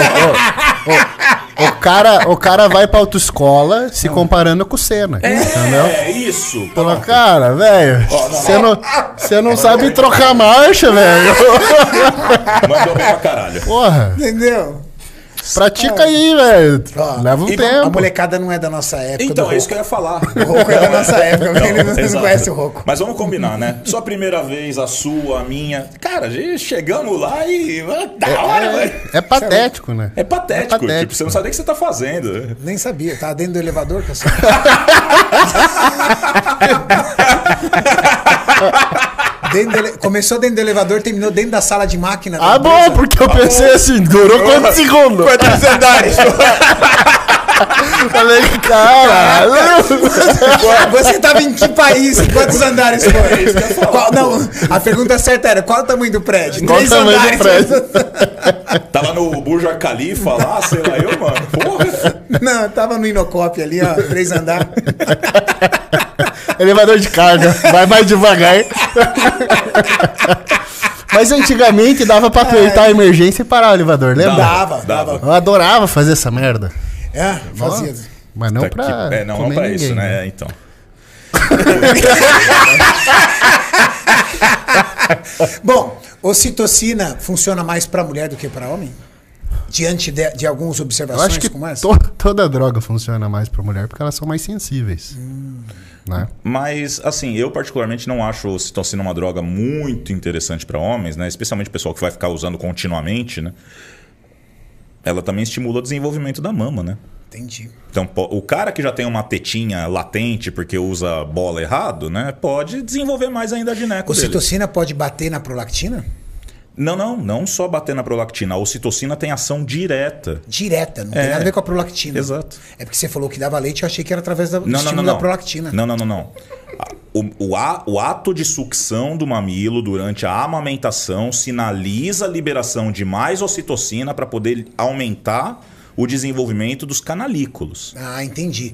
B: o- o cara, o cara vai pra autoescola se comparando com o Senna. Entendeu?
C: É isso.
B: Fala, cara, velho, você não, você não sabe trocar marcha, velho.
C: Mandou bem pra caralho.
B: Porra,
A: Entendeu?
B: pratica aí, velho.
A: Ó,
B: Leva um
C: e
A: A
B: tempo.
A: molecada não é da nossa época.
C: Então,
A: do
C: é isso que
A: Rouca.
C: eu ia falar.
A: O Rouco é da nossa época,
C: Não,
A: ele não, não
C: exato.
A: conhece o Rouco.
C: Mas vamos combinar, né? Sua primeira vez, a sua, a minha. Cara, já chegamos lá e. ah, Da hora, velho.
B: É patético, né?
C: É patético,
B: É patético.
C: tipo, você não sabe nem o que você tá fazendo.
A: Nem sabia, eu tava dentro do elevador, que eu sou. Dentro do ele- Começou dentro do elevador, terminou dentro da sala de máquina. da
B: Ah,
A: empresa.
B: bom, porque eu pensei assim, durou quantos segundos?
C: Quantos andares?
B: Falei, caralho.
A: Você tava em que país? Quantos andares
C: É isso que eu ia
A: foi?
C: falar,
A: Qual- não, a pergunta certa era: qual o tamanho do prédio?
B: Qual o tamanho do prédio?
C: Tava no Burja Khalifa lá, sei lá eu, mano. Porra.
A: Não, eu tava no Inocop ali, ó, três andares.
B: Elevador de carga, vai mais devagar. Mas antigamente dava pra apertar a emergência e parar o elevador, lembra?
A: Dava,
C: Dava.
A: dava.
B: Eu adorava fazer essa merda.
A: É, fazia.
B: Mas não
C: Tá
B: pra.
C: que- É, não, não
B: comer
C: pra
B: ninguém,
C: isso, né? Então.
A: Bom, ocitocina funciona mais pra mulher do que pra homem? Diante de, de algumas
B: Eu
A: observações
B: acho que
A: como essa?
B: to- toda droga funciona mais pra mulher porque elas são mais sensíveis.
A: Hum.
B: Né?
C: Mas, assim, eu particularmente não acho o citocina uma droga muito interessante pra homens, né? Especialmente o pessoal que vai ficar usando continuamente, né? Ela também estimula o desenvolvimento da mama, né?
A: Entendi.
C: Então, po- o cara que já tem uma tetinha latente porque usa bola errado, né? Pode desenvolver mais ainda a gineco dele.
A: Ocitocina pode bater na prolactina?
C: Não, não, não só bater na prolactina. A ocitocina tem ação direta.
A: Direta, não tem
C: É.
A: nada a ver com a prolactina.
C: Exato.
A: É porque você falou que dava leite, eu achei que era através da, do
C: Não, não,
A: estímulo
C: não,
A: da
C: não.
A: prolactina.
C: Não, não, não, não. A- O, o, a- o ato de sucção do mamilo durante a amamentação sinaliza a liberação de mais ocitocina para poder aumentar o desenvolvimento dos canalículos.
A: Ah, entendi.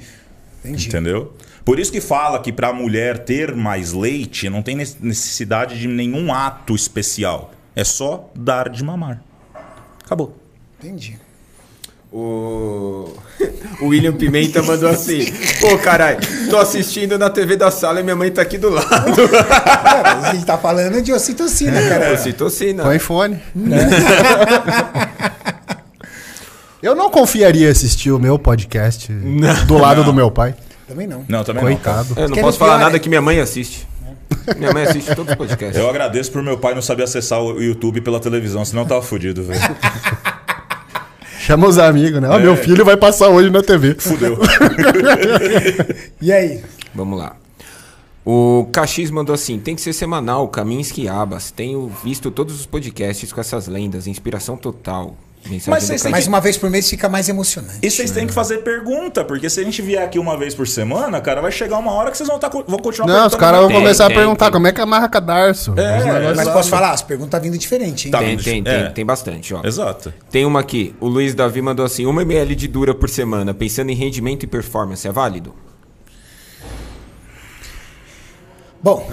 A: Entendi.
B: Então.
C: Entendeu? Por isso que fala que para a mulher ter mais leite não tem ne- necessidade de nenhum ato especial. É só dar de mamar. Acabou.
A: Entendi.
D: O... o William Pimenta mandou assim: Pô, caralho, tô assistindo na TV da sala e minha mãe tá aqui do lado.
A: Cara, a gente tá falando de ocitocina, cara.
D: Ocitocina.
B: Com iPhone. Eu não confiaria em assistir o meu podcast do lado do meu pai.
A: Também não.
C: Não, também
B: Coitado.
D: Eu não
A: Quer ver
D: posso falar
A: pior,
D: nada
A: é?
D: que minha mãe assiste. Minha mãe assiste todos os
C: não.
D: podcasts.
C: É. Eu agradeço por meu pai não saber acessar o YouTube pela televisão, senão eu tava fudido, velho.
B: Chama os amigos,
C: É.
B: né? Ó, meu filho vai passar hoje na TV.
C: Fudeu.
A: E aí?
D: Vamos lá. O Caxis mandou assim: tem que ser semanal, Caminhos e Abas. Tenho visto todos os podcasts com essas lendas, inspiração total. Mensagem
C: Mas
D: do
C: vocês
D: Caxis.
A: Mais uma vez por mês fica mais emocionante.
C: E vocês têm que fazer pergunta, porque se a gente vier aqui uma vez por semana, cara, vai chegar uma hora que vocês vão, tá, co- vão continuar
B: Não, os
C: perguntando
B: caras vão
C: pra-
D: Tem,
B: começar é
D: tem,
B: a perguntar
D: tem.
B: como é que amarra cadarço. Os negócios-
A: É, Mas posso falar? As perguntas tá vindo diferente, hein?
C: Tá.
D: Tem, tem, tem,
C: É.
D: tem bastante, ó.
C: Exato.
D: Tem uma aqui. O Luiz Davi mandou assim: 1 ml de dura por semana, pensando em rendimento e performance, é válido?
A: Bom,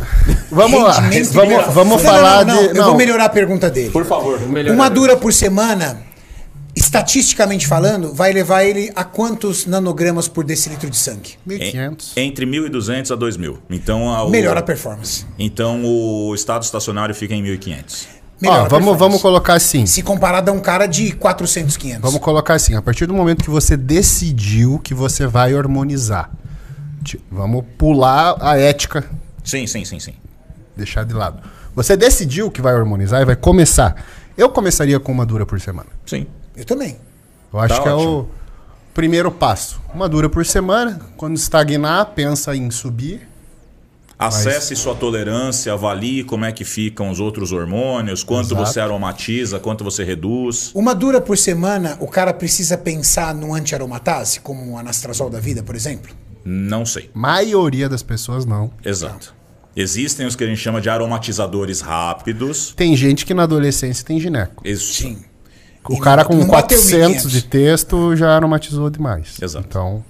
B: Vamos lá,
A: rendimento e
B: vamos-
A: melhora- Não,
B: vamos
A: não,
B: falar
A: não,
B: de-
A: Eu vou
B: não.
A: melhorar a pergunta dele.
C: Por favor.
A: Uma dura por semana estatisticamente falando, vai levar ele a quantos nanogramas por decilitro de sangue?
B: 1.500.
C: Entre 1.200 a 2.000. Então, a, o,
A: Melhora a performance.
C: Então o estado estacionário fica em 1.500.
A: Melhora
B: Ó,
A: a
B: vamos,
A: performance.
B: vamos colocar assim.
A: Se comparado a um cara de 400, 500.
B: Vamos colocar assim, a partir do momento que você decidiu que você vai hormonizar. Ti- Vamos pular a ética,
C: Sim, sim, sim, sim.
B: deixar de lado. Você decidiu que vai hormonizar e vai começar. Eu começaria com uma dura por semana.
C: Sim.
A: Eu também.
B: Eu acho
C: Tá
B: que é o
C: ótimo.
B: primeiro passo. Uma dura por semana. Quando estagnar, pensa em subir.
C: Acesse sua tolerância, avalie como é que ficam os outros hormônios, quanto
B: Exato.
C: você aromatiza, quanto você reduz.
A: Uma dura por semana, o cara precisa pensar num antiaromatase, como um anastrazol da vida, por exemplo?
C: Não sei.
B: Maioria das pessoas não.
C: Exato. Existem os que a gente chama de aromatizadores rápidos.
B: Tem gente que na adolescência tem gineco.
C: Isso.
A: Sim.
B: O
A: E
B: cara
A: não-
B: com
A: não bateu
B: 400
A: 1.500.
B: de texto já aromatizou demais.
C: Exato.
B: Então,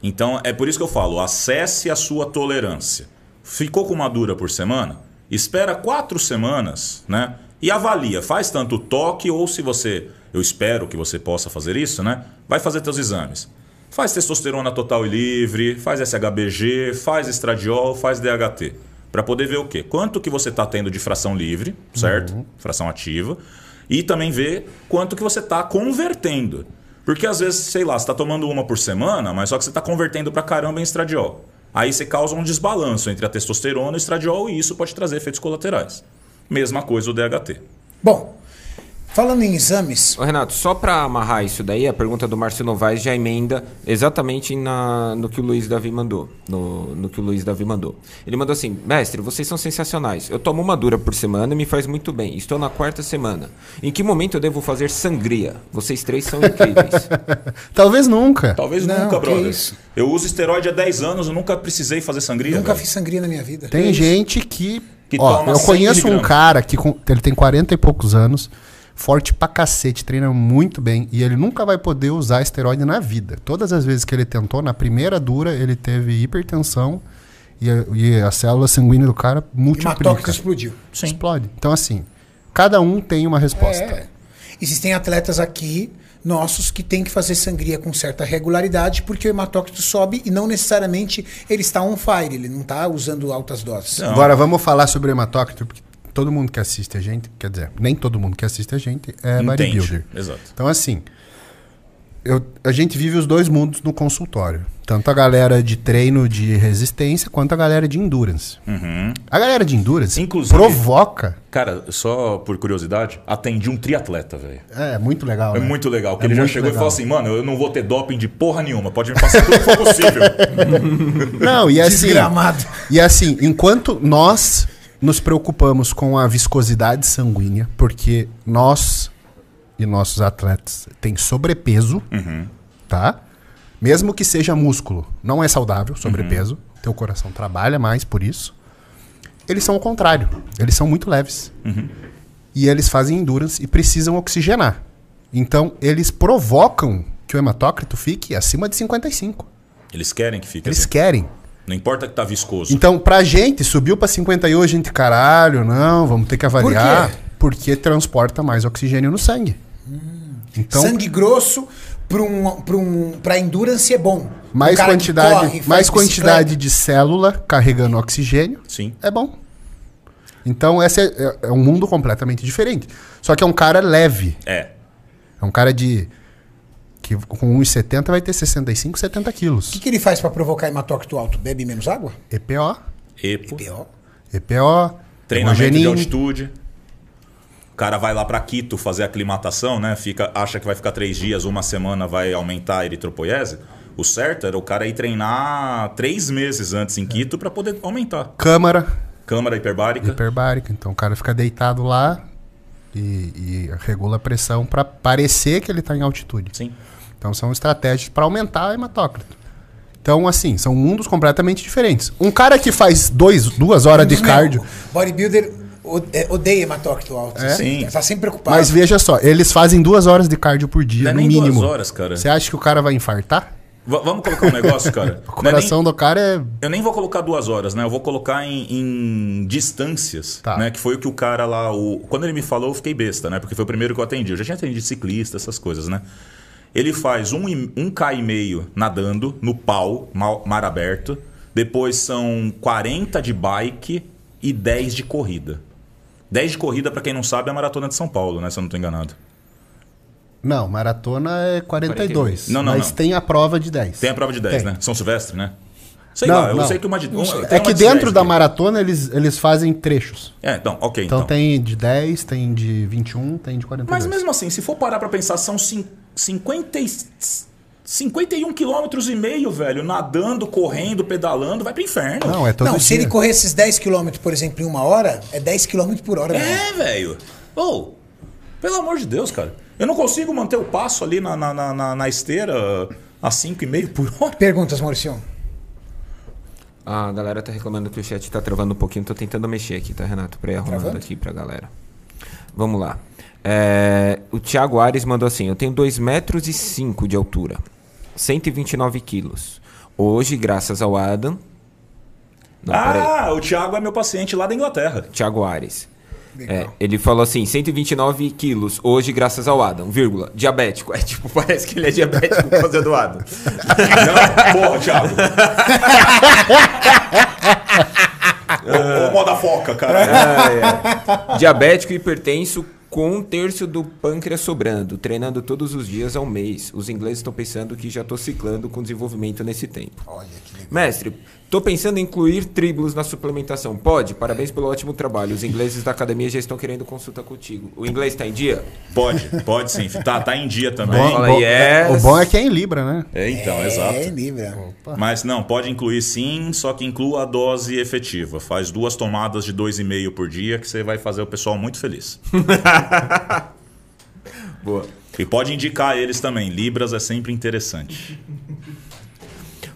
C: Então, é por isso que eu falo, acesse a sua tolerância. Ficou com uma dura por semana? Espera quatro semanas, né? E avalia, faz tanto toque ou se você, eu espero que você possa fazer isso, né? Vai fazer teus exames. Faz testosterona total e livre, faz SHBG, faz estradiol, faz DHT. Para poder ver o quê? Quanto que você está tendo de fração livre, certo? Fração ativa. E também ver quanto que você está convertendo. Porque às vezes, sei lá, você tá tomando uma por semana, mas só que você tá convertendo pra caramba em estradiol. Aí você causa um desbalanço entre a testosterona e o estradiol e isso pode trazer efeitos colaterais. Mesma coisa o DHT.
A: Bom, falando em exames,
D: Ô, Renato, só para amarrar isso daí, a pergunta do Márcio Novaes já emenda exatamente na- no que o Luiz Davi mandou. No, no que o Luiz Davi mandou. Ele mandou assim: mestre, vocês são sensacionais. Eu tomo uma dura por semana e me faz muito bem. Estou na quarta semana. Em que momento eu devo fazer sangria? Vocês três são incríveis.
B: talvez nunca.
C: Talvez
A: Não,
C: nunca,
A: que
C: brother.
A: isso.
C: Eu uso esteroide há 10 anos, eu nunca precisei fazer sangria.
A: nunca
C: velho.
A: fiz sangria na minha vida.
B: Tem gente que.
C: Que
B: ó,
C: toma
B: eu
C: 100
B: conheço um
C: miligramas.
B: cara que com- ele tem 40 e poucos anos, forte pra cacete, treina muito bem e ele nunca vai poder usar esteroide na vida. Todas as vezes que ele tentou, na primeira dura, ele teve hipertensão e a, e a célula sanguínea do cara
A: Hematócrito
B: multiplica.
A: explodiu.
B: Explode. Então, assim, cada um tem uma resposta.
A: É. Existem atletas aqui nossos que têm que fazer sangria com certa regularidade porque o hematócrito sobe e não necessariamente ele está on fire, ele não está usando altas doses.
C: Não.
B: Agora vamos falar sobre hematócrito, porque todo mundo que assiste a gente, quer dizer, nem todo mundo que assiste a gente é
C: Entende.
B: bodybuilder.
C: Exato.
B: Então, assim, eu- a gente vive os dois mundos no consultório. Tanto a galera de treino de resistência, quanto a galera de endurance. A galera de endurance
C: Uhum. Inclusive-
B: provoca...
C: Cara, só por curiosidade, atendi um triatleta, velho.
B: É, muito legal,
C: É
B: né?
C: muito legal, que
B: É
C: ele já
B: muito
C: chegou e
B: legal.
C: falou assim, mano, eu não vou ter doping de porra nenhuma, pode me passar tudo que for possível.
B: Não,
A: É
B: e assim...
A: Desgramado.
B: E assim, enquanto nós nos preocupamos com a viscosidade sanguínea, porque nós e nossos atletas têm sobrepeso, tá? Mesmo que seja músculo, não é saudável sobrepeso. Teu coração trabalha mais por isso. Eles são o contrário. Eles são muito leves. E eles fazem endurance e precisam oxigenar. Então, eles provocam que o hematócrito fique acima de 55.
C: Eles querem que fique
B: Eles
C: assim.
B: querem.
C: Não importa que tá viscoso.
B: Então, pra gente, subiu pra 51, a gente, caralho, não, vamos ter que avaliar.
A: Por quê?
B: Porque transporta mais oxigênio no sangue. Então,
A: Hum. Sangue grosso para um, pra um, pra endurance é bom. Um
B: mais
A: cara que
B: quantidade,
A: corre, faz
B: mais
A: bicicleta.
B: quantidade de célula carregando oxigênio
C: Sim.
B: é bom. Então, esse é, é- é um mundo completamente diferente. Só que é um cara leve.
C: É.
B: É um cara de. que com 1,70 vai ter 65, 70
A: O que,
B: quilos.
A: que ele faz para provocar hematócrito alto? Bebe menos água?
B: EPO,
C: Epo.
A: P.O.
B: EPO,
C: Treinamento de
B: hemogenin,
C: altitude. O cara vai lá pra Quito fazer aclimatação, né? Fica, acha que vai ficar três dias, uma semana vai aumentar a eritropoiese. O certo era o cara ir treinar três meses antes em Quito pra poder aumentar.
B: câmara,
C: Câmara hiperbárica.
B: hiperbárica. Então o cara fica deitado lá e, e regula a pressão para parecer que ele está em altitude.
C: Sim.
B: Então são estratégias para aumentar o hematócrito. Então, assim, são mundos completamente diferentes. Um cara que faz dois, duas horas de
A: Meu,
B: cardio,
A: Bodybuilder ode- é, odeia hematócrito alto.
C: É. Sim.
A: Tá sempre preocupado.
B: mas veja só, eles fazem duas horas de cardio por dia,
C: Não é
B: no
C: nem
B: mínimo.
C: duas horas, cara.
B: Você acha que o cara vai infartar?
C: Va- vamos colocar um negócio, cara.
B: O coração
C: Não é nem-
B: do cara é.
C: eu nem vou colocar duas horas, né? Eu vou colocar em, em distâncias,
B: Tá.
C: né? Que foi o que o cara lá... O... Quando ele me falou, eu fiquei besta, né? Porque foi o primeiro que eu atendi. Eu já tinha atendido ciclista, essas coisas, né? Ele faz um, e- um K e meio nadando no pau, mal- mar aberto. Depois são 40 de bike e 10 de corrida. 10 de corrida, pra quem não sabe, é a Maratona de São Paulo, né? Se eu não tô enganado.
B: Não, maratona é 42.
C: Não, não,
B: mas
C: não.
B: tem a prova de 10.
C: Tem a prova de 10,
B: Tem.
C: né? São Silvestre, né? Sei
B: Não,
C: lá, eu
B: não.
C: sei que uma de. Um,
B: É que dentro da maratona eles, eles fazem trechos.
C: É, então, ok. Então,
B: Então, tem de 10, tem de 21, tem de 42.
C: Mas mesmo assim, se for parar pra pensar, são cin- 50 e... 51 quilômetros e meio, velho, nadando, correndo, pedalando, vai pro inferno.
B: Não, é todo
A: não, se
B: dia.
A: ele correr esses 10 km, por exemplo, em uma hora, é 10 km por hora. né?
C: É, velho. Ou, pelo amor de Deus, cara. Eu não consigo manter o passo ali na, na, na- na- na esteira ah, a 5,5 por hora.
A: Perguntas, Maurício.
D: A galera tá reclamando que o chat tá travando um pouquinho. Tô tentando mexer aqui, tá, Renato? Pra ir arrumando
A: Travando?
D: aqui pra galera. Vamos lá. É, o Thiago Ares mandou assim: Eu tenho 2 metros e 5 de altura, 129 quilos. Hoje, graças ao Adam. Não, peraí.
C: ah, o Thiago é meu paciente lá da Inglaterra.
D: Thiago Ares. É, ele falou assim: 129 quilos hoje, graças ao Adam, vírgula, diabético. É tipo, parece que ele é diabético por causa do Adam.
C: Não, porra, Thiago. Ô, ô, moda foca, cara.
D: É. Diabético e hipertenso com um terço do pâncreas sobrando, treinando todos os dias ao mês. Os ingleses estão pensando que já estou ciclando com desenvolvimento nesse tempo. Olha que legal. Mestre, estou pensando em incluir tribulus na suplementação. Pode? Parabéns pelo ótimo trabalho. Os ingleses da academia já estão querendo consulta contigo. O inglês está em dia?
C: Pode, pode sim. Tá, tá em dia também.
B: Bom-
D: Fala
B: bom-
D: yes.
B: O bom é que é em Libra, né?
C: É, então,
A: É,
C: exato.
A: Libra.
C: Mas não, pode incluir sim, só que inclua a dose efetiva. Faz duas tomadas de 2,5 por dia, que você vai fazer o pessoal muito feliz.
D: Boa.
C: E pode indicar eles também. Libras é sempre interessante.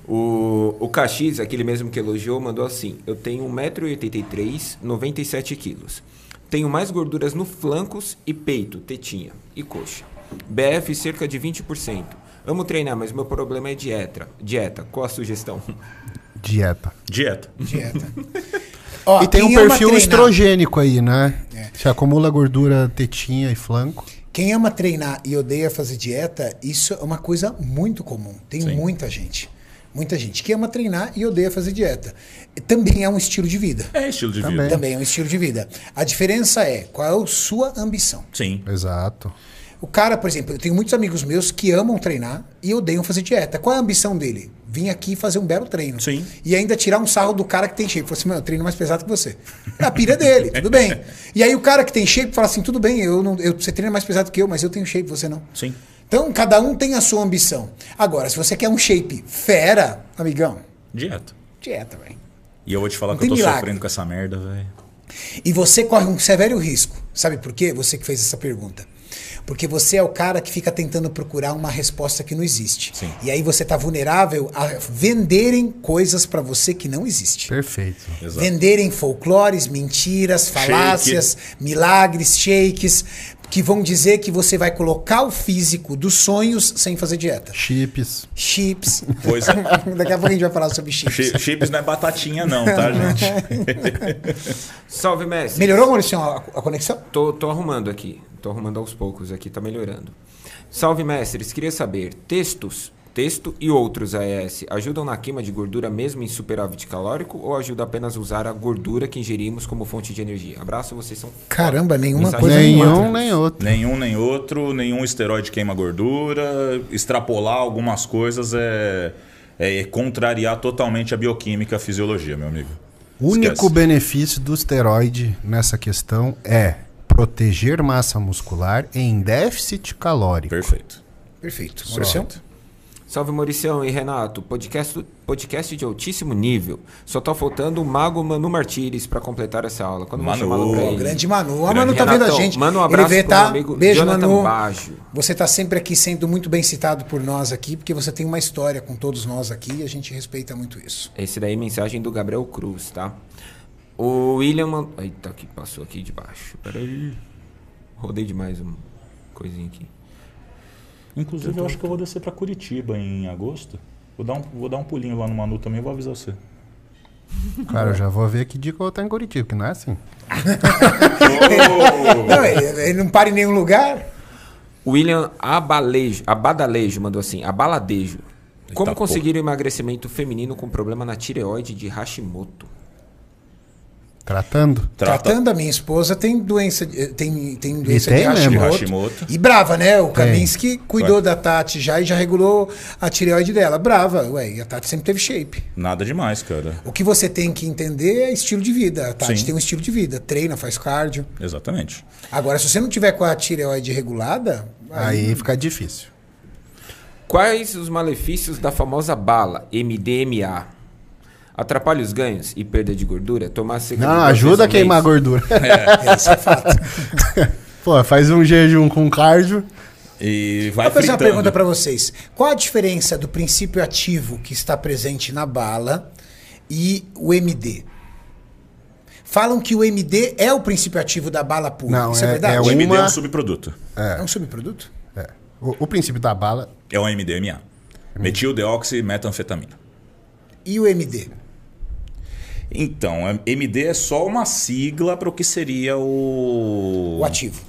D: O, o Caxis, aquele mesmo que elogiou, mandou assim: Eu tenho 1,83m, 97kg. Tenho mais gorduras no flancos e peito, tetinha e coxa. BF cerca de 20%. Amo treinar, mas meu problema é dieta. Dieta, qual a sugestão?
B: Dieta.
C: Dieta.
A: Dieta. Ó,
B: e tem um
A: quem ama
B: perfil
A: treinar-
B: estrogênico aí, né? Se acumula gordura, tetinha e flanco.
A: Quem ama treinar e odeia fazer dieta, isso é uma coisa muito comum. Tem muita gente. Muita gente que ama treinar e odeia fazer dieta. Também é um estilo de vida.
C: É estilo de
B: Também.
C: vida.
A: Também é um estilo de vida. A diferença é qual é a sua ambição.
C: Sim.
B: Exato.
A: O cara, por exemplo, eu tenho muitos amigos meus que amam treinar e odeiam fazer dieta. Qual é a ambição dele? Vim aqui fazer um belo treino.
C: Sim.
A: E ainda tirar um sarro do cara que tem shape. Falou assim, mano, eu treino mais pesado que você. É a pira dele, tudo bem. E aí o cara que tem shape fala assim, tudo bem, eu não, eu, você treina mais pesado que eu, mas eu tenho shape, você não.
C: Sim.
A: Então, cada um tem a sua ambição. Agora, se você quer um shape fera, amigão,
C: Dieta.
A: dieta, velho.
C: E eu vou te falar
A: Não
C: que eu tô
A: tem milagre.
C: sofrendo com essa merda, velho.
A: E você corre um severo risco. Sabe por quê? Você que fez essa pergunta. Porque você é o cara que fica tentando procurar uma resposta que não existe.
C: Sim.
A: E aí você tá vulnerável a venderem coisas pra você que não existe.
B: Perfeito.
C: Exato.
A: Venderem folclores, mentiras, falácias, milagres, shakes, que vão dizer que você vai colocar o físico dos sonhos sem fazer dieta.
B: Chips.
A: Chips.
C: Pois é.
A: Daqui a pouco a gente vai falar sobre chips.
C: Chi- Chips não é batatinha, não, tá, gente?
D: Salve, mestre!
A: Melhorou, Maurício, a, a conexão?
D: Tô, tô arrumando aqui. Tô arrumando aos poucos aqui, tá melhorando. Salve, mestres. Queria saber, textos, texto e outros AES ajudam na queima de gordura mesmo em superávit calórico ou ajuda apenas a usar a gordura que ingerimos como fonte de energia? Abraço, vocês são...
A: Caramba, nenhuma
D: Mensagem
A: coisa
D: nenhuma.
A: nenhuma.
B: Nenhum nem outro.
C: Nenhum nem outro, nenhum esteroide queima gordura, extrapolar algumas coisas é, é contrariar totalmente a bioquímica, a fisiologia, meu amigo.
B: O único
C: Esquece.
B: benefício do esteroide nessa questão é proteger massa muscular em déficit calórico.
C: Perfeito.
A: Perfeito. Maurício?
D: Salve, Mauricião e Renato. Podcast, podcast de altíssimo nível. Só tá faltando o mago Manu Martires pra completar essa aula. Quando
C: Manu.
D: vou chamá-lo pra
C: Pô,
D: ele?
A: Grande Manu. A Manu
C: Grande
A: tá
D: Renatão,
A: vendo a gente.
D: manda um abraço
A: Ele vê,
D: pro
A: tá?
D: meu amigo
A: Beijo,
D: Jonathan
A: Manu.
D: Baggio.
A: Você tá sempre aqui sendo muito bem citado por nós aqui, porque você tem uma história com todos nós aqui e a gente respeita muito isso.
D: Esse daí é mensagem do Gabriel Cruz, tá? O William. man- Eita, que passou aqui de baixo. Peraí. Rodei demais uma coisinha aqui.
C: Inclusive, eu acho que eu vou descer para Curitiba em agosto. Vou dar um, vou dar um pulinho lá no Manu também e vou avisar você.
B: Cara, eu já vou ver que dia que eu vou estar em Curitiba, que não é assim.
A: Não, ele, ele não para em nenhum lugar.
D: William Abalejo, Abadalejo mandou assim, Abaladejo. Como
C: Eita,
D: conseguir o emagrecimento feminino com problema na tireoide de Hashimoto?
B: Tratando.
C: Trata
A: Tratando a minha esposa, tem doença, de- eh, tem, tem doença
B: tem
A: de
B: mesmo.
A: Hashimoto.
C: De Hashimoto.
A: E brava, né? O Kaminski cuidou da Tati já e já regulou a tireoide dela. Brava, ué, e a Tati sempre teve shape.
C: Nada demais, cara.
A: O que você tem que entender é estilo de vida. A Tati
C: Sim.
A: tem um estilo de vida, treina, faz cardio.
C: Exatamente.
A: Agora, se você não tiver com a tireoide regulada, ah,
B: Aí fica difícil.
D: Quais os malefícios da famosa bala, MDMA? Atrapalha os ganhos e perda de gordura? Tomar cerca de
B: Não,
D: duas
B: ajuda a
D: vezes ao
B: queimar a
D: mês?
B: gordura.
A: esse é
B: Tá
A: fato.
B: Pô, faz um jejum com cardio.
C: E vai
A: Vou fazer uma
C: fritando.
A: pergunta para vocês. Qual a diferença do princípio ativo que está presente na bala e o MD? Falam que o MD é o princípio ativo da bala pura.
B: Não,
A: Isso é,
B: é-
A: verdade?
B: é
C: O MD é
B: Uma-
C: um subproduto.
A: É um subproduto?
B: É. O, o princípio da bala
C: É o MDMA. Metildeoximetanfetamina.
A: E o MD?
C: Então, a- MD é só uma sigla para o que seria o...
A: O ativo.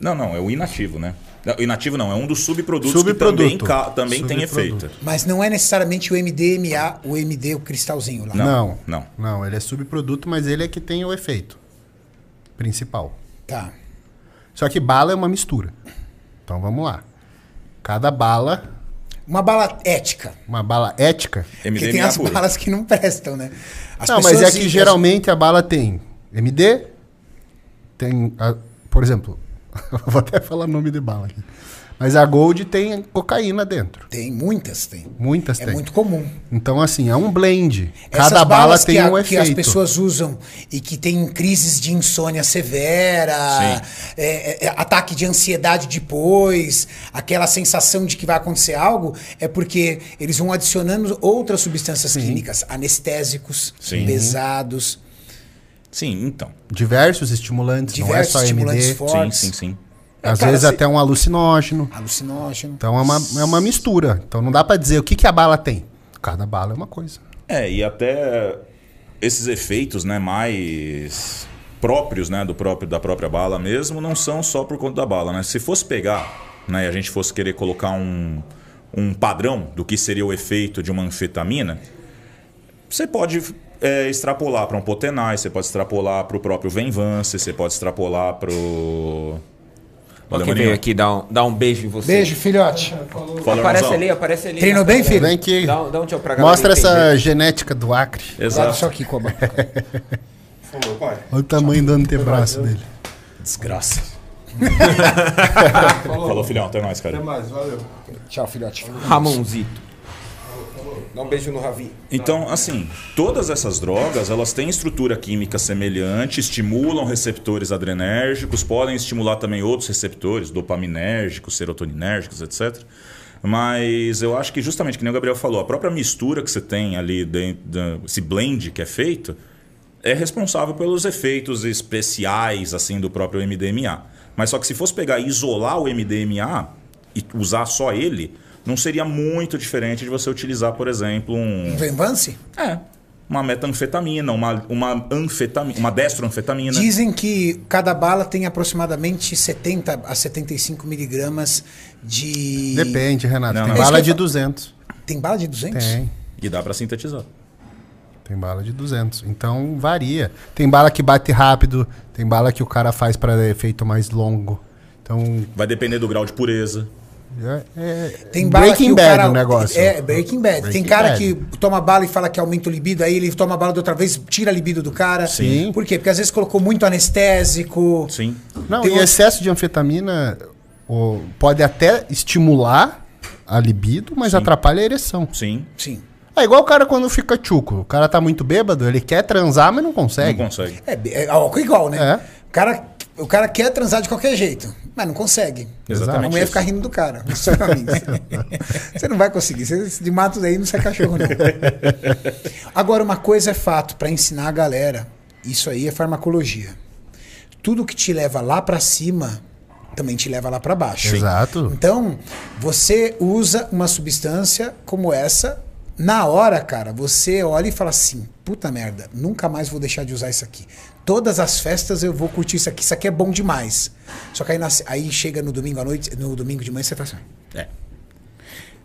C: Não, não, é o inativo, né? Não, O inativo não, é um dos subprodutos
B: Subproduto.
C: que também, ca- também tem
B: Subproduto.
C: efeito.
A: Mas não é necessariamente o MDMA, o MD, o cristalzinho lá.
B: Não.
C: não.
B: Não, ele é subproduto, mas ele é que tem o efeito principal.
A: Tá.
B: Só que bala é uma mistura. Então vamos lá. Cada bala,
A: Uma bala ética.
B: uma bala ética.
A: Porque
C: MDMA
A: tem as
C: puro.
A: balas que não prestam, né? As
B: não, mas é
A: pessoas
B: que
A: ricas-
B: geralmente a bala tem MD, tem, a- por exemplo, vou até falar nome de bala aqui. Mas a Gold tem cocaína dentro.
A: Tem, muitas tem.
B: Muitas
A: É
B: tem.
A: muito comum.
B: Então assim, é um blend.
A: Essas
B: Cada bala
A: balas
B: tem
A: que, a-
B: um
A: que
B: efeito.
A: as pessoas usam e que tem crises de insônia severa, é, é, é, ataque de ansiedade depois, aquela sensação de que vai acontecer algo, é porque eles vão adicionando outras substâncias químicas, anestésicos,
C: Sim.
A: pesados,
C: Sim, então.
B: Diversos estimulantes, não é
A: diversos
B: só
A: estimulantes
B: MD.
A: fortes,
C: Sim, sim, sim.
B: Às
A: Cara,
B: vezes
A: se-
B: até um alucinógeno.
A: alucinógeno.
B: Então é uma, é uma mistura. Então não dá pra dizer o que, que a bala tem. Cada bala é uma coisa.
C: É, e até esses efeitos, né, mais próprios, né, do próprio da própria bala mesmo, não são só por conta da bala, né? Se fosse pegar, né, e a gente fosse querer colocar um, um padrão do que seria o efeito de uma anfetamina, você pode é, extrapolar para um Potenais, você pode extrapolar para o próprio Venvance, você pode extrapolar para o...
D: Olha quem veio aqui dar um, dar um beijo em você.
A: Beijo, filhote.
D: Aparece ali, aparece ali.
A: Treinou
D: na
A: bem,
D: câmera.
A: filho?
B: Vem aqui.
D: Dá, um- dá um tchau pra galera
B: Mostra essa
D: entender.
B: genética do Acre.
A: Olha só
C: Exato.
A: aqui, Coba.
B: Olha o tamanho do antebraço dele.
C: Desgraça. Falou, filhão. Até nós, cara.
A: Tchau, filhote.
D: Ramonzito. Dá um beijo no Ravi.
C: Então, assim, todas essas drogas, elas têm estrutura química semelhante, estimulam receptores adrenérgicos, podem estimular também outros receptores, dopaminérgicos, serotoninérgicos, etc. Mas eu acho que justamente, que nem o Gabriel falou, a própria mistura que você tem ali, dentro, da- esse blend que é feito, é responsável pelos efeitos especiais assim do próprio MDMA. Mas só que se fosse pegar e isolar o MDMA e usar só ele, não seria muito diferente de você utilizar, por exemplo, um
A: Venvance?
C: é. Uma metanfetamina, uma, uma anfetamina, uma destroanfetamina.
A: Dizem que cada bala tem aproximadamente 70 a 75 miligramas de.
B: Depende, Renato.
C: Não,
B: Tem
C: não.
A: É isso que
B: bala
A: eu
B: de
A: fa-
B: 200.
A: Tem bala de 200?
B: Tem.
C: E dá pra sintetizar.
B: Tem bala de 200. Então varia. Tem bala que bate rápido. Tem bala que o cara faz pra efeito mais longo. Então
C: Vai depender do grau de pureza.
B: é, é
A: Tem bala que
B: Breaking
A: o
B: Bad
A: cara-
B: o negócio.
A: É, Breaking Bad. tem
B: Breaking
A: cara
B: Bad.
A: que toma bala e fala que aumenta o libido, aí ele toma bala da outra vez, tira a libido do cara.
B: Sim.
A: Por quê? Porque às vezes colocou muito anestésico.
C: Sim.
B: Não,
A: Tem
B: e
A: outro-
B: é- um excesso de anfetamina o- pode até estimular a libido, mas atrapalha a ereção.
C: Sim.
A: Sim.
B: É igual o cara quando fica tchuco. O cara tá muito bêbado, ele quer transar, mas não
C: Não
B: consegue.
C: consegue.
A: É, é álcool igual, né?
B: É.
A: O, cara, o cara quer transar de qualquer jeito, mas não consegue.
C: Exatamente
A: A mulher
C: isso.
A: fica rindo do cara. Isso pra mim. você não vai conseguir. Você se de mato daí não sai cachorro, não. Agora, uma coisa é fato, pra ensinar a galera, isso aí é farmacologia. Tudo que te leva lá pra cima também te leva lá pra baixo.
B: Exato.
A: Então, você usa uma substância como essa na hora, cara, você olha e fala assim: puta merda, nunca mais vou deixar de usar isso aqui. Todas as festas eu vou curtir isso aqui, isso aqui é bom demais. Só que aí, nas- aí chega no domingo à noite, no domingo de manhã, você fala assim.
C: É.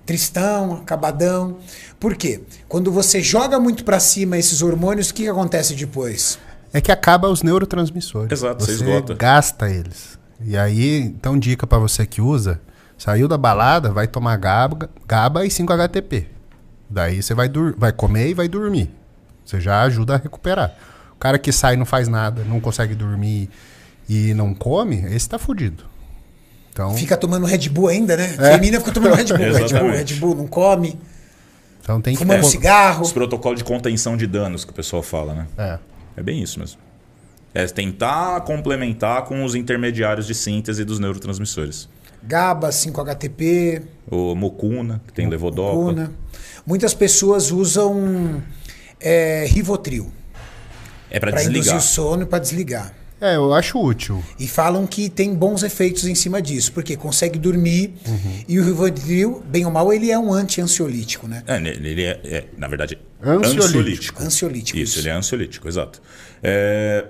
A: Tristão, acabadão. Por quê? Quando você joga muito pra cima esses hormônios, o que que acontece depois?
B: É que acaba os neurotransmissores.
C: Exato, você
B: você
C: esgota.
B: gasta eles. E aí, então dica pra você que usa, saiu da balada, vai tomar GABA, GABA e 5-HTP. Daí você vai, dur- vai comer e vai dormir. Você já ajuda a recuperar. O cara que sai e não faz nada, não consegue dormir e não come, esse tá fudido. Então,
A: Fica tomando Red Bull ainda, né? A Menina fica tomando Red Bull, Red Bull,
C: Hum. É. Exatamente. É.
A: Red Bull, não come,
B: então tem que...
A: fumando
B: co-
A: cigarro.
C: Os protocolos de contenção de danos que o pessoal fala, né?
B: É.
C: É bem isso mesmo. É tentar complementar com os intermediários de síntese dos neurotransmissores.
A: GABA, 5-HTP,
C: O mucuna, que tem levodopa.
A: Cuna. Muitas pessoas usam é, Rivotril
C: É pra
A: para induzir
C: desligar.
A: o sono e para desligar.
B: é, eu acho útil.
A: E falam que tem bons efeitos em cima disso, porque consegue dormir.
C: Uhum.
A: E o Rivotril, bem ou mal, ele é um anti-ansiolítico, né?
C: É, ele ele é, é, na verdade,
B: Ansiolítico.
C: ansiolítico.
A: Ansiolítico,
C: Isso,
A: isso.
C: ele é ansiolítico, exato. É,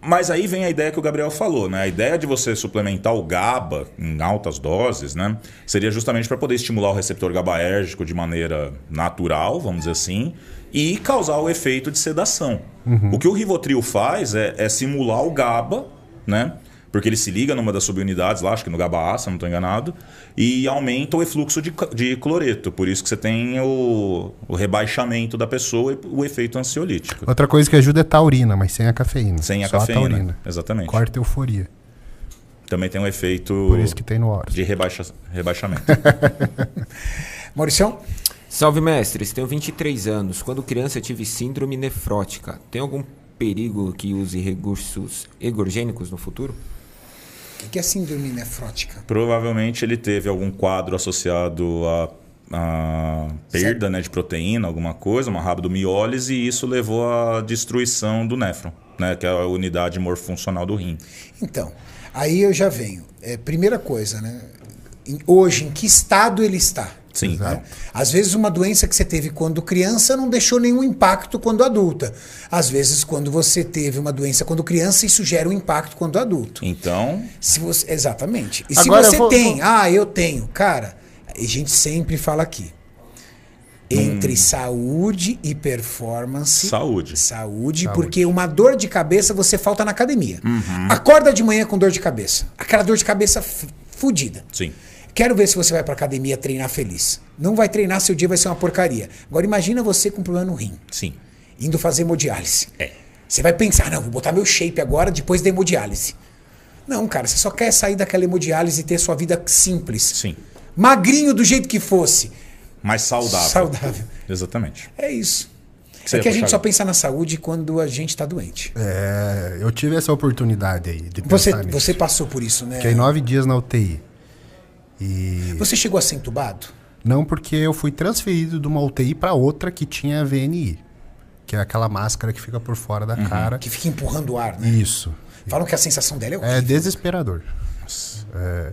C: Mas aí vem a ideia que o Gabriel falou, né? A ideia de você suplementar o GABA em altas doses, né? Seria justamente para poder estimular o receptor GABAérgico de maneira natural, vamos dizer assim, e causar o efeito de sedação. O que o Rivotril faz é, é simular o GABA, né? Porque ele se liga numa das subunidades lá, acho que no GABA-A, se eu não estou enganado, e aumenta o efluxo de, ca- de cloreto. Por isso que você tem o, o rebaixamento da pessoa e o efeito ansiolítico.
B: Outra coisa que ajuda é taurina, mas sem a cafeína.
C: Sem a
B: Só
C: cafeína.
B: a taurina.
C: Exatamente.
B: Corta a euforia.
C: Também tem um efeito
B: Por isso que tá tem no Horus.
C: de rebaixa, rebaixamento. é.
A: Mauricião?
D: Salve, mestres. Tenho 23 anos. Quando criança, tive síndrome nefrótica. Tem algum perigo que use recursos egorgênicos no futuro?
A: O que que é síndrome nefrótica?
C: Provavelmente ele teve algum quadro associado à à perda né, de proteína, alguma coisa, uma rabdomiólise, e isso levou à destruição do néfron, né, que é a unidade morfuncional do rim.
A: Então, aí eu já venho. É, primeira coisa, né? Em- hoje, em que estado ele está?
C: Sim.
A: né? Às vezes uma doença que você teve quando criança não deixou nenhum impacto quando adulta. Às vezes quando você teve uma doença quando criança isso gera um impacto quando adulto.
C: Então,
A: Se você, exatamente. E
B: Agora
A: se
B: eu
A: você
B: vou-
A: tem,
B: vou-
A: ah, eu tenho, cara, a gente sempre fala aqui. Entre saúde e performance.
C: Hum. Saúde.
A: Saúde, porque uma dor de cabeça você falta na academia.
C: Uhum.
A: Acorda de manhã com dor de cabeça. Aquela dor de cabeça f- fudida.
C: sim.
A: Quero ver se você vai pra academia treinar feliz. Não vai treinar, seu dia vai ser uma porcaria. Agora imagina você com um problema no rim,
C: Sim.
A: indo fazer hemodiálise.
C: É.
A: Você vai pensar, não, vou botar meu shape agora, depois da hemodiálise. Não, cara, você só quer sair daquela hemodiálise e ter sua vida simples.
C: Sim.
A: Magrinho do jeito que fosse.
C: Mais saudável.
A: Saudável.
C: Exatamente.
A: É isso.
C: você
A: é
C: ia
A: que a gente só
C: puxar?
A: pensa na saúde quando a gente tá doente.
B: É, eu tive essa oportunidade aí de
A: Você,
B: pensar nisso.
A: você passou por isso, né?
B: Fiquei nove dias na UTI. E
A: Você chegou a ser entubado?
B: não porque eu fui transferido de uma UTI para outra que tinha VNI, que é aquela máscara que fica por fora da cara.
A: Que fica empurrando o ar, né?
B: Isso.
A: Falam que a sensação dela é o
B: É desesperador. É.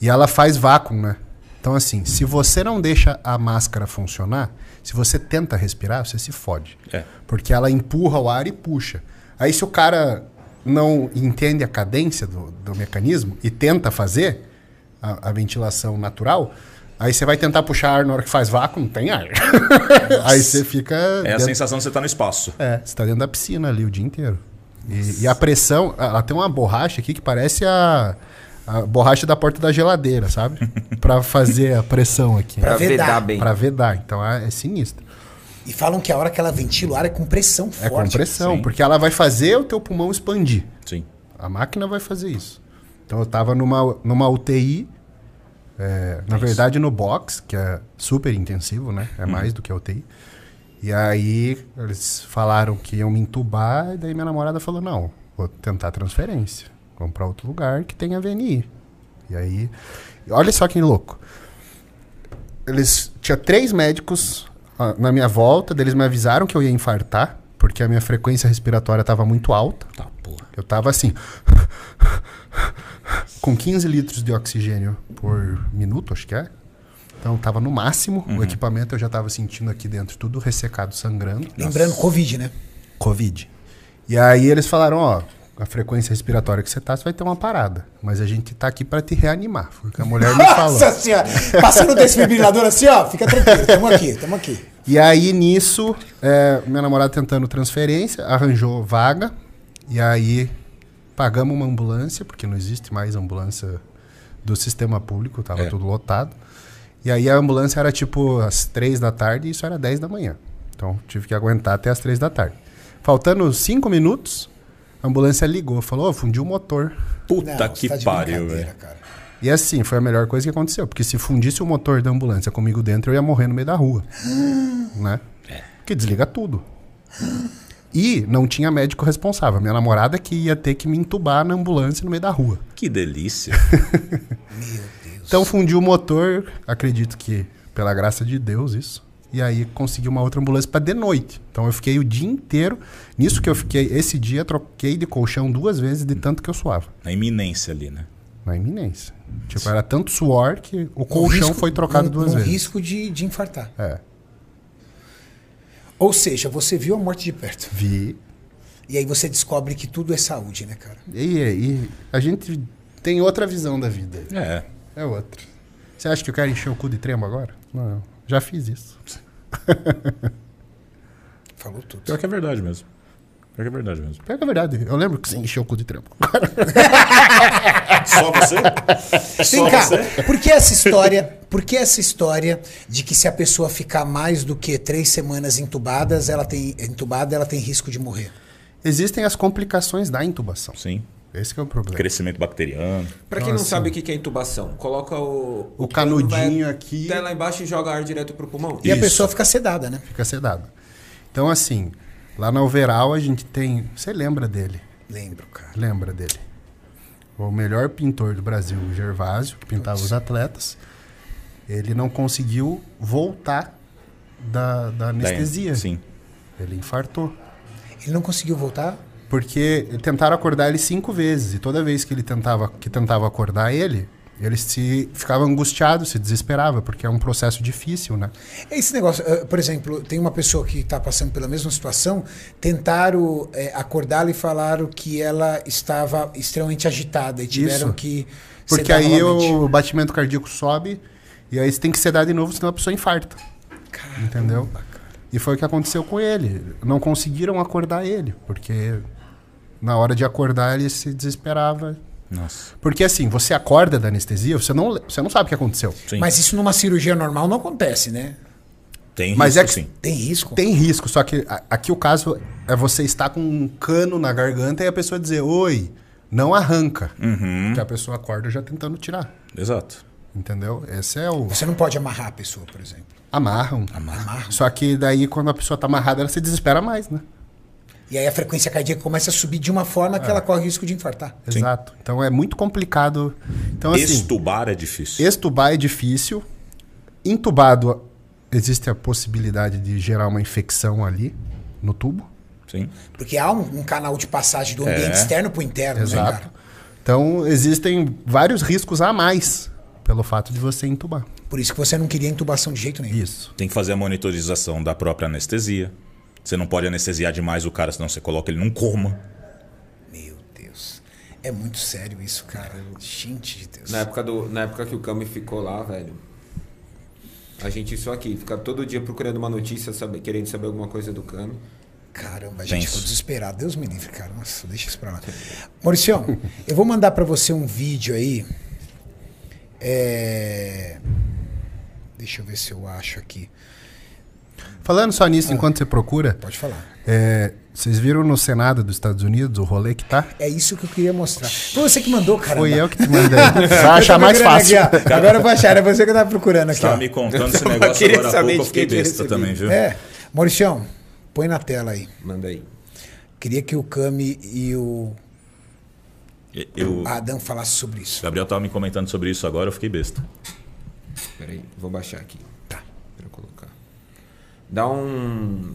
B: E ela faz vácuo, né? Então, assim, se você não deixa a máscara funcionar, se você tenta respirar, você se fode.
C: É.
B: Porque ela empurra o ar e puxa. Aí, se o cara não entende a cadência do, do mecanismo e tenta fazer a, a ventilação natural, aí você vai tentar puxar ar na hora que faz vácuo, não tem ar. aí você fica.
C: É a
B: dentro-
C: sensação de você estar no espaço.
B: é, você tá dentro da piscina ali o dia inteiro. E, e a pressão, ela tem uma borracha aqui que parece a, a borracha da porta da geladeira, sabe? Pra fazer a pressão aqui.
A: Pra
D: Pra
A: vedar.
D: vedar bem.
B: Pra vedar. Então é, é sinistro.
A: E falam que a hora que ela ventila o ar é com pressão
B: É
A: forte.
B: com pressão,
C: sim.
B: porque ela vai fazer o teu pulmão expandir.
C: Sim.
B: A máquina vai fazer isso. Então eu tava numa, numa UTI, é, na verdade no box, que é super intensivo, né? É mais do que a UTI. E aí eles falaram que iam me entubar, e daí minha namorada falou: não, vou tentar transferência. Vamos pra outro lugar que tem a VNI. E aí. e Olha só que louco. Eles. Tinha três médicos ah, na minha volta, daí eles me avisaram que eu ia infartar, porque a minha frequência respiratória estava muito alta.
C: Tá, porra.
B: Eu tava assim. Com 15 litros de oxigênio por minuto, acho que é. Então tava no máximo,
C: Uhum.
B: o equipamento eu já tava sentindo aqui dentro tudo ressecado, sangrando.
A: Lembrando, Covid, né?
B: Covid. E aí eles falaram, ó, a frequência respiratória que você tá, você vai ter uma parada, mas a gente tá aqui pra te reanimar, foi o que a mulher me falou.
A: Nossa senhora! Passando o desfibrilador assim, ó, fica tranquilo, tamo aqui, tamo aqui.
B: E aí, nisso, é, minha namorada tentando transferência, arranjou vaga. E aí, pagamos uma ambulância, porque não existe mais ambulância do sistema público, tava tudo lotado. E aí, a ambulância era tipo às três da tarde e isso era 10 da manhã. Então, tive que aguentar até às três da tarde. Faltando cinco minutos, a ambulância ligou, falou: "Ô, fundiu o motor.
C: Puta
A: Não,
C: que
A: você tá de
C: pariu,
A: brincadeira,
C: velho.
A: cara.
B: E assim, foi a melhor coisa que aconteceu. Porque se fundisse o motor da ambulância comigo dentro, eu ia morrer no meio da rua. né? Porque desliga tudo. E não tinha médico responsável. Minha namorada que ia ter que me entubar na ambulância no meio da rua.
C: Que delícia.
B: Então fundi o motor, acredito que pela graça de Deus isso. E aí consegui uma outra ambulância para de noite. Então eu fiquei o dia inteiro. Nisso que eu fiquei, esse dia troquei de colchão duas vezes de tanto que eu suava.
C: Na iminência ali, né?
B: Na iminência. Tipo, era tanto suor que o colchão
A: risco-
B: foi trocado
A: um-
B: duas
A: um
B: vezes.
A: risco de, de infartar.
B: É.
A: Ou seja, você viu a morte de perto.
B: Vi.
A: E aí você descobre que tudo é saúde, né, cara?
B: E, e a gente tem outra visão da vida.
C: É.
B: É outra. Você acha que eu quero encher o cu de tremo agora? Não. Já fiz isso.
A: Falou tudo.
C: Pior que é verdade mesmo. Pior que é verdade mesmo.
B: Pior que é verdade. Eu lembro que você encheu o cu de tremo.
C: Só você?
A: Vem cá, por que essa história? Por que essa história de que se a pessoa ficar mais do que três semanas entubadas, ela tem entubada, ela tem risco de morrer?
B: Existem as complicações da intubação.
C: Sim.
B: Esse que é o problema.
C: Crescimento bacteriano.
D: Pra quem não sabe o que que é intubação, coloca o...
B: O canudinho
D: vai
B: aqui.
D: Até lá embaixo e joga ar direto pro pulmão.
A: E a
C: Isso.
A: pessoa fica sedada, né?
B: Fica sedado. Então, assim, lá na Overal a gente tem... Você lembra dele?
A: Lembro, cara.
B: Lembra dele? O melhor pintor do Brasil, o Gervásio, que pintava os atletas. Ele não conseguiu voltar da, da anestesia.
C: Sim.
B: Ele infartou.
A: Ele não conseguiu voltar?
B: Porque tentaram acordar ele cinco vezes. E toda vez que ele tentava, que tentava acordar ele, ele se ficava angustiado, se desesperava, porque é um processo difícil, né?
A: Esse negócio, eh, por exemplo, tem uma pessoa que está passando pela mesma situação, tentaram eh, acordá-la e falaram que ela estava extremamente agitada e tiveram
B: Isso.
A: que
B: Porque
A: sedar
B: aí
A: novamente.
B: o batimento cardíaco sobe e aí você tem que sedar de novo, senão a pessoa infarta. entendeu? E foi o que aconteceu com ele. Não conseguiram acordar ele, porque na hora de acordar ele se desesperava.
C: Nossa.
B: Porque assim, você acorda da anestesia, você não, le- você não sabe o que aconteceu.
C: Sim.
A: Mas isso numa cirurgia normal não acontece, né?
C: tem
B: Mas
C: risco,
B: é que-
C: sim.
A: Tem risco?
B: Tem risco, só que a- aqui o caso é você estar com um cano na garganta e a pessoa dizer, oi, não arranca. Que a pessoa acorda já tentando tirar.
C: Exato.
B: Entendeu? Esse é o.
A: Você não pode amarrar a pessoa, por exemplo.
B: Amarram. Amarram. Só que daí, quando a pessoa tá amarrada, ela se desespera mais, né?
A: E aí a frequência cardíaca começa a subir de uma forma
B: É.
A: que ela corre o risco de infartar.
B: Exato. Então é muito complicado. Então, assim,
C: Estubar é difícil.
B: estubar é difícil. Entubado, existe a possibilidade de gerar uma infecção ali no tubo.
C: Sim.
A: Porque há um, um canal de passagem do ambiente externo para o interno, né,
B: É. Exato.
A: cara?
B: Então, existem vários riscos a mais pelo fato de você entubar.
A: Por isso que você não queria intubação de jeito nenhum.
B: Isso.
C: Tem que fazer a monitorização da própria anestesia. Você não pode anestesiar demais o cara, senão você coloca ele num coma.
A: Meu Deus. É muito sério isso, cara. Gente de Deus.
D: Na época, do, na época que o Cami ficou lá, velho. A gente só aqui, fica todo dia procurando uma notícia, sabe, querendo saber alguma coisa do Cami.
A: Caramba, a gente
C: Tenso.
A: ficou desesperado. Deus me livre, cara. Nossa, deixa isso pra lá. Mauricião, eu vou mandar pra você um vídeo aí. É... Deixa eu ver se eu acho aqui.
B: Falando só nisso, enquanto você procura,
A: Pode falar.
B: é, vocês viram no Senado dos Estados Unidos o rolê que tá?
A: É isso que eu queria mostrar. Foi você que mandou, cara.
B: Foi eu que te mandei. Vai achar mais fácil.
A: Agora eu vou achar. Era você que eu tava procurando aqui.
C: Tava
A: ó.
C: me contando esse
D: Eu
C: negócio
D: queria
C: agora há pouco,
D: saber de
C: eu fiquei
D: quem tinha
C: besta
D: recebido.
C: também, viu?
A: É. Mauricião, põe na tela aí.
D: Manda aí.
A: Queria que o Cami e o
C: Eu,
A: Adão falassem sobre isso.
C: Gabriel tava me comentando sobre isso agora, eu fiquei besta.
D: Pera aí, vou baixar aqui. Tá. Pra eu colocar. Dá um.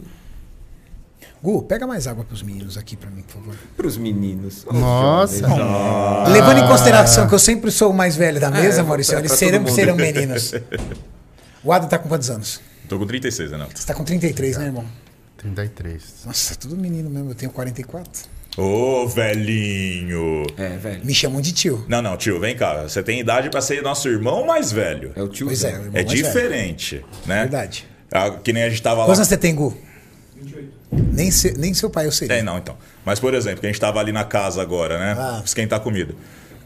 A: Gu, pega mais água pros meninos aqui pra mim, por favor.
D: pros meninos. Ô,
B: Nossa.
D: jovens.
A: Levando em consideração que eu sempre sou o mais velho da mesa,
D: É,
A: Maurício,
D: pra-
A: eles
D: pra
A: serão,
D: todo mundo.
A: serão meninos. O Adam tá com quantos anos?
C: Tô com 36, Renato.
A: Você tá com 33, né, irmão?
B: 33.
A: Nossa, tudo menino mesmo. Eu tenho 44.
C: Ô, velhinho.
D: É, velho.
A: Me chamam de tio.
C: Não, não, tio, vem cá. Você tem idade pra ser nosso irmão mais velho.
D: É o tio.
A: Pois é, o irmão
C: É
A: mais velho.
C: diferente, né?
A: é Verdade.
C: Ah, que nem a gente tava lá.
A: Quantos anos você tem, Gu? 28. Nem, se- nem seu pai eu sei.
C: É, não, então. Mas, por exemplo, que a gente tava ali na casa agora, né?
A: Ah.
C: Esquentar a comida.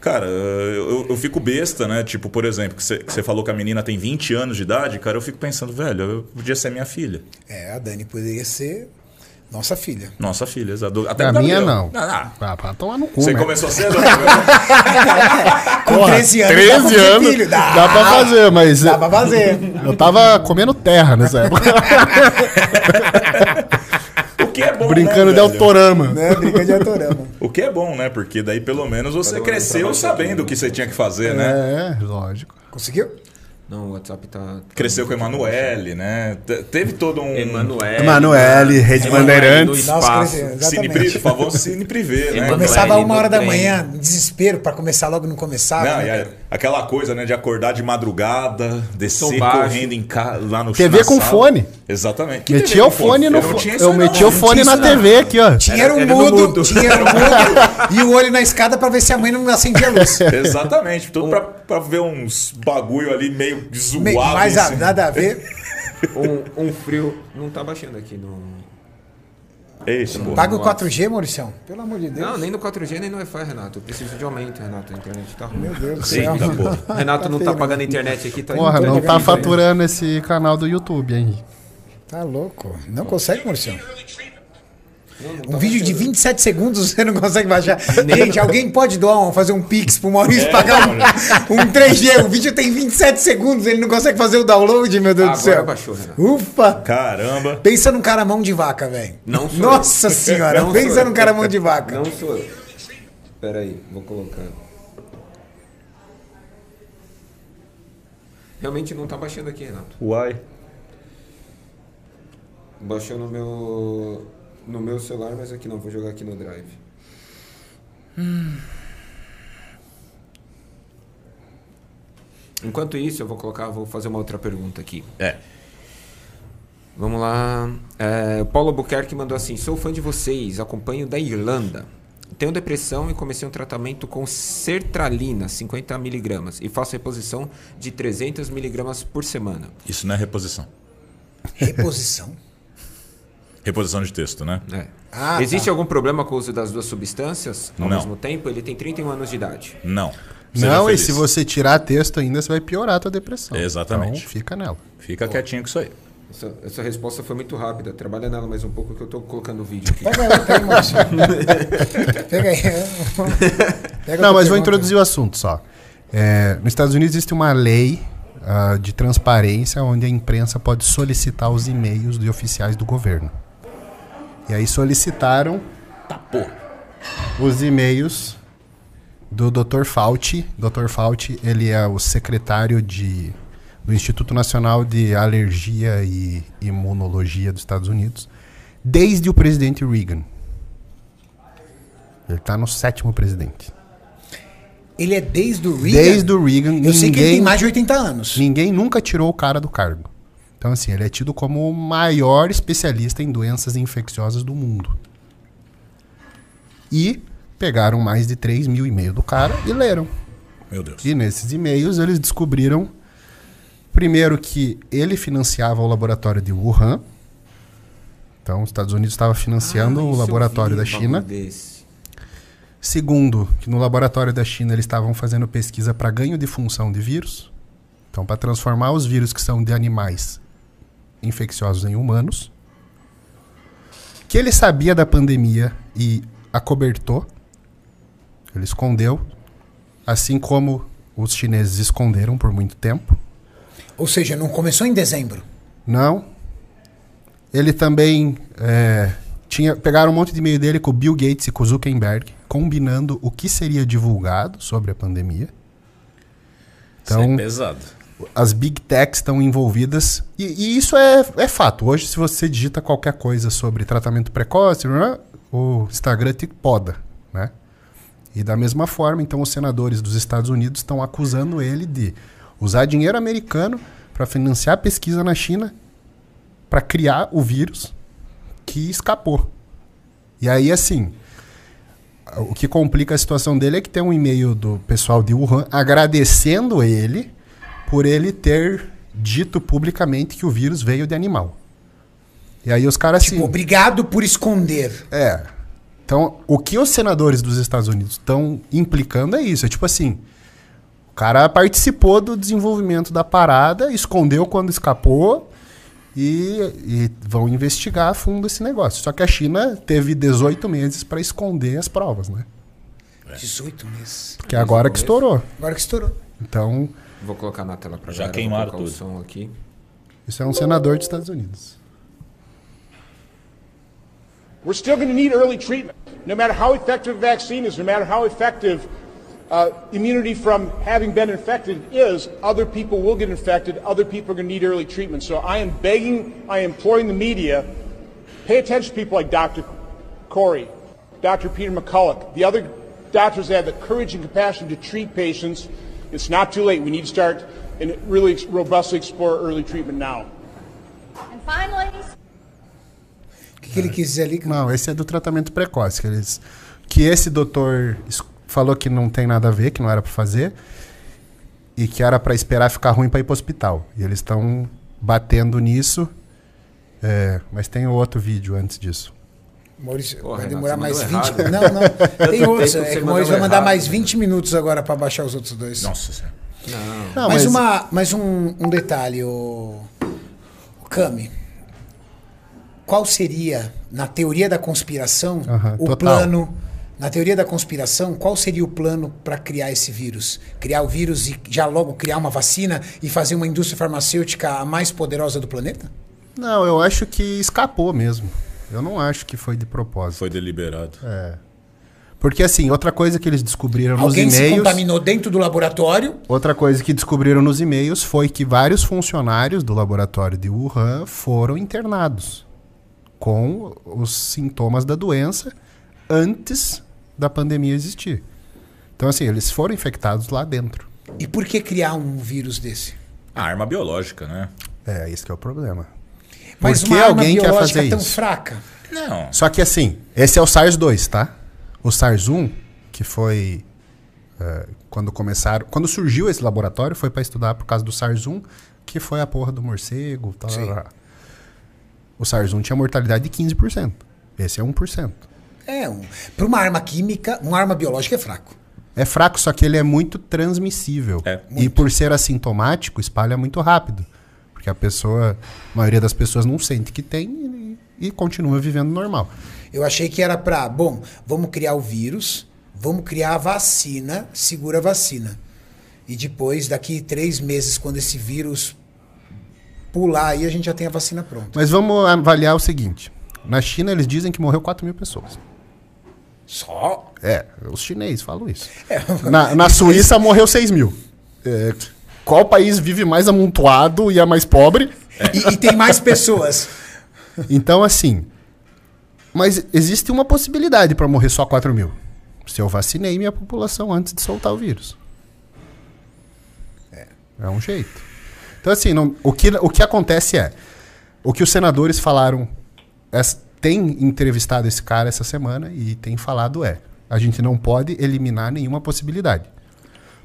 C: Cara, eu, eu- eu fico besta, né? Tipo, por exemplo, que você que você falou que a menina tem 20 anos de idade, cara, eu fico pensando, velho, eu podia ser minha filha.
A: É, a Dani poderia ser nossa filha.
C: Nossa filha, exato. até
B: Pra
C: o
A: é
B: minha,
C: Gabriel.
B: não.
C: Ah, ah,
B: Pra, pra tomar no cu,
C: Você
B: né?
C: começou cedo? né?
A: Com
B: Porra,
A: 13 anos. dá
B: 13
A: pra
B: anos,
A: ter filho. Dá,
B: dá pra fazer, mas...
A: dá pra fazer.
B: Eu tava comendo terra nessa época,
C: o que é bom,
B: brincando
C: né,
B: de
C: velho?
B: autorama.
A: né? Brinca de autorama.
C: O que é bom, né? Porque daí pelo menos você cresceu sabendo o que você tinha que fazer, né?
B: É, lógico.
A: Conseguiu?
D: Não, o WhatsApp tá.
C: Cresceu com a Emanuele, né? Te- Teve todo um.
D: Emanuele.
B: Emanuele, Rede Bandeirantes.
D: No
A: Nós
D: espaço.
A: crescemos,
C: Cine
A: exatamente.
C: privê, famoso cine privê, né?
D: Emanuele.
A: Começava
D: Online,
A: uma
D: no
A: hora da
D: trem.
A: manhã, desespero pra começar logo não começava.
C: Não,
A: né,
C: e a-
A: cara?
C: aquela coisa, né, de acordar de madrugada, descer
D: Som baixo.
C: correndo em ca... lá no
B: TV
C: na
B: com fone.
C: Exatamente. Que TV
B: Metia
C: com
B: o fone no...
C: Eu não
B: fo-
C: tinha isso
B: Eu
C: não,
B: meti
C: não
B: o fone
A: tinha
B: na
A: isso não.
B: TV aqui, ó.
A: Tinha era, um
D: Era- era no
A: mudo,
D: mudo.
A: tinha um mudo e o olho na escada pra ver se a mãe não acendia a luz.
C: Exatamente. Tudo pra, pra ver uns bagulho ali meio zoado.
A: Me- Mas a-
C: assim.
A: nada a ver.
D: Um, um frio. Não tá baixando aqui no.
C: Eita, porra.
A: Paga o
D: Nossa.
A: 4G, Mauricião. Pelo amor de Deus.
D: Não, nem no 4G, nem no Wi-Fi, Renato. Eu preciso de aumento, Renato. A internet tá ruim.
A: Meu Deus do céu.
C: Eita, porra.
D: Renato não tá
A: feio, né?
D: pagando a internet aqui, tá
B: Porra,
D: indo-
B: não tá faturando esse canal do YouTube, hein?
A: Tá louco. Não consegue, Mauricião. Um vídeo de 27 segundos você não consegue baixar. Gente, alguém pode doar, um- fazer um pix pro Maurício
D: É,
A: pagar um, um 3G. O vídeo tem 27 segundos, ele não consegue fazer o download, meu Deus
D: Agora
A: do céu.
D: baixou, Renato.
A: Ufa!
C: Caramba.
A: Pensa num cara mão de vaca, velho.
D: Não sou
A: Nossa senhora,
D: Não sou
A: pensa
D: eu.
A: num cara mão de vaca.
D: Não sou eu. Pera aí, vou colocar. Realmente não tá baixando aqui, Renato.
C: Uai.
D: Baixou no meu no meu celular, mas aqui não, vou jogar aqui no drive. Enquanto isso, eu vou colocar, vou fazer uma outra pergunta aqui.
C: É.
D: Vamos lá. É, o Paulo Buquerque mandou assim: sou fã de vocês, acompanho da Irlanda. Tenho depressão e comecei um tratamento com sertralina, 50mg, e faço reposição de 300mg por semana.
C: Isso não é reposição.
A: Reposição.
C: Reposição de texto, né?
D: É.
A: Ah,
D: Existe algum problema com o uso das duas substâncias ao
C: Não.
D: mesmo tempo? Ele tem 31 anos de idade.
C: Não. Seja
B: Não, e
C: feliz.
B: se você tirar texto ainda, você vai piorar a tua depressão.
C: Exatamente.
B: Então, fica nela.
C: Fica quietinho com isso aí.
D: Essa, essa resposta foi muito rápida. Trabalha nela mais um pouco que eu tô colocando o vídeo aqui.
A: Pega aí, pega aí, Maurício. Pega aí. Pega
B: Não,
A: outra
B: mas vou
A: pergunta.
B: introduzir o assunto só. É, nos Estados Unidos existe uma lei ah, de transparência onde a imprensa pode solicitar os e-mails de oficiais do governo. E aí solicitaram os e-mails do Dr. Fauci. Dr. Fauci, ele é o secretário de, do Instituto Nacional de Alergia e Imunologia dos Estados Unidos, desde o presidente Reagan. Ele está no sétimo presidente.
A: Ele é desde o Reagan?
B: Desde o Reagan,
A: Eu sei que ele tem
B: ninguém,
A: mais de 80 anos.
B: ninguém nunca tirou o cara do cargo. Então, assim, ele é tido como o maior especialista em doenças infecciosas do mundo. E pegaram mais de 3 mil e-mails do cara e leram.
C: Meu Deus.
B: E nesses e-mails eles descobriram, primeiro, que ele financiava o laboratório de Wuhan. Então, os Estados Unidos estava financiando
D: Ah,
B: o
D: isso eu
B: laboratório
D: vi,
B: da
D: um
B: China.
D: bagulho desse.
B: Segundo, que no laboratório da China eles estavam fazendo pesquisa para ganho de função de vírus. Então, para transformar os vírus que são de animais infecciosos em humanos. Que ele sabia da pandemia e acobertou. Ele escondeu. Assim como os chineses esconderam por muito tempo.
A: Ou seja, não começou em dezembro.
B: Não. Ele também é, tinha pegaram um monte de e-mail dele com o Bill Gates e com o Zuckerberg, combinando o que seria divulgado sobre a pandemia. Então,
C: Isso é pesado.
B: as big techs estão envolvidas. E, e isso é, é fato. Hoje, se você digita qualquer coisa sobre tratamento precoce, né, o Instagram te poda, né? E da mesma forma, então, os senadores dos Estados Unidos estão acusando ele de usar dinheiro americano para financiar a pesquisa na China para criar o vírus que escapou. E aí, assim, o que complica a situação dele é que tem um e-mail do pessoal de Wuhan agradecendo ele por ele ter dito publicamente que o vírus veio de animal. E aí os caras
A: Tipo,
B: assim.
A: obrigado por esconder.
B: É. Então, o que os senadores dos Estados Unidos estão implicando é isso. É tipo assim. O cara participou do desenvolvimento da parada, escondeu quando escapou e, e vão investigar a fundo esse negócio. Só que a China teve 18 meses para esconder as provas, né?
D: É.
A: 18 meses.
B: Porque agora que estourou.
A: Agora que estourou.
B: Então,
D: Vou colocar na tela pra
C: Já
D: galera, vou
C: queimaram
D: colocar o
C: tudo.
D: som aqui.
B: isso é um senador dos Estados Unidos.
F: We're still going to need early treatment. No matter how effective a vaccine is, no matter how effective uh, immunity from having been infected is, other people will get infected. Other people are going to need early treatment. So I am begging, I am imploring the media, pay attention to people like Dr. Corey, Dr. Peter McCulloch, the other doctors that have the courage and compassion to treat patients. It's not too late. We need to start and really ex- robustly explore early treatment now.
G: And finally,
A: O que, que ele quis dizer ali? cara?
B: Não, esse é do tratamento precoce, que eles que esse doutor es- falou que não tem nada a ver, que não era pra fazer e que era pra esperar ficar ruim pra ir pro hospital. E eles estão batendo nisso. É, mas tem outro vídeo antes disso.
A: Maurício,
D: Pô,
A: vai
D: Renato,
A: demorar
D: você
A: mais 20
D: mandou errado.
A: Não, não. Tem
D: tempo
A: outros.
D: que
A: É, que
D: você
A: o
D: mandou
A: Maurício vai mandar
D: errado,
A: mais
D: cara.
A: 20 minutos agora pra baixar os outros dois.
C: Nossa senhora.
B: Não,
A: mais
B: Ah, mas
A: uma, mais um, um detalhe, o, Cami. Qual seria, na teoria da conspiração,
B: Aham,
A: o
B: total.
A: plano? Na teoria da conspiração, qual seria o plano para criar esse vírus? Criar o vírus e já logo criar uma vacina e fazer uma indústria farmacêutica a mais poderosa do planeta?
B: não, eu acho que escapou mesmo. Eu não acho que foi de propósito.
C: Foi deliberado.
B: Porque assim, outra coisa que eles descobriram
A: Alguém
B: nos
A: se
B: e-mails,
A: contaminou dentro do laboratório?
B: outra coisa que descobriram nos e-mails foi que vários funcionários do laboratório de Wuhan foram internados. com os sintomas da doença antes da pandemia existir. Então, assim, eles foram infectados lá dentro.
A: E por que criar um vírus desse?
C: A arma biológica, né?
B: É, esse que é o problema.
A: Mas
B: Por que
A: uma arma
B: alguém quer
A: biológica
B: fazer
A: tão
B: isso?
A: fraca?
C: Não.
B: Só que, assim, esse é o SARS-2, tá? O SARS-1, que foi eh, quando começaram... Quando surgiu esse laboratório, foi para estudar por causa do SARS-1, que foi a porra do morcego, tal, tal, tal. O SARS-1 tinha mortalidade de 15%. Esse é 1%.
A: É, um, para uma arma química, uma arma biológica é fraco.
B: É fraco, só que ele é muito transmissível.
C: É,
B: E por ser assintomático, espalha muito rápido. Porque a pessoa, a maioria das pessoas não sente que tem e, e continua vivendo normal.
A: Eu achei que era pra, bom, vamos criar o vírus, vamos criar a vacina, segura a vacina. E depois, daqui três meses, quando esse vírus pular aí, a gente já tem a vacina pronta.
B: Mas vamos avaliar o seguinte. Na China, eles dizem que morreu 4 mil pessoas.
A: Só?
B: É, os chineses falam isso. Na, na Suíça, morreu 6 mil. É, qual país vive mais amontoado e é mais pobre?
A: E, e tem mais pessoas.
B: Então, assim. Mas existe uma possibilidade para morrer só 4 mil. Se eu vacinei minha população antes de soltar o vírus. É. É um jeito. Então, assim, não- o, que, o que acontece é. O que os senadores falaram. essa- tem entrevistado esse cara essa semana e tem falado é. A gente não pode eliminar nenhuma possibilidade.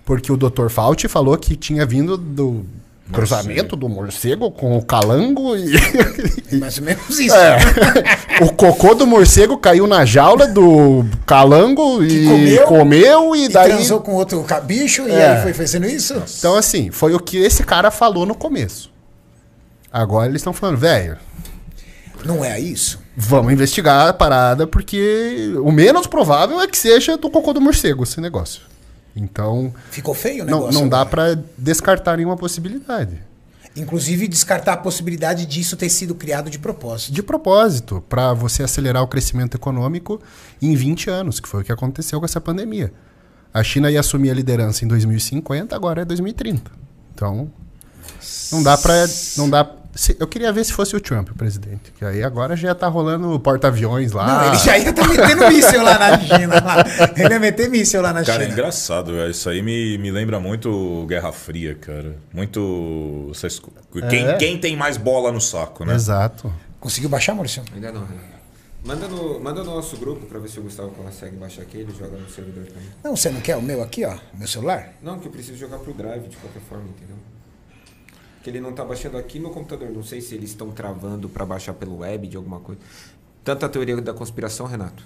B: Porque o Dr. Fauci falou que tinha vindo do cruzamento do morcego com o calango e.
A: É Mais ou menos isso.
B: O cocô do morcego caiu na jaula do calango e
A: comeu.
B: comeu, e
A: E
B: daí.
A: transou com outro ca- bicho e
B: É.
A: aí foi fazendo isso?
B: Então, assim, foi o que esse cara falou no começo. Agora eles estão falando, velho,
A: Não é isso.
B: vamos investigar a parada, porque o menos provável é que seja do cocô do morcego esse negócio. Então,
A: Ficou feio o
B: não,
A: negócio. né?
B: não dá
A: agora.
B: pra descartar nenhuma possibilidade.
A: Inclusive, descartar a possibilidade disso ter sido criado de propósito.
B: de propósito, para você acelerar o crescimento econômico em 20 anos, que foi o que aconteceu com essa pandemia. A China ia assumir a liderança em 2050, agora é 2030. Então, não dá para não dá se- eu queria ver se fosse o Trump o presidente. Que aí agora já tá rolando porta-aviões lá.
A: Não, ele já ia estar metendo míssil lá na China. lá. Ele ia meter míssil lá na
C: Cara, é
A: China.
C: engraçado, velho. Isso aí me, me lembra muito Guerra Fria, cara. Muito. essas co- Quem, quem tem mais bola no saco, né?
B: Exato.
A: Conseguiu baixar, Maurício?
D: Ainda não, Renan. Manda no, manda no nosso grupo pra ver se o Gustavo consegue baixar aqui, ele joga no servidor também.
A: Não, você não quer o meu aqui, ó? Meu celular?
D: Não, que eu preciso jogar pro drive de qualquer forma, entendeu? Que ele não tá baixando aqui no computador. Não sei se eles estão travando pra baixar pelo web de alguma coisa. Tanta teoria da conspiração, Renato.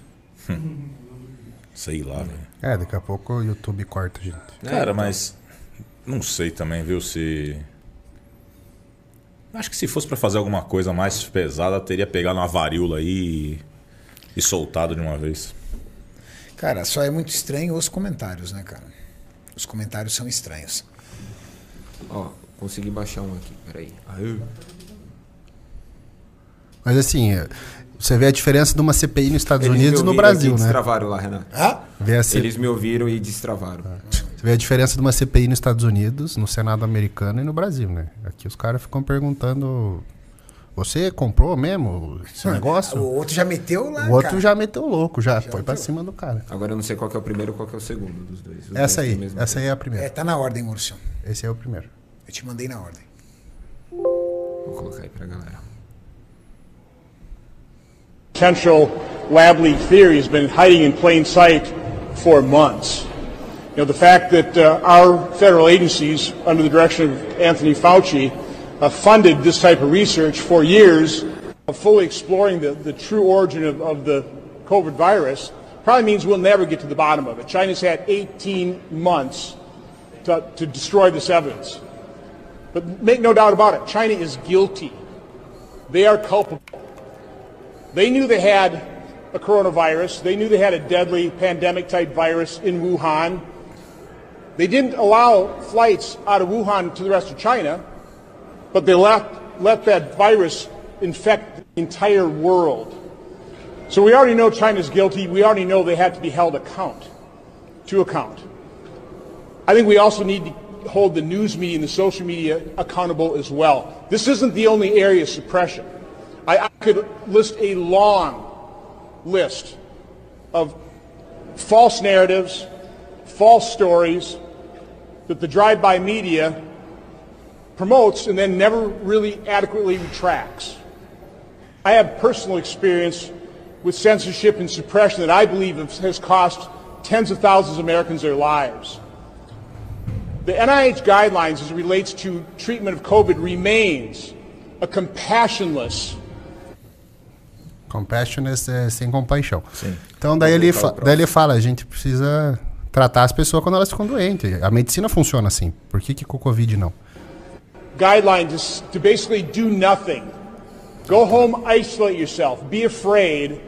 C: Sei lá, velho.
B: É, daqui a pouco o YouTube corta, gente.
D: É,
C: Cara,
D: então.
C: mas. Não sei também, viu? Se. Acho que se fosse pra fazer alguma coisa mais pesada, teria pegado uma varíola aí e, e soltado de uma vez.
A: Cara, só é muito estranho os comentários, né, cara? Os comentários são estranhos.
D: Ó, consegui baixar um aqui, peraí.
B: Mas assim, é, você vê a diferença de uma CPI nos Estados
D: Eles me
B: Unidos e no
D: ouviram
B: Brasil,
D: e
B: né?
D: destravaram lá, Renato.
A: Ah,
B: Vê a C-
D: Eles me ouviram e destravaram.
B: É. Você vê a diferença de uma CPI nos Estados Unidos, no Senado americano e no Brasil, né? Aqui os caras ficam perguntando: você comprou mesmo esse negócio?
A: o outro já meteu lá,
B: O outro
A: cara.
B: já meteu louco, É, já, foi pra cima do cara.
D: Agora eu não sei qual que é o primeiro e qual que é o segundo dos dois.
B: Essa
D: Os dois têm
B: aí,
D: o mesmo
B: essa aí é a
A: É,
B: primeira.
A: tá na ordem, Maurício.
B: Esse é o primeiro.
A: Eu te mandei na ordem.
D: Vou colocar aí pra galera.
F: potential lab leak theory has been hiding in plain sight for months. You know, the fact that uh, our federal agencies, under the direction of Anthony Fauci, uh, funded this type of research for years, uh, fully exploring the, the true origin of, of the COVID virus, probably means we'll never get to the bottom of it. China's had 18 months to, to destroy this evidence. But make no doubt about it, China is guilty. They are culpable. They knew they had a coronavirus. They knew they had a deadly pandemic type virus in Wuhan. They didn't allow flights out of Wuhan to the rest of China, but they left, let that virus infect the entire world. So we already know China's guilty. We already know they have to be held account, to account. I think we also need to hold the news media and the social media accountable as well. This isn't the only area of suppression. I, I could list a long list of false narratives, false stories that the drive-by media promotes and then never really adequately retracts. I have personal experience with censorship and suppression that I believe has cost tens of thousands of Americans their lives. The NIH guidelines as it relates to treatment of COVID remains a compassionless
B: Compassion é se- sem compaixão. Então daí ele, fa-
D: tá
B: daí ele fala, a gente precisa tratar as pessoas quando elas ficam doentes. A medicina funciona assim. Por que, que com o Covid não?
F: guideline to, s- to basically do nothing. Go home, isolate yourself, be afraid,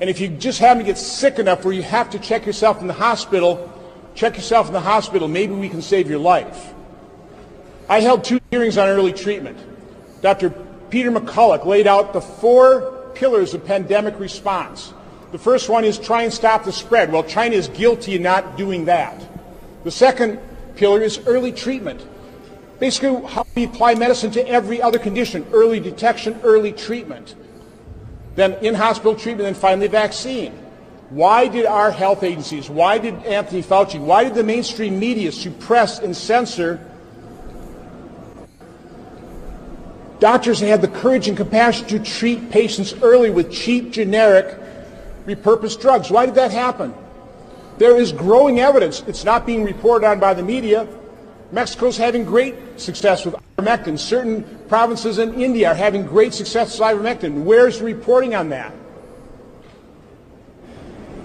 F: and if you just happen to get sick enough where you have to check yourself in the hospital, check yourself in the hospital. Maybe we can save your life. I held two hearings on early treatment. Dr. Peter McCulloch laid out the four pillars of pandemic response. The first one is try and stop the spread. Well, China is guilty in not doing that. The second pillar is early treatment. Basically, how we apply medicine to every other condition early detection, early treatment, then in hospital treatment, and finally vaccine. Why did our health agencies, why did Anthony Fauci, why did the mainstream media suppress and censor Doctors had the courage and compassion to treat patients early with cheap, generic, repurposed drugs. Why did that happen? There is growing evidence. It's not being reported on by the media. Mexico's having great success with ivermectin. Certain provinces in India are having great success with ivermectin. Where's the reporting on that?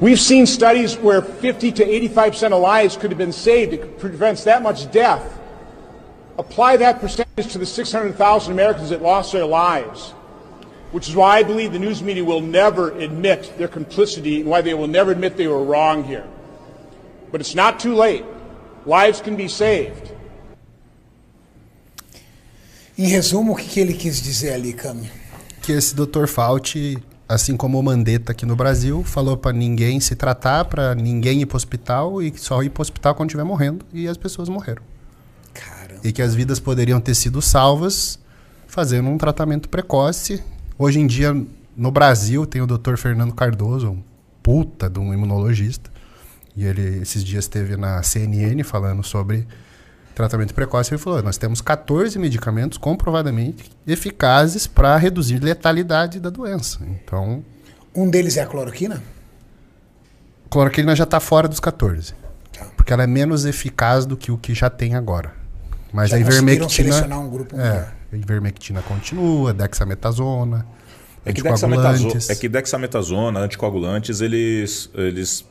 F: We've seen studies where 50 to 85% of lives could have been saved. It prevents that much death. Apply that percentage to the 600,000 Americans that lost their lives, which is why I believe the news media will never admit their complicity and why they will never admit they were wrong here. But it's not too late. Lives can be saved.
A: Em resumo, o que, que ele quis dizer ali, Cami?
B: Que esse Dr. Fauci, assim como o Mandetta aqui no Brasil, falou pra ninguém se tratar, pra ninguém ir pro hospital e só ir pro hospital quando estiver morrendo. E as pessoas morreram.
A: Caramba.
B: E que as vidas poderiam ter sido salvas fazendo um tratamento precoce. Hoje em dia, no Brasil, tem o Dr. Fernando Cardoso, um puta de um imunologista. E ele, esses dias, esteve na CNN falando sobre tratamento precoce. Ele falou: nós temos 14 medicamentos comprovadamente eficazes para reduzir letalidade da doença. Então,
A: Um deles é a cloroquina?
B: cloroquina já está fora dos 14.
A: Tá,
B: Porque ela é menos eficaz do que o que já tem agora. Mas
A: Já
B: a
A: conseguiram
B: ivermectina.
A: selecionar um grupo
B: é,
A: melhor.
B: a ivermectina continua, dexametasona,
C: É que, dexametazo,
B: anticoagulantes.
C: é que dexametasona, anticoagulantes, eles, eles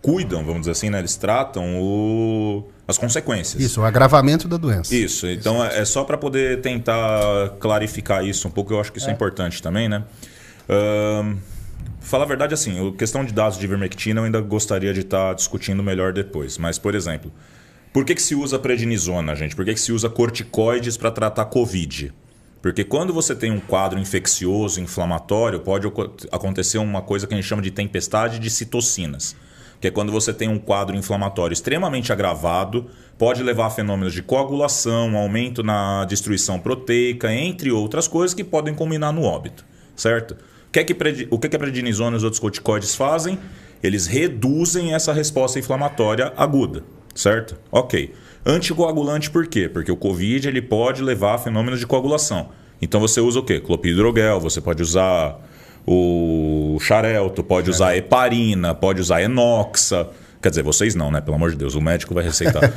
C: cuidam, vamos dizer assim, né? Eles tratam o, as consequências.
B: Isso, o agravamento da doença.
C: Isso, então é- é só para poder tentar clarificar isso um pouco, eu acho que isso é, importante também, né? Ahn, falar a verdade, assim, a questão de dados de ivermectina eu ainda gostaria de estar discutindo melhor depois, mas, por exemplo, por que, que se usa prednisona, gente? Por que, que se usa corticoides para tratar Covid? Porque quando você tem um quadro infeccioso, inflamatório, pode oco- acontecer uma coisa que a gente chama de tempestade de citocinas que é quando você tem um quadro inflamatório extremamente agravado, pode levar a fenômenos de coagulação, aumento na destruição proteica, entre outras coisas que podem culminar no óbito, certo? O que é que, predi- o que, é que a prednisona e os outros corticoides fazem? Eles reduzem essa resposta inflamatória aguda, certo? Ok. Anticoagulante por quê? Porque o Covid ele pode levar a fenômenos de coagulação. Então você usa o quê? Clopidogrel, você pode usar o xarel, tu pode usar heparina, pode usar enoxa. Quer dizer, vocês não, né? Pelo amor de Deus, o médico vai receitar.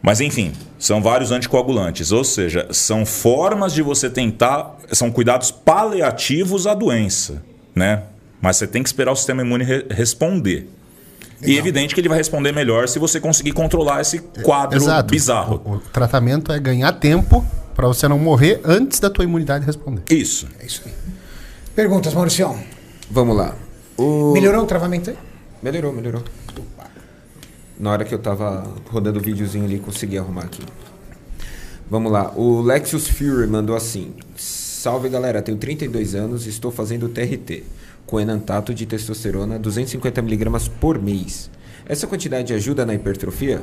C: Mas enfim, são vários anticoagulantes, ou seja, são formas de você tentar, são cuidados paliativos à doença, né? Mas você tem que esperar o sistema imune re- responder. E é evidente que ele vai responder melhor se você conseguir controlar esse quadro
B: Exato.
C: É um bizarro.
B: O, o tratamento é ganhar tempo para você não morrer antes da tua imunidade responder.
C: Isso.
A: É isso aí. Perguntas, Mauricião.
D: Vamos lá. O-
A: Melhorou o travamento aí?
D: Melhorou, melhorou. Na hora que eu tava rodando o videozinho ali, consegui arrumar aqui. Vamos lá. O Lexus Fury mandou assim: Salve galera, tenho 32 anos e estou fazendo TRT com enantato de testosterona 250mg por mês. Essa quantidade ajuda na hipertrofia?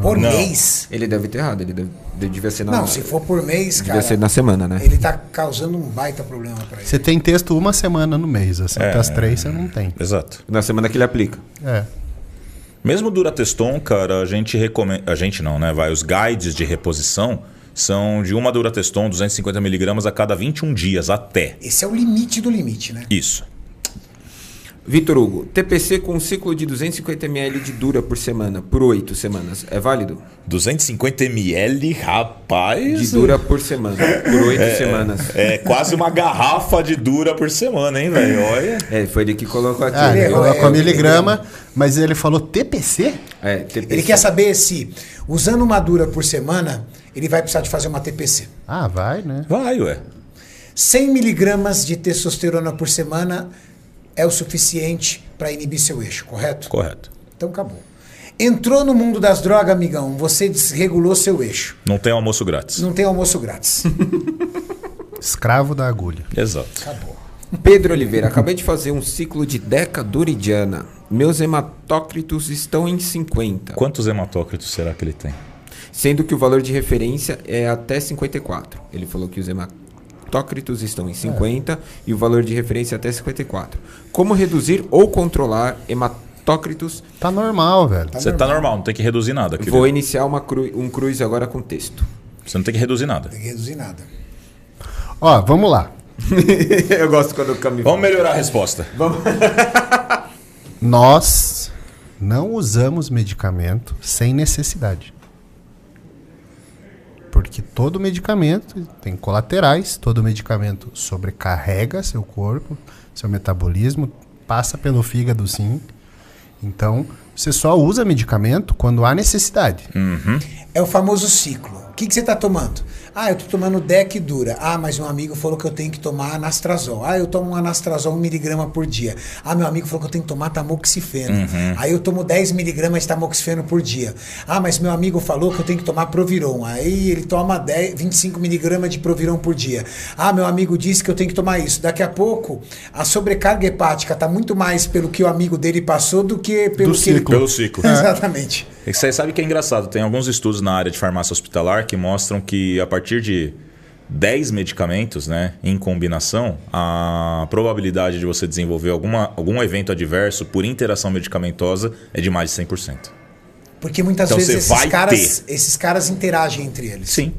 A: Por
C: Não.
A: mês?
D: Ele deve ter errado, ele deve, ele devia ser na
A: Não, se for por mês,
D: devia
A: cara.
D: ser na semana, né?
A: Ele tá causando um baita problema pra ele.
B: Você tem texto uma semana no mês, assim,
C: É.
B: até as três você não tem.
C: Exato.
D: Na semana que ele aplica.
B: É.
C: Mesmo Durateston, cara, a gente recomenda. A gente não, né? Vai, os guides de reposição são de uma Durateston, 250mg a cada 21 dias, até.
A: Esse é o limite do limite, né?
C: Isso.
D: Vitor Hugo, TPC com um ciclo de 250ml de dura por semana, por 8 semanas, é válido?
C: 250ml, rapaz.
D: De dura por semana, por oito semanas.
C: É quase uma garrafa de dura por semana, hein, velho? Olha.
D: É, foi ele que colocou aqui.
B: Ah,
D: né?
B: ele
A: errou,
B: colocou
A: é,
B: miligrama, mas ele falou TPC?
D: É, TPC.
A: Ele quer saber se, usando uma dura por semana, ele vai precisar de fazer uma TPC.
B: Ah, vai, né?
C: Vai, ué.
A: 100 miligramas de testosterona por semana é o suficiente para inibir seu eixo, correto?
C: Correto.
A: Então acabou. Entrou no mundo das drogas, amigão, você desregulou seu eixo.
C: Não tem almoço grátis.
A: Não tem almoço grátis.
B: Escravo da agulha.
C: Exato.
A: Acabou.
D: Pedro Oliveira, acabei de fazer um ciclo de deca duridiana. Meus hematócritos estão em 50,
C: Quantos hematócritos será que ele tem?
D: sendo que o valor de referência é até 54. Ele falou que os hematócritos estão em 50 e o valor de referência é até 54. Como reduzir ou controlar hematócritos?
B: Tá normal, velho.
C: Você tá normal, não tem que reduzir nada, querido.
D: Vou iniciar uma cru- um cruz agora com texto.
C: Você não tem que reduzir nada.
A: Tem que reduzir nada.
B: Ó, vamos lá.
D: Eu gosto quando o Cami
C: Vamos melhorar a resposta.
B: Nós não usamos medicamento sem necessidade. Porque todo medicamento tem colaterais, todo medicamento sobrecarrega seu corpo, seu metabolismo, passa pelo fígado sim. Então, você só usa medicamento quando há necessidade.
A: É o famoso ciclo. O que, que você está tomando? Ah, eu tô tomando DEC dura. Ah, mas um amigo falou que eu tenho que tomar anastrazol. Ah, eu tomo um anastrazol 1 miligrama por dia. Ah, meu amigo falou que eu tenho que tomar tamoxifeno.
C: Uhum.
A: Aí eu tomo 10 miligramas de tamoxifeno por dia. Ah, mas meu amigo falou que eu tenho que tomar Proviron. Aí ele toma 10, 25 miligramas de Proviron por dia. Ah, meu amigo disse que eu tenho que tomar isso. Daqui a pouco, a sobrecarga hepática está muito mais pelo que o amigo dele passou do que pelo
B: Do
A: que ele...
B: ciclo.
C: Pelo ciclo.
A: Exatamente.
C: É que Você sabe que é engraçado, tem alguns estudos na área de farmácia hospitalar que mostram que a partir de 10 medicamentos né, em combinação, a probabilidade de você desenvolver alguma, algum evento adverso por interação medicamentosa é de mais de 100%.
A: Porque muitas
C: Então
A: vezes
C: você
A: esses
C: vai
A: caras, esses caras interagem entre eles.
C: Sim.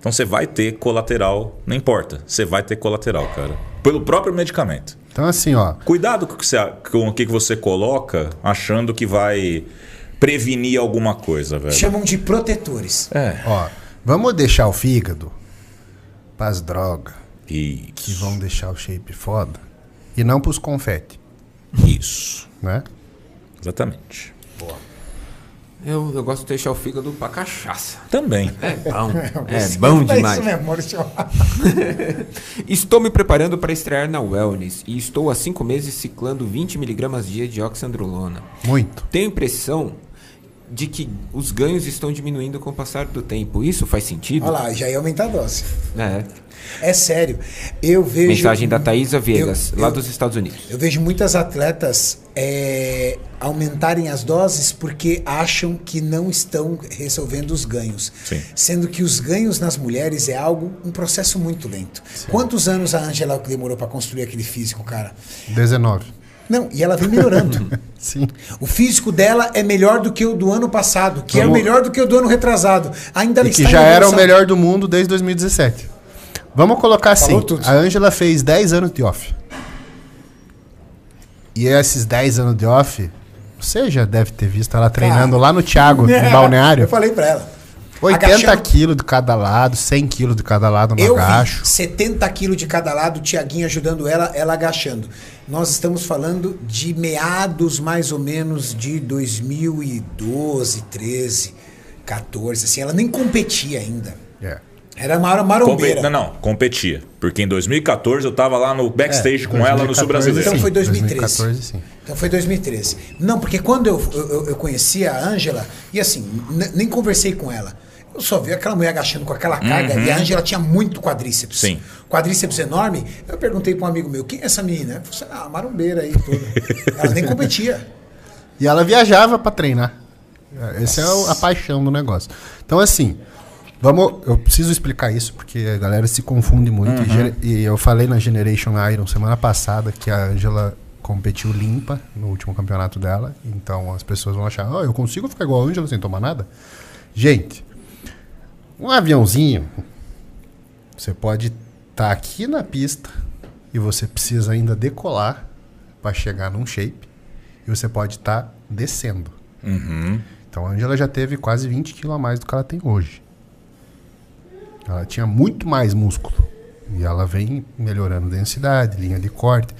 C: Então você vai ter colateral, não importa, você vai ter colateral, cara. Pelo próprio medicamento.
B: Então, assim, ó.
C: Cuidado com o que você, com o que você coloca achando que vai prevenir alguma coisa, velho.
A: Chamam de protetores.
D: É,
B: Ó, vamos deixar o fígado pras drogas
C: E
B: que vão deixar o shape foda e não pros confete,
C: isso.
B: né?
C: Exatamente.
D: Eu, eu gosto de deixar o fígado pra cachaça.
C: Também.
D: É bom. é bom
A: É
D: demais.
A: isso mesmo, Maurício.
D: Estou me preparando para estrear na Wellness e estou há cinco meses ciclando 20mg dia de oxandrolona.
B: Muito.
D: Tenho a impressão de que os ganhos estão diminuindo com o passar do tempo. Isso faz sentido?
A: Olha lá, já ia aumentar a dose.
D: É.
A: É sério. Eu vejo.
D: Mensagem da Thaisa Viegas,
A: eu-
D: lá
A: eu-
D: dos Estados Unidos.
A: Eu vejo muitas atletas é, aumentarem as doses porque acham que não estão resolvendo os ganhos.
C: Sim.
A: Sendo que os ganhos nas mulheres é algo, um processo muito lento. Quantos anos a Angela demorou para construir aquele físico, cara?
B: 19.
A: Não, e ela vem melhorando.
B: Sim.
A: o físico dela é melhor do que o do ano passado, que é
B: Vamos-
A: o melhor do que o do ano retrasado. Ainda ela
B: E que
A: está em
B: já era o
A: evolução.
B: melhor do mundo desde 2017. Vamos colocar assim:
A: Falou tudo.
B: a Ângela fez 10 anos de off. E esses 10 anos de off, você já deve ter visto ela treinando lá no Thiago, no balneário.
A: Eu falei para ela.
B: 80
A: agachando-
B: quilos de cada lado, 100 quilos de cada lado no
A: Eu
B: agacho.
A: vi 70 quilos de cada lado, o Tiaguinho ajudando ela, ela agachando. Nós estamos falando de meados mais ou menos de 2012, 13, 14, assim. Ela nem competia ainda.
B: É.
A: Era uma
C: Compe-
A: marombeira.
C: Não, não, competia. Porque em 2014 eu tava lá no
B: É,
C: backstage com ela no
B: 2014,
C: Sul Brasileiro.
A: Então
B: sim.
A: foi 2013.
B: 2014, sim.
A: Então foi 2013. Não, porque quando eu, eu, eu- eu conheci a Ângela, e assim, n- nem conversei com ela. Eu só vi aquela mulher agachando com aquela carga e a Ângela tinha muito quadríceps.
C: Uhum. Sim.
A: Quadríceps enorme. Eu perguntei para um amigo meu, quem é essa menina? Ele falou assim, ah, marombeira aí toda. ela nem competia.
B: E ela viajava pra treinar. Essa é o- a paixão do negócio. Então, assim, vamos. Eu preciso explicar isso, porque a galera se confunde muito. E gera- E, eu falei na Generation Iron semana passada que a Angela competiu limpa no último campeonato dela. Então as pessoas vão achar, "Ah, eu consigo ficar igual a Angela sem tomar nada? Gente, um aviãozinho, você pode estar aqui na pista e você precisa ainda decolar para chegar num shape. E você pode estar descendo. Então a Angela já teve quase 20 quilos a mais do que ela tem hoje. Ela tinha muito mais músculo. E ela vem melhorando densidade, linha de corte,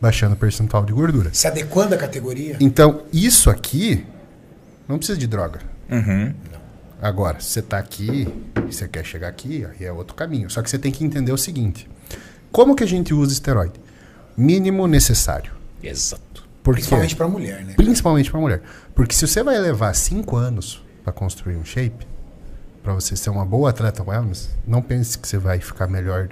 B: baixando o percentual de gordura.
A: Se adequando à categoria.
B: Então, isso aqui não precisa de droga. Agora, se você tá aqui, e você quer chegar aqui, aí é outro caminho. Só que você tem que entender o seguinte: como que a gente usa esteroide? Mínimo necessário.
C: Exato.
B: Porque,
A: Principalmente
B: principalmente
A: para mulher, né?
B: para mulher. Porque se você vai levar 5 anos para construir um shape, para você ser uma boa atleta wellness, não pense que você vai ficar melhor,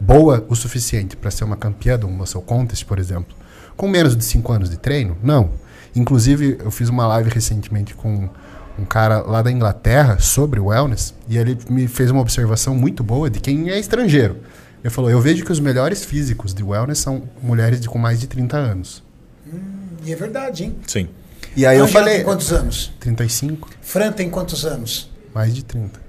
B: boa o suficiente para ser uma campeã de um muscle contest, por exemplo, com menos de 5 anos de treino. Não. Inclusive, eu fiz uma live recentemente com um cara lá da Inglaterra sobre wellness e ele me fez uma observação muito boa de quem é estrangeiro. Ele falou: Eu vejo que os melhores físicos de wellness são mulheres de, com mais de 30 anos.
A: E é verdade, hein?
C: Sim.
B: E aí eu
A: Ângela
B: falei:
A: tem quantos anos?
B: 35?
A: Fran tem quantos anos?
B: Mais de 30.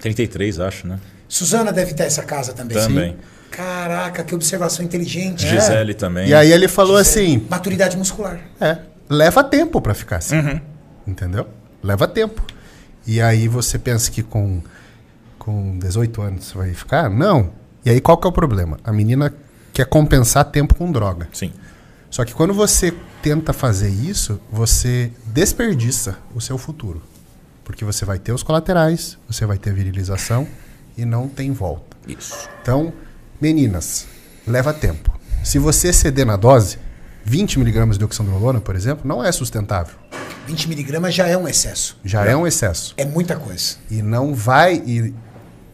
C: 33, acho, né?
A: Suzana deve ter essa casa também.
C: Também.
A: Caraca, que observação inteligente.
C: Gisele também.
B: É. E aí ele falou assim:
A: Maturidade muscular.
B: É. Leva tempo pra ficar assim. Entendeu? Leva tempo. E aí você pensa que com, com 18 anos você vai ficar? Não. E aí qual que é o problema? A menina quer compensar tempo com droga.
C: Sim.
B: Só que quando você tenta fazer isso, você desperdiça o seu futuro. Porque você vai ter os colaterais, você vai ter virilização e não tem volta.
C: Isso.
B: Então, meninas, leva tempo. Se você ceder na dose, 20mg de oxandrolona, por exemplo, não é sustentável.
A: 20 miligramas já é um excesso.
B: Já é um excesso.
A: É muita coisa.
B: E não vai. E,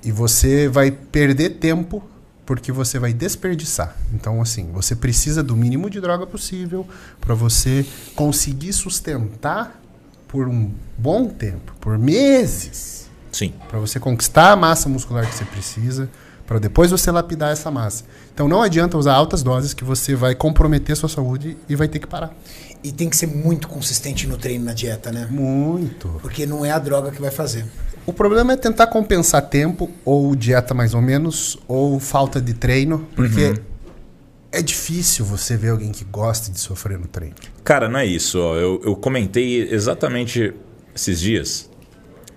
B: e você vai perder tempo porque você vai desperdiçar. Então, assim, você precisa do mínimo de droga possível para você conseguir sustentar por um bom tempo, por meses,
C: Sim.
B: para você conquistar a massa muscular que você precisa, para depois você lapidar essa massa. Então não adianta usar altas doses que você vai comprometer sua saúde e vai ter que parar.
A: E tem que ser muito consistente no treino, na dieta, né?
B: Muito.
A: Porque não é a droga que vai fazer.
B: O problema é tentar compensar tempo, ou dieta mais ou menos, ou falta de treino, porque
C: Uhum.
B: é difícil você ver alguém que gosta de sofrer no treino.
C: Cara, não é isso. ó. Eu, eu comentei exatamente esses dias.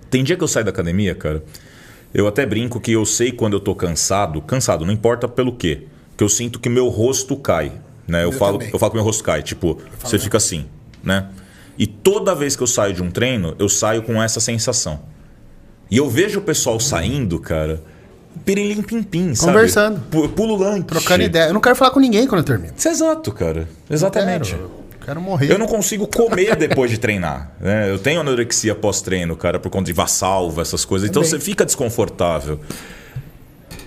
C: Tem dia que eu saio da academia, cara. Eu até brinco que eu sei quando eu tô cansado. Cansado, não importa pelo quê. Que eu sinto que meu rosto cai. Né?
A: Eu
C: Eu, falo,
A: também.
C: eu falo que meu rosto cai. Tipo, você fica assim, né? E toda vez que eu saio de um treino, eu saio com essa sensação. E eu vejo o pessoal saindo, cara, pirilim pim pim, sabe?
B: Conversando.
C: Pu- Pulo lanche.
B: Trocando ideia. Eu não quero falar com ninguém quando eu termino.
C: Isso é exato, cara. Exatamente.
B: Quero, eu quero morrer.
C: Eu não consigo comer depois de treinar. né? Eu tenho anorexia pós-treino, cara, por conta de vassalva, essas coisas. Então você fica desconfortável.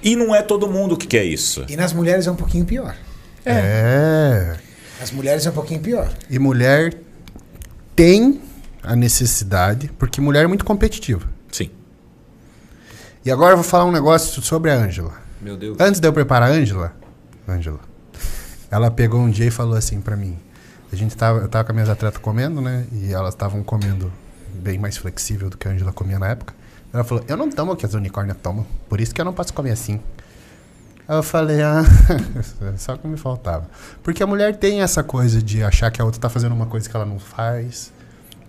C: E não é todo mundo que quer isso.
A: E nas mulheres é um pouquinho pior.
B: É.
A: As mulheres é um pouquinho pior.
B: E mulher tem a necessidade, porque mulher é muito competitiva.
C: Sim.
B: E agora eu vou falar um negócio sobre a Ângela.
D: Meu Deus.
B: Antes de eu preparar a Ângela, Ângela, ela pegou um dia e falou assim pra mim. A gente tava, eu tava com as minhas atletas comendo, né? E elas estavam comendo bem mais flexível do que a Ângela comia na época. Ela falou: "Eu não tomo o que as unicórnias tomam, por isso que eu não posso comer assim". Aí eu falei: "Ah, só que me faltava". Porque a mulher tem essa coisa de achar que a outra tá fazendo uma coisa que ela não faz,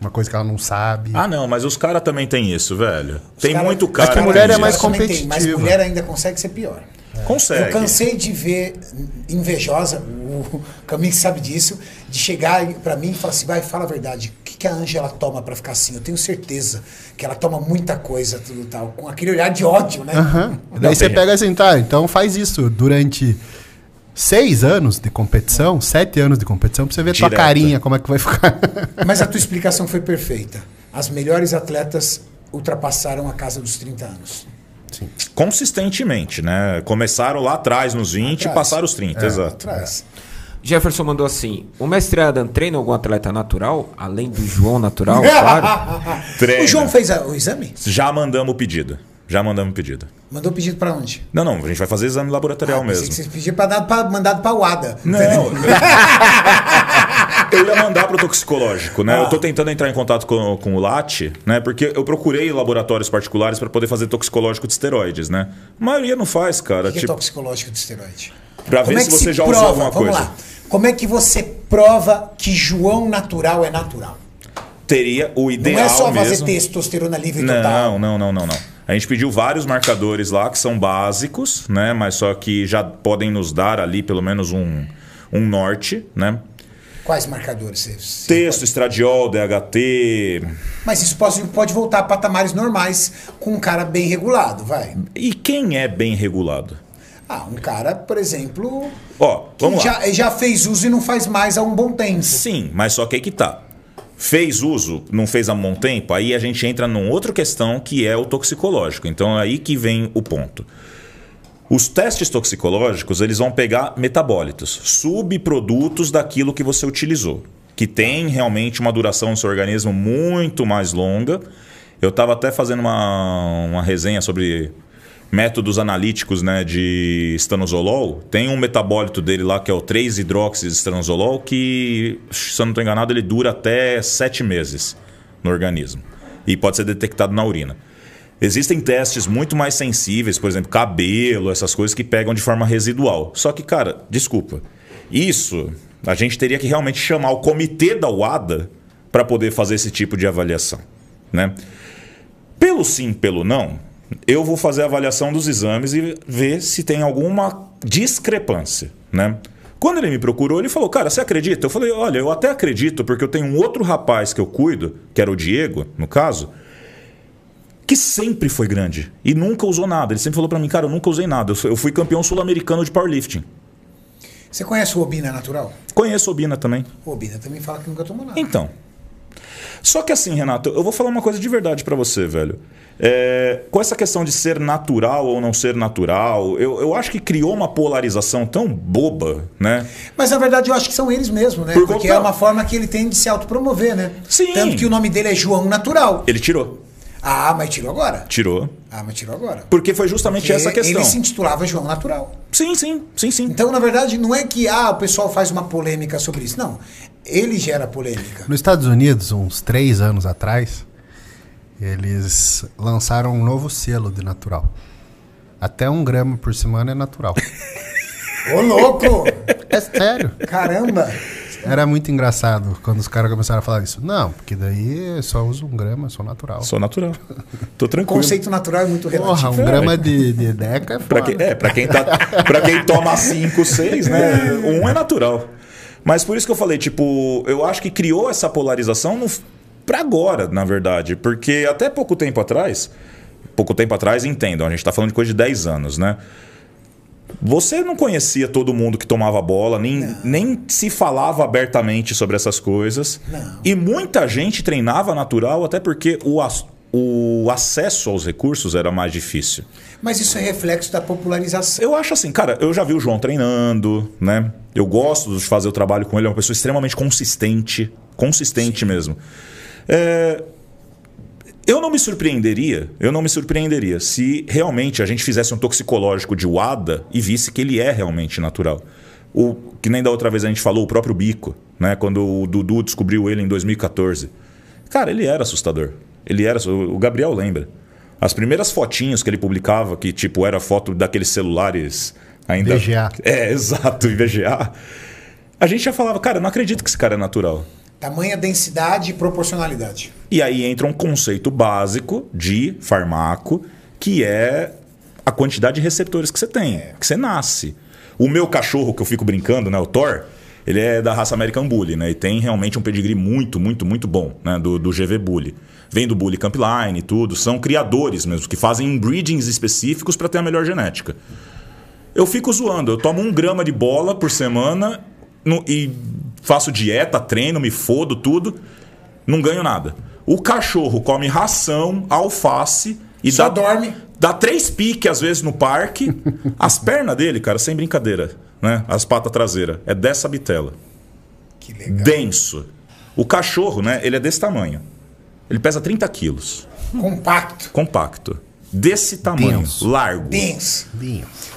B: uma coisa que ela não sabe.
C: Ah, não, mas os caras também têm isso, velho. tem
A: Cara,
C: muito cara. né?
B: que mulher
C: tem
B: é mais
C: isso.
A: também tem, Mas
B: competitiva.
A: mulher ainda consegue ser pior.
C: Consegue.
A: Eu cansei de ver invejosa, o Caminho sabe disso, de chegar pra mim e falar assim, vai, fala a verdade, o que, que a Ângela toma pra ficar assim? Eu tenho certeza que ela toma muita coisa, tudo tal, com aquele olhar de ódio, né?
B: Aham. Daí você pega assim, tá, então faz isso durante seis anos de competição, sete anos de competição, pra você ver tua
C: Direto.
B: carinha, como é que vai ficar.
A: Mas a tua explicação foi perfeita. As melhores atletas ultrapassaram a casa dos 30 anos.
C: Consistentemente, né? Começaram lá atrás, nos 20, e
A: Atrás. É.
C: passaram os 30, exato.
A: Atrás.
D: Jefferson mandou assim: o mestre Adam treina algum atleta natural? Além do João natural, claro.
C: Treina.
A: o João fez a- o exame?
C: Já mandamos o pedido. Já mandamos o pedido.
A: Mandou pedido pra onde?
C: Não, não, a gente vai fazer exame laboratorial
A: Ah, Pensei
C: mesmo.
A: que Você pediu pra dar, pra, mandado pra UADA.
C: Não. Eu ia mandar pro toxicológico, né? Eu tô tentando entrar em contato com, com o LAT, né? Porque eu procurei laboratórios particulares para poder fazer toxicológico de esteroides, né? A maioria não faz, cara.
A: O que é
C: tipo,
A: toxicológico de esteroide? é
C: pra ver se você já usou alguma
A: Vamos
C: coisa.
A: lá. Como é que você prova que João natural é natural?
C: Teria o
A: Não
C: ideal
A: é só
C: mesmo.
A: fazer então, tá? testosterona livre total.
C: Não, não, não, não, não. A gente pediu vários marcadores lá que são básicos, né? Mas só que já podem nos dar ali pelo menos um, um norte, né?
A: Quais marcadores? você- você-
C: Texto, estradiol, DHT,
A: Mas isso pode, pode voltar a patamares normais com um cara bem regulado, vai.
C: E quem é bem regulado?
A: Ah, um cara, por exemplo,
C: Ó,
A: que
C: vamos lá.
A: já, já fez uso e não faz mais há um bom tempo.
C: Sim, mas só que aí que tá. Fez uso, não fez há um bom tempo, aí a gente entra numa outra questão que é o toxicológico. Então é aí que vem o ponto. Os testes toxicológicos, eles vão pegar metabólitos, subprodutos daquilo que você utilizou, que tem realmente uma duração no seu organismo muito mais longa. Eu estava até fazendo uma, uma resenha sobre métodos analíticos né, de estanozolol. Tem um metabólito dele lá, que é o 3-hidroxistanozolol, que, se eu não estou enganado, ele dura até 7 meses no organismo e pode ser detectado na urina. Existem testes muito mais sensíveis, por exemplo, cabelo, essas coisas que pegam de forma residual. Só que, cara, desculpa. Isso a gente teria que realmente chamar o comitê da UADA para poder fazer esse tipo de avaliação, né? Pelo sim, pelo não, eu vou fazer a avaliação dos exames e ver se tem alguma discrepância, né? Quando ele me procurou, ele falou, cara, você acredita? Eu falei, olha, eu até acredito, porque eu tenho um outro rapaz que eu cuido, que era o Diego, no caso, que sempre foi grande e nunca usou nada. Ele sempre falou pra mim, cara, eu nunca usei nada. Eu sou- Eu fui campeão sul-americano de powerlifting.
A: Você conhece o Obina natural?
C: Conheço o Bina também.
A: O Obina também fala que nunca tomou nada.
C: Então. Só que assim, Renato, eu vou falar uma coisa de verdade pra você, velho. É, com essa questão de ser natural ou não ser natural, eu, eu acho que criou uma polarização tão boba, né?
A: Mas na verdade eu acho que são eles mesmo, né?
C: Por
A: Porque
C: conta-
A: é uma forma que ele tem de se autopromover, né?
C: Sim.
A: Tanto que o nome dele é João Natural.
C: Ele tirou.
A: Ah, mas tirou agora.
C: Tirou.
A: Ah, mas tirou agora.
C: Porque foi justamente essa a questão.
A: Ele se intitulava João Natural.
C: Sim, sim, sim, sim.
A: Então, na verdade, não é que ah, o pessoal faz uma polêmica sobre isso. Não. Ele gera polêmica.
B: Nos Estados Unidos, uns três anos atrás, eles lançaram um novo selo de natural. Até um grama por semana é natural.
A: Ô, louco!
B: É sério.
A: Caramba!
B: Era muito engraçado quando os caras começaram a falar isso. Não, porque daí eu só uso um grama, só natural.
C: Sou natural. Tô
A: O
C: tranquilo.
A: conceito natural é muito relativo.
B: Porra, um grama de, de deca é
C: Pra
B: foda.
C: quem, é, pra quem, tá, pra quem toma 5, 6, né? Um é natural. Mas por isso que eu falei, tipo, eu acho que criou essa polarização no, pra agora, na verdade. Porque até pouco tempo atrás, pouco tempo atrás, entendam, a gente tá falando de coisa de 10 anos, né? Você não conhecia todo mundo que tomava bola, nem, nem se falava abertamente sobre essas coisas. E muita gente treinava natural, até porque o, as- o acesso aos recursos era mais difícil.
A: Mas isso é reflexo da popularização.
C: Eu acho assim, cara, eu já vi o João treinando, né? Eu gosto de fazer o trabalho com ele, é uma pessoa extremamente consistente. Consistente mesmo. É, Eu não me surpreenderia, eu não me surpreenderia se realmente a gente fizesse um toxicológico de WADA e visse que ele é realmente natural. O, que nem da outra vez a gente falou, o próprio bico, né? Quando o Dudu descobriu ele em 2014. Cara, ele era assustador. Ele era. O Gabriel lembra. As primeiras fotinhas que ele publicava, que tipo era foto daqueles celulares ainda.
B: VGA.
C: É, exato, VGA. A gente já falava, cara, eu não acredito que esse cara é natural.
A: Tamanha densidade e proporcionalidade.
C: E aí entra um conceito básico de farmaco, que é a quantidade de receptores que você tem, é que você nasce. O meu cachorro, que eu fico brincando, né, o Thor, ele é da raça American Bully, né? E tem realmente um pedigree muito, muito, muito bom, né? Do, do GV Bully. Vem do Bully Campline e tudo. São criadores mesmo, que fazem inbreedings específicos para ter a melhor genética. Eu fico zoando. Eu tomo um grama de bola por semana no- e faço dieta, treino, me fodo, tudo. Não ganho nada. O cachorro come ração, alface e
A: Só
C: dá,
A: dorme.
C: dá três piques às vezes no parque. As pernas dele, cara, sem brincadeira, né? As patas traseiras. É dessa bitela.
A: Que legal.
C: Denso. O cachorro, né? Ele é desse tamanho. Ele pesa 30 quilos.
A: Compacto.
C: Compacto. Desse tamanho.
B: Denso.
C: Largo.
A: Denso.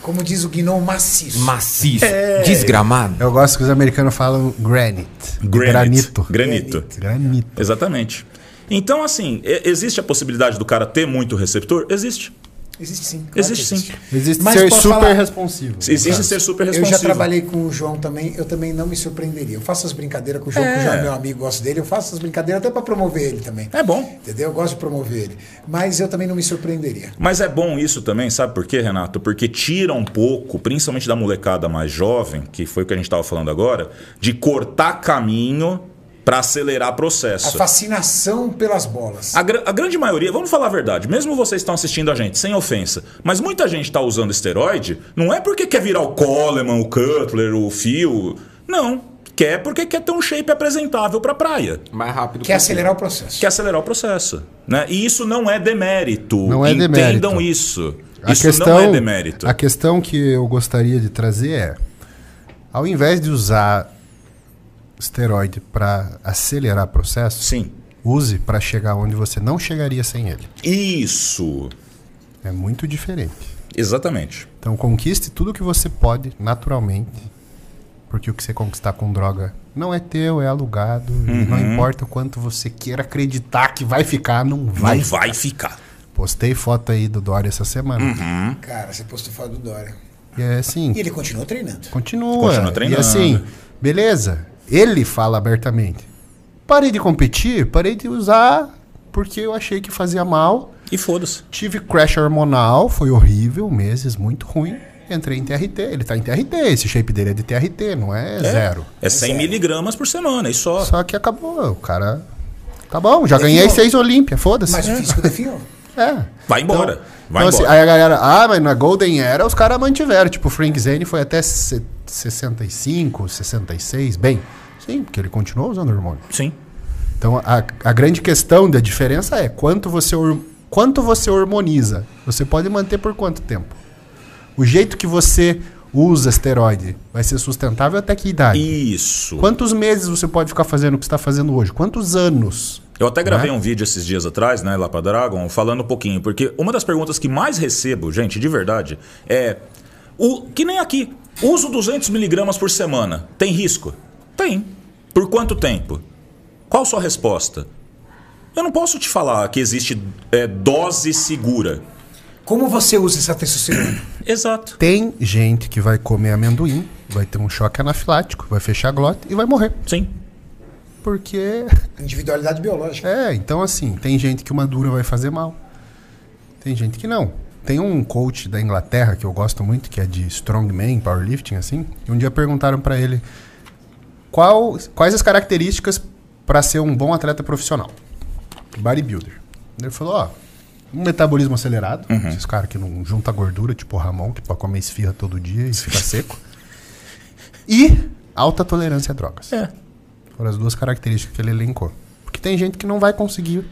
A: Como diz o Guinon, maciço.
D: Maciço. Desgramado.
B: Eu gosto que os americanos falam granite.
C: Granito.
B: Granito. Granito.
C: Exatamente. Então, assim, e- existe a possibilidade do cara ter muito receptor? Existe.
A: Existe sim. claro que
C: Existe sim.
B: Existe
A: Mas
B: ser
A: posso
B: super
A: falar?
B: responsivo.
C: Existe ser super
A: Eu
C: responsivo.
A: já trabalhei com o João também, eu também não me surpreenderia. Eu faço as brincadeiras com o João, que o João é meu amigo, gosto dele, eu faço as brincadeiras até pra promover ele também.
C: É bom.
A: Entendeu? Eu gosto de promover ele. Mas eu também não me surpreenderia.
C: Mas é bom isso também, sabe por quê, Renato? Porque tira um pouco, principalmente da molecada mais jovem, que foi o que a gente estava falando agora, de cortar caminho para acelerar
A: A
C: processo.
A: fascinação pelas bolas.
C: A, gra- a grande maioria, vamos falar a verdade, mesmo vocês que estão assistindo a gente, sem ofensa, mas muita gente está usando esteroide, não é porque quer virar o Coleman, o Cutler, o Phil. Não. Quer porque quer ter um shape apresentável para praia.
D: Mais rápido
A: Quer acelerar o processo.
C: Quer acelerar o processo. Né? E isso não é demérito.
B: Não é
C: Entendam
B: demérito.
C: isso.
B: A
C: isso
B: questão,
C: não é demérito.
B: A questão que eu gostaria de trazer é, ao invés de usar esteroide para acelerar processo,
C: Sim.
B: use para chegar onde você não chegaria sem ele.
C: Isso.
B: É muito diferente.
C: Exatamente.
B: Então conquiste tudo que você pode naturalmente, porque o que você conquistar com droga não é teu, é alugado. E não importa o quanto você queira acreditar que vai ficar, não vai.
C: Uhum. Não vai ficar.
B: Postei foto aí do Dória essa semana.
C: Uhum.
A: Cara, você postou foto do Dória.
B: E é assim,
A: E ele continuou treinando.
B: Continua.
C: Continua
B: E
C: treinando.
B: assim, beleza. Ele fala abertamente. Parei de competir, parei de usar porque eu achei que fazia mal.
C: E foda-se. é
B: Tive crash hormonal, foi horrível, meses muito ruim. Entrei em TRT, ele tá em TRT, esse shape dele é de TRT, não é, zero.
C: É 100 miligramas por semana e só.
B: Só que acabou, o cara. Tá bom, já ganhei seis Olímpia, foda-se.
A: Mas o físico definhou.
B: É.
C: Vai embora. vai
B: Então, assim,
C: embora.
B: aí a galera, ah, mas na Golden Era os caras mantiveram. Tipo, o Frank Zane foi até se- 65, 66, bem. Sim, porque ele continuou usando hormônio.
C: Sim.
B: Então, a, a grande questão da diferença é quanto você, hor- quanto você hormoniza. Você pode manter por quanto tempo? O jeito que você usa esteroide vai ser sustentável até que idade?
C: Isso.
B: Quantos meses você pode ficar fazendo o que você está fazendo hoje? Quantos anos?
C: Eu até gravei
B: Né?
C: um vídeo esses dias atrás, né, lá pra Dragon, falando um pouquinho, porque uma das perguntas que mais recebo, gente, de verdade, é o que nem aqui, uso 200 miligramas por semana, tem risco? Tem. Por quanto tempo? Qual sua resposta? Eu não posso te falar que existe é, dose segura.
A: Como você usa essa testosterona?
C: Exato.
B: Tem gente que vai comer amendoim, vai ter um choque anafilático, vai fechar a glota e vai morrer.
C: Sim.
B: Porque
A: Individualidade biológica.
B: É, então assim, tem gente que uma dura vai fazer mal. Tem gente que não. Tem um coach da Inglaterra que eu gosto muito, que é de strongman, powerlifting, assim. E um dia perguntaram pra ele qual- quais as características pra ser um bom atleta profissional, bodybuilder. Ele falou, ó, um metabolismo acelerado,
A: Uhum.
B: esses caras que não junta gordura, tipo o Ramon, que pode comer esfirra todo dia e fica seco. E alta tolerância a drogas.
C: É.
B: Foram as duas características que ele elencou. Porque tem gente que não vai conseguir.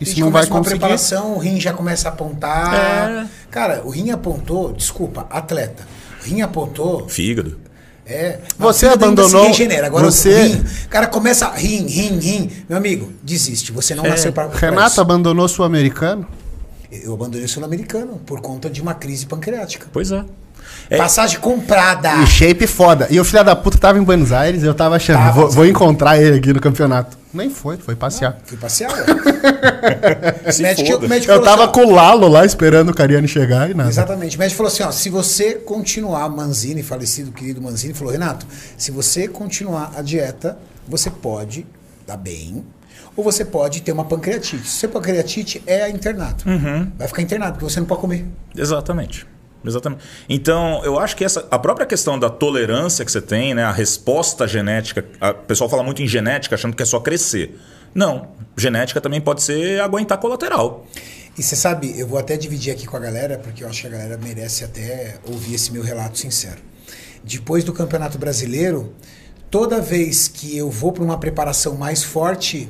B: E
A: A
B: se
A: gente
B: não vai
A: começa uma
B: conseguir.
A: preparação, o rim já começa a apontar. Cara, o rim apontou, desculpa, atleta. O rim apontou.
C: Fígado.
A: É,
B: Você
A: Mas o fígado ainda
B: abandonou-
A: Se regenera. Agora
B: você-
A: o rim. O cara começa a rim, rim, rim. Meu amigo, desiste. Você
B: É,
A: não nasceu para.
B: Renato abandonou o sul-americano?
A: Eu abandonei o sul-americano por conta de uma crise pancreática.
C: Pois é. É,
A: Passagem comprada.
B: E shape foda. E o filho da puta tava em Buenos Aires, eu tava achando,
A: Tava.
B: vou, vou encontrar ele aqui no campeonato. Nem foi, foi passear.
A: Fui passear. ué.
C: se
A: O médico,
C: foda.
A: o médico
B: Eu
A: falou
B: tava
A: assim, ó,
B: com o Lalo lá esperando o Cariano chegar e nada.
A: Exatamente. O médico falou assim: ó, se você continuar, Manzini, falecido querido Manzini, falou: Renato, se você continuar a dieta, você pode dar bem. Ou você pode ter uma pancreatite. Se você pancreatite, é internado. Vai ficar internado, porque você não pode comer.
C: Exatamente. Exatamente. Então, eu acho que essa, a própria questão da tolerância que você tem, né, a resposta genética, a- o pessoal fala muito em genética achando que é só crescer. Não, genética também pode ser aguentar colateral.
A: E você sabe, eu vou até dividir aqui com a galera, porque eu acho que a galera merece até ouvir esse meu relato sincero. Depois do Campeonato Brasileiro, toda vez que eu vou para uma preparação mais forte,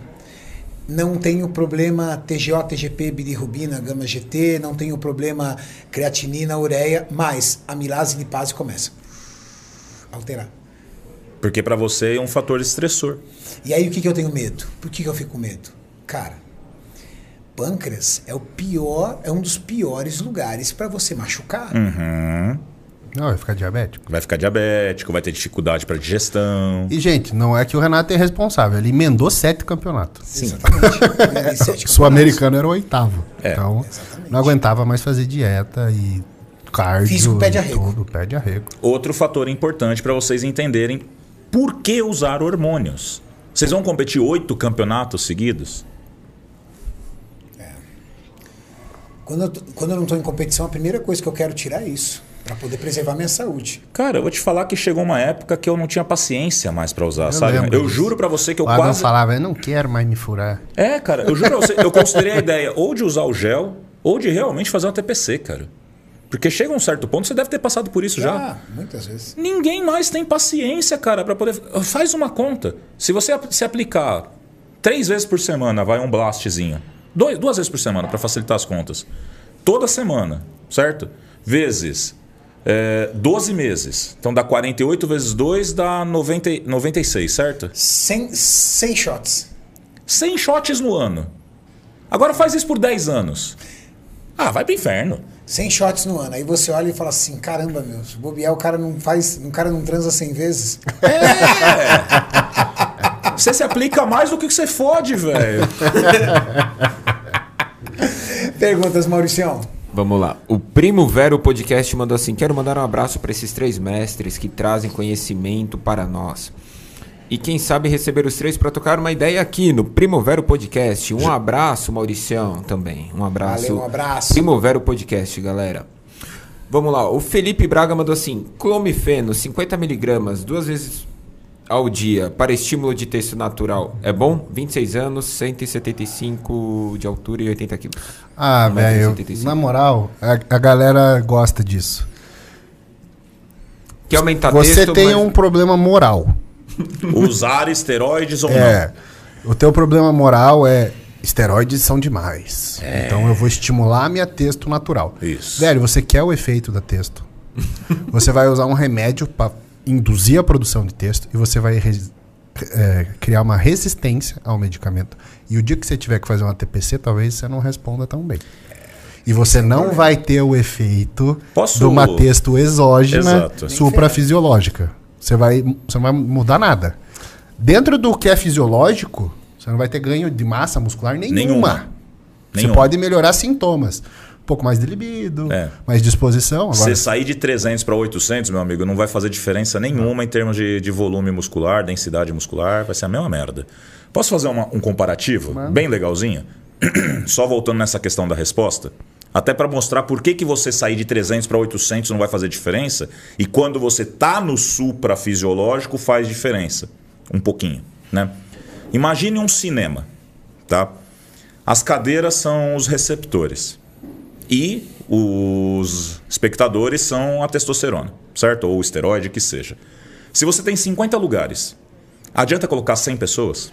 A: não tenho problema TGO, TGP, bilirrubina, gama GT, não tenho problema creatinina, ureia, mas a milase lipase começa a alterar.
C: Porque pra você é um fator estressor.
A: E aí o que, que eu tenho medo? Por que, que eu fico com medo? Cara, pâncreas é o pior, é um dos piores lugares para você machucar.
C: Hum,
B: Não, vai ficar diabético.
C: Vai ficar diabético, vai ter dificuldade pra digestão.
B: E, gente, não é que o Renato é irresponsável. Ele emendou sete campeonatos.
A: Sim. Exatamente. Né,
B: Sul-americano era o oitavo.
C: É,
B: então,
A: exatamente.
B: não aguentava mais fazer dieta e cardio.
A: Físico pede
B: e
A: arrego.
B: Tudo, pede arrego.
C: Outro fator importante pra vocês entenderem por que usar hormônios. Vocês vão competir oito campeonatos seguidos?
A: Quando eu, tô- quando eu não estou em competição, a primeira coisa que eu quero tirar é isso. Para poder preservar minha saúde.
C: Cara, eu vou te falar que chegou uma época que eu não tinha paciência mais pra usar, sabe?
B: lembro
C: Eu
B: disso.
C: juro pra você que eu
B: O Adão
C: quase
B: falava, eu não quero mais me furar.
C: É, cara, eu juro pra você, eu considerei a ideia ou de usar o gel ou de realmente fazer uma TPC, cara. Porque chega um certo ponto, você deve ter passado por isso já.
A: Ah, muitas vezes.
C: Ninguém mais tem paciência, cara, pra poder. Faz uma conta. Se você ap- se aplicar três vezes por semana, vai um blastzinho. Dois, duas vezes por semana, pra facilitar as contas. Toda semana, certo? Vezes é, 12 meses. Então dá 48 vezes 2, dá 90, e- 96, certo?
A: Sem, sem shots.
C: 100 shots no ano. Agora faz isso por 10 anos. Ah, vai pro inferno.
A: Sem shots no ano. Aí você olha e fala assim: caramba, meu, se bobear, o cara não faz. O cara não transa 100 vezes.
C: Você se aplica mais do que você fode, velho.
A: Perguntas, Mauricião.
D: Vamos lá. O Primo Vero Podcast mandou assim: Quero mandar um abraço para esses três mestres que trazem conhecimento para nós. E quem sabe receber os três para tocar uma ideia aqui no Primo Vero Podcast. Um abraço, Mauricião, também. Um abraço.
A: Valeu, um abraço.
D: Primo Vero Podcast, galera. Vamos lá. O Felipe Braga mandou assim: Clomifeno, 50mg, duas vezes ao dia, para estímulo de texto natural. É bom? 26 anos, 175 de altura e 80 quilos.
B: Ah,
D: Não vai ter
B: velho,
D: 75.
B: na moral, a, a galera gosta disso.
D: Quer aumentar
B: Você
D: texto,
B: tem
D: Tá mas-
B: um problema moral.
C: Usar esteroides ou
B: É. O teu problema moral é esteroides são demais. Então eu vou estimular a minha texto natural.
C: É. Isso.
B: Velho, você quer o efeito da texto. você vai usar um remédio pra induzir a produção de texto e você vai re- é, criar uma resistência ao medicamento. E o dia que você tiver que fazer uma TPC, talvez você não responda tão bem. E você não vai ter o efeito
C: Posso-
B: de uma texto exógena
C: Exato. é
B: suprafisiológica. Você, vai, você não vai mudar nada. Dentro do que é fisiológico, você não vai ter ganho de massa muscular
C: Nenhuma.
B: nenhuma. Você
C: Nenhuma.
B: pode melhorar sintomas. Um pouco mais de libido,
C: É.
B: mais disposição. Agora,
C: Você sair de 300 para 800, meu amigo, não vai fazer diferença nenhuma em termos de, de volume muscular, densidade muscular, vai ser a mesma merda. Posso fazer uma- um comparativo bem legalzinho? Só voltando nessa questão da resposta. Até para mostrar por que, que você sair de 300 para 800 não vai fazer diferença e quando você tá no suprafisiológico faz diferença. Um pouquinho, né? Imagine um cinema, tá? As cadeiras são os receptores. E os espectadores são a testosterona, certo? Ou o esteroide, que seja. Se você tem 50 lugares, adianta colocar 100 pessoas?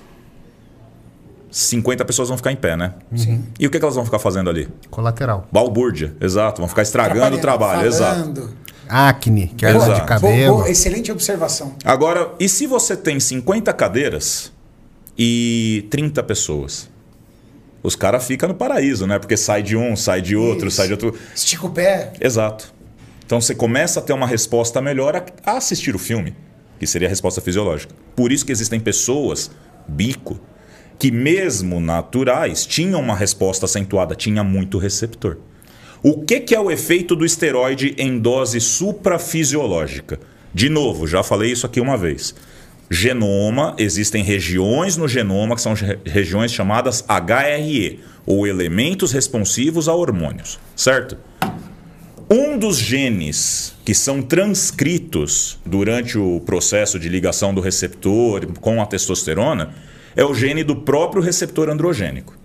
C: 50 pessoas vão ficar em pé, né? Sim. E o que, que elas vão ficar fazendo ali?
B: colateral.
C: Balbúrdia, exato. Vão ficar estragando o trabalho, exato.
A: Falando.
B: Acne, que é
C: Exato.
B: de
C: Boa,
B: cabelo.
A: Boa, excelente observação.
C: Agora, e se você tem 50 cadeiras e 30 pessoas? Os caras ficam no paraíso, né? Porque sai de um, sai de outro, sai de outro.
A: Estica o pé.
C: Exato. Então você começa a ter uma resposta melhor a- a assistir o filme, que seria a resposta fisiológica. Por isso que existem pessoas, bico, que mesmo naturais tinham uma resposta acentuada, tinha muito receptor. O que, que é o efeito do esteroide em dose suprafisiológica? De novo, já falei isso aqui uma vez. Genoma, existem regiões no genoma que são re- regiões chamadas HRE, ou elementos responsivos a hormônios, certo? Um dos genes que são transcritos durante o processo de ligação do receptor com a testosterona é o gene do próprio receptor androgênico.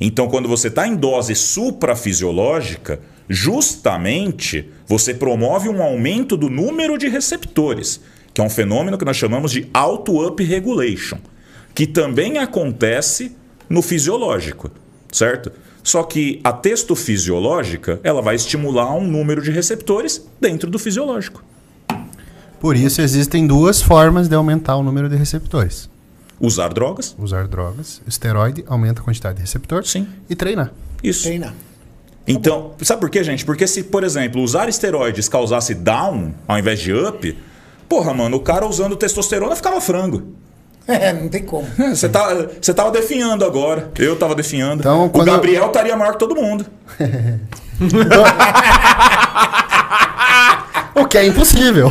C: Então, quando você está em dose suprafisiológica, justamente você promove um aumento do número de receptores, que é um fenômeno que nós chamamos de auto-up regulation, que também acontece no fisiológico, certo? Só que a texto fisiológica ela vai estimular um número de receptores dentro do fisiológico.
B: Por isso existem duas formas de aumentar o número de receptores.
C: Usar drogas?
B: Usar drogas, esteroide aumenta a quantidade de receptor
C: Sim.
B: e treinar.
C: Isso.
A: Treina.
D: Tá
C: Então, sabe por quê, gente? Porque se, por exemplo, usar esteroides causasse down ao invés de up, porra, mano, o cara usando testosterona ficava frango.
A: É, não tem como.
C: É, Você tá, você tava definhando agora. Eu tava definhando.
B: Então,
C: o
B: quando eu-
C: Gabriel estaria maior que todo mundo.
B: O que é impossível.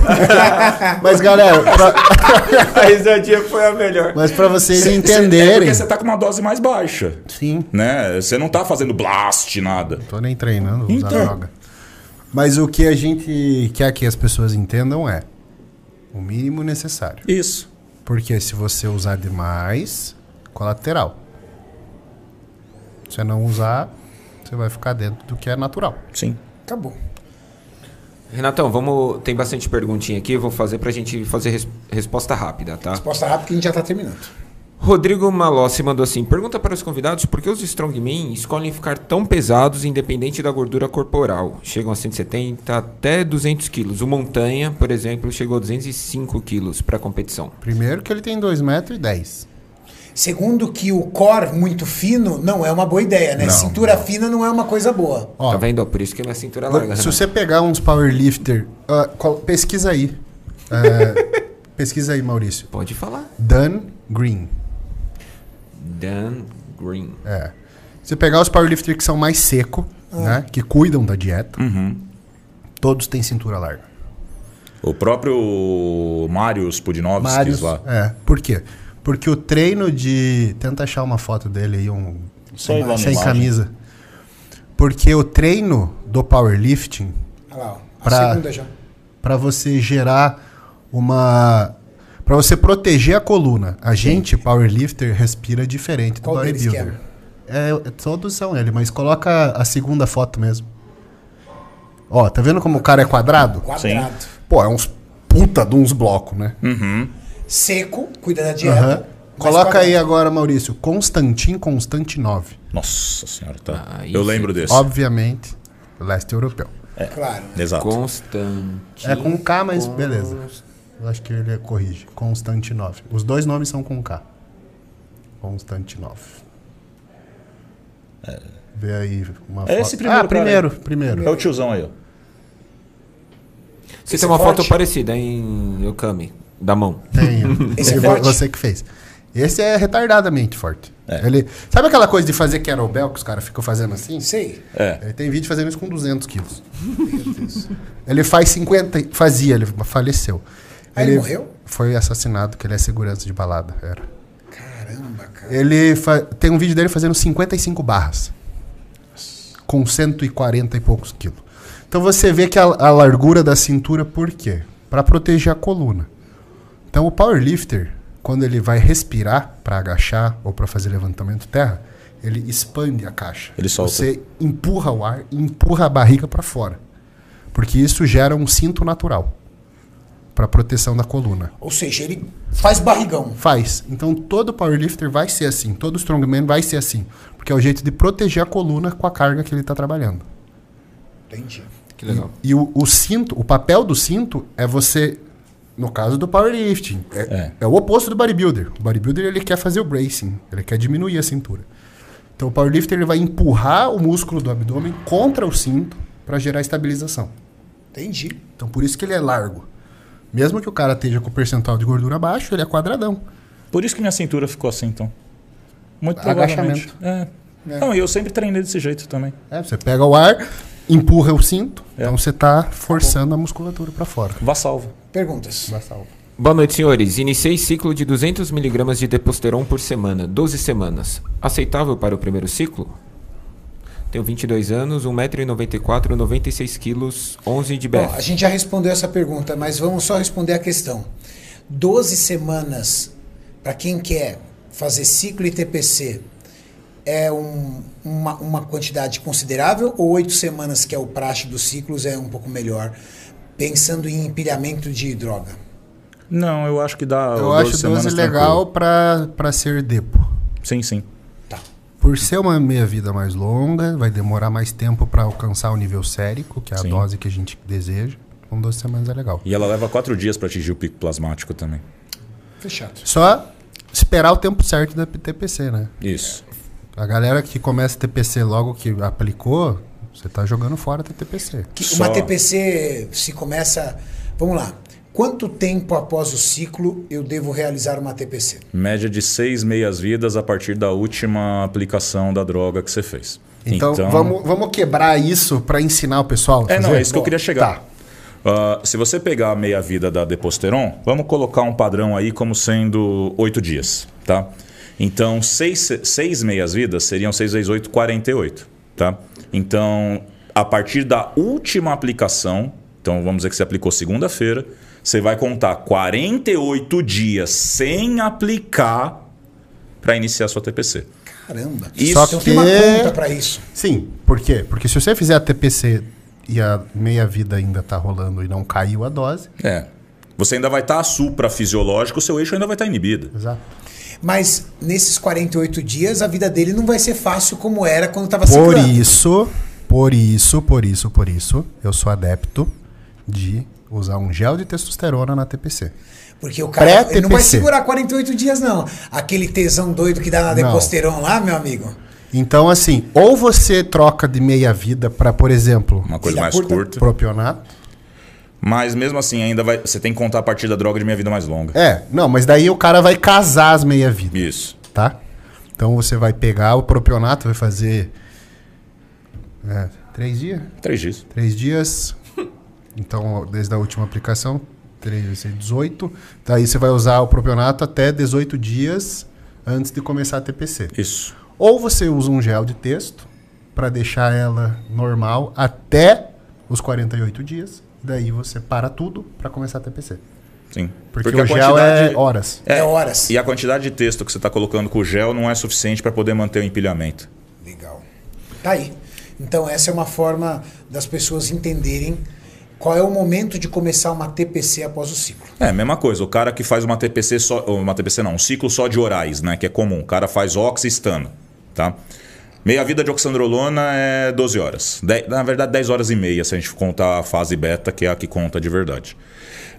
B: Mas galera, pra-
D: A risadinha foi a melhor.
B: mas para vocês
C: É
B: entenderem,
C: porque você tá com uma dose mais baixa.
B: sim,
C: Né? Você não tá fazendo blast, nada.
B: tô nem treinando, vou usar
C: Então.
B: droga. Mas o que a gente quer que as pessoas entendam é o mínimo necessário.
C: Isso.
B: Porque se você usar demais, colateral. Se você não usar, você vai ficar dentro do que é natural.
C: Sim.
A: Acabou.
D: Renatão, vamos. Tem bastante perguntinha aqui, vou fazer pra gente fazer res- resposta rápida, tá?
A: Resposta rápida que a gente já tá terminando.
D: Rodrigo Malossi mandou assim: pergunta para os convidados por que os strongmen escolhem ficar tão pesados independente da gordura corporal. Chegam a 170 até 200 quilos. O Montanha, por exemplo, chegou a 205 quilos para competição.
B: Primeiro que ele tem 2,10m.
A: Segundo que o core muito fino não é uma boa ideia, né?
C: Não,
A: Cintura fina não é uma coisa boa.
B: Ó,
D: Tá vendo? Por isso que ele é cintura larga.
B: Se
D: Renan.
B: você pegar uns powerlifter, ah, col- pesquisa aí. Ah, pesquisa aí, Maurício.
D: Pode falar.
B: Dan Green.
D: Dan Green.
B: É. Você pegar os powerlifter que são mais seco, né? Que cuidam da dieta. Todos têm cintura larga.
C: O próprio Marius Pudinovskis
B: Vários.
C: lá.
B: É. Por quê? Porque o treino de. Tenta achar uma foto dele aí, um.
C: Só ir lá na
B: sem
C: imagem.
B: camisa. Porque o treino do powerlifting,
A: Olha lá, ó. A
B: Pra-
A: segunda já.
B: para você gerar uma para você proteger a coluna. A gente, powerlifter, respira diferente do
A: Qual deles que é?
B: bodybuilder. É, todos são ele, mas coloca a segunda foto mesmo. Ó, tá vendo como o cara é quadrado?
A: Quadrado.
B: Pô, é uns puta de uns blocos, né?
A: Seco, cuida da dieta.
B: Aham.
A: Uhum. mas
B: Coloca
A: quadrado.
B: aí agora, Maurício, Constantin Constantinov.
C: Nossa senhora, tá.
D: Ah,
C: Eu
D: isso.
C: lembro desse.
B: Obviamente, leste europeu.
A: Claro.
C: Exato.
D: Constante.
B: É com K, mas beleza. Eu acho que ele corrige. Konstantinov. Os dois nomes são com K. Konstantinov. Vê aí uma
C: É esse primeiro
B: ah,
C: cara.
B: primeiro, primeiro.
C: É o tiozão aí, ó.
A: Esse
D: Você
B: é
D: tem uma
A: forte.
D: foto parecida em Okami, da mão.
B: Tenho.
A: Esse é
B: E vo-
A: forte?
B: Você que fez. Esse é retardadamente forte.
C: É.
B: Ele, sabe aquela coisa de fazer kettlebell que os caras ficam fazendo assim?
A: Sei.
C: É.
B: Ele tem vídeo fazendo isso com 200 quilos. ele faz 50... e- Fazia, ele faleceu.
A: Ah, ele morreu?
B: Foi assassinado, que ele é segurança de balada. Era.
A: Caramba, cara.
B: Ele fa- tem um vídeo dele fazendo 55 barras. Com 140 e poucos quilos. Então você vê que a, a largura da cintura, por quê? Para proteger a coluna. Então o powerlifter, quando ele vai respirar para agachar ou para fazer levantamento terra, ele expande a caixa.
C: Ele solta.
B: Você empurra o ar, empurra a barriga para fora. Porque isso gera um cinto natural para proteção da coluna.
A: Ou seja, ele faz barrigão.
B: Faz. Então todo powerlifter vai ser assim, todo strongman vai ser assim. Porque é o jeito de proteger a coluna com a carga que ele está trabalhando.
A: Entendi.
D: Que legal.
B: E o, o cinto, o papel do cinto é você, no caso do powerlifting, é,
C: É.
B: é o oposto do bodybuilder. O bodybuilder ele quer fazer o bracing, ele quer diminuir a cintura. Então o powerlifter ele vai empurrar o músculo do abdômen contra o cinto para gerar estabilização.
A: Entendi.
B: Então por isso que ele é largo. Mesmo que o cara esteja com o percentual de gordura baixo, ele é quadradão.
C: Por isso que minha cintura ficou assim, então. Muito
B: Agachamento.
C: provavelmente. É. Não, e eu sempre treinei desse jeito também.
B: É, você pega o ar, empurra o cinto,
C: É.
B: então você tá forçando a musculatura para fora.
C: Vá salvo.
A: Perguntas.
D: Boa noite, senhores. Iniciei ciclo de 200mg de deposteron por semana, 12 semanas. Aceitável para o primeiro ciclo? Tenho 22 anos, 1,94m, 96kg, 11 de
A: Bom, a
D: BF.
A: gente já respondeu essa pergunta, mas vamos só responder a questão. 12 semanas para quem quer fazer ciclo e TPC é um- uma, uma quantidade considerável ou oito semanas, que é o praxe dos ciclos, é um pouco melhor, pensando em empilhamento de droga?
C: Não, eu acho que dá.
B: Eu
C: 12
B: acho 12
C: semanas
B: legal pra pra ser depo.
C: tranquilo. Sim, sim.
B: Por ser uma meia-vida mais longa, vai demorar mais tempo para alcançar o nível sérico, que é a
C: Sim.
B: dose que a gente deseja. Com 12 semanas é legal.
C: E ela leva quatro dias pra atingir o pico plasmático também.
A: Fechado.
B: Só esperar o tempo certo da TPC, né?
C: Isso.
B: A galera que começa TPC logo que aplicou, você tá jogando fora da TPC.
A: Que
C: Só-
A: uma TPC se começa. Vamos lá. Quanto tempo após o ciclo eu devo realizar uma TPC?
C: Média de seis meias vidas a partir da última aplicação da droga que você fez.
B: Então, Vamos, vamos quebrar isso para ensinar o pessoal. a
C: É, não,
B: fazer?
C: é isso que eu queria chegar.
B: Tá.
C: Ah, se você pegar a meia-vida da Deposteron, vamos colocar um padrão aí como sendo oito dias, tá? Então, seis, se- seis meias-vidas seriam 6 vezes 8, 48, tá? Então, a partir da última aplicação, então vamos dizer que você aplicou segunda-feira, você vai contar 48 dias sem aplicar para iniciar sua TPC.
A: Caramba.
C: Isso.
A: então tem uma
B: que-
A: conta para isso.
B: Sim, por quê? Porque se você fizer a TPC e a meia-vida ainda tá rolando e não caiu a dose.
C: É. Você ainda vai estar tá suprafisiológico, seu eixo ainda vai tá estar inibido.
B: Exato.
A: Mas nesses 48 dias a vida dele não vai ser fácil como era quando estava
B: Por
A: ciclando.
B: isso, por isso, por isso, por isso, eu sou adepto de usar um gel de testosterona na TPC.
A: Porque o cara ele não vai
B: Pré-TPC.
A: segurar 48 dias, não. Aquele tesão doido que dá na deposteron lá, meu amigo.
B: Então, assim, ou você troca de meia-vida para, por exemplo,
C: Uma coisa
A: Vida
C: mais
A: curta,
C: curta.
B: propionato.
C: Mas mesmo assim, ainda vai. Você tem que contar a partir da droga de minha vida mais longa.
B: É, não, mas daí o cara vai casar as meia-vidas.
C: Isso.
B: tá? Então você vai pegar o propionato, vai fazer é, três dias,
C: Três dias.
B: três dias. Então desde a última aplicação, três vai ser 18. Daí você vai usar o propionato até 18 dias antes de começar a TPC.
C: Isso.
B: Ou você usa um gel de texto para deixar ela normal até os 48 dias. Daí você para tudo para começar a TPC.
C: Sim.
B: Porque, o gel é horas.
A: É horas.
C: E a quantidade de texto que você está colocando com o gel não é suficiente para poder manter o empilhamento.
A: Legal. Tá aí. Então essa é uma forma das pessoas entenderem qual é o momento de começar uma TPC após o ciclo.
C: É, mesma coisa. O cara que faz uma TPC só. Uma TPC não, um ciclo só de orais, né? Que é comum. O cara faz oxistano, tá? Meia vida de oxandrolona é 12 horas. De- na verdade, 10 horas e meia, se a gente contar a fase beta, que é a que conta de verdade.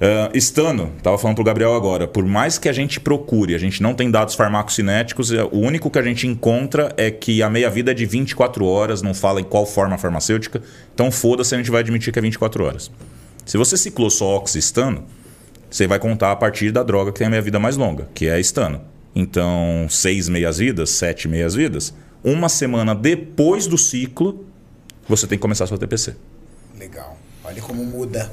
C: Ah, estando, estava falando para o Gabriel agora, por mais que a gente procure, a gente não tem dados farmacocinéticos, é, o único que a gente encontra é que a meia-vida é de 24 horas, não fala em qual forma farmacêutica, então foda-se, a gente vai admitir que é 24 horas. Se você ciclou só oxistano, você vai contar a partir da droga que tem a meia-vida mais longa, que é a estano. Então, seis meias-vidas, sete meias-vidas, uma semana depois do ciclo, você tem que começar a sua TPC.
A: Legal. Olha como muda.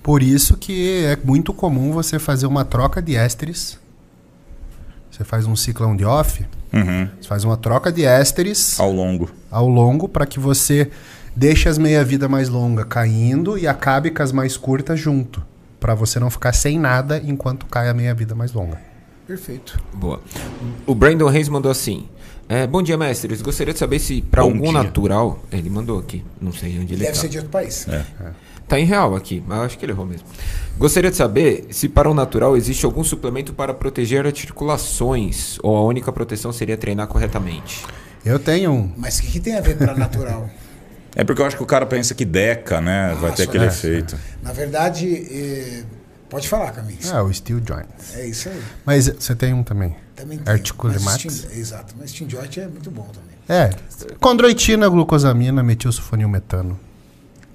B: Por isso que é muito comum você fazer uma troca de ésteres. Você faz um ciclão de off, você faz uma troca de ésteres
C: Ao longo.
B: ao longo para que você deixe as meia-vida mais longa caindo e acabe com as mais curtas junto. Para você não ficar sem nada enquanto cai a meia-vida mais longa.
A: Perfeito.
D: Boa. O Brandon Reis mandou assim. é, bom dia, mestres. Gostaria de saber se para
C: Bom
D: algum
C: dia.
D: natural. Ele mandou aqui. Não sei onde ele
A: Deve
D: tá.
A: ser de outro país.
D: Tá em real aqui, mas acho que ele errou mesmo. Gostaria de saber se para o natural existe algum suplemento para proteger articulações ou a única proteção seria treinar corretamente.
B: Eu tenho um.
A: Mas o que, que tem a ver para natural?
C: É porque eu acho que o cara pensa que deca, né? vai ter
A: Nossa,
B: é.
C: aquele
A: né?
C: efeito.
A: Na verdade, eh, pode falar, Camis.
B: Ah, o Steel Joints.
A: É isso aí.
B: Mas você tem um também.
A: Também tem. Mas
B: Articulemax.
A: Steam- Exato. Mas Steam Joint é muito bom também.
B: É. Condroitina, glucosamina, metilsulfonilmetano.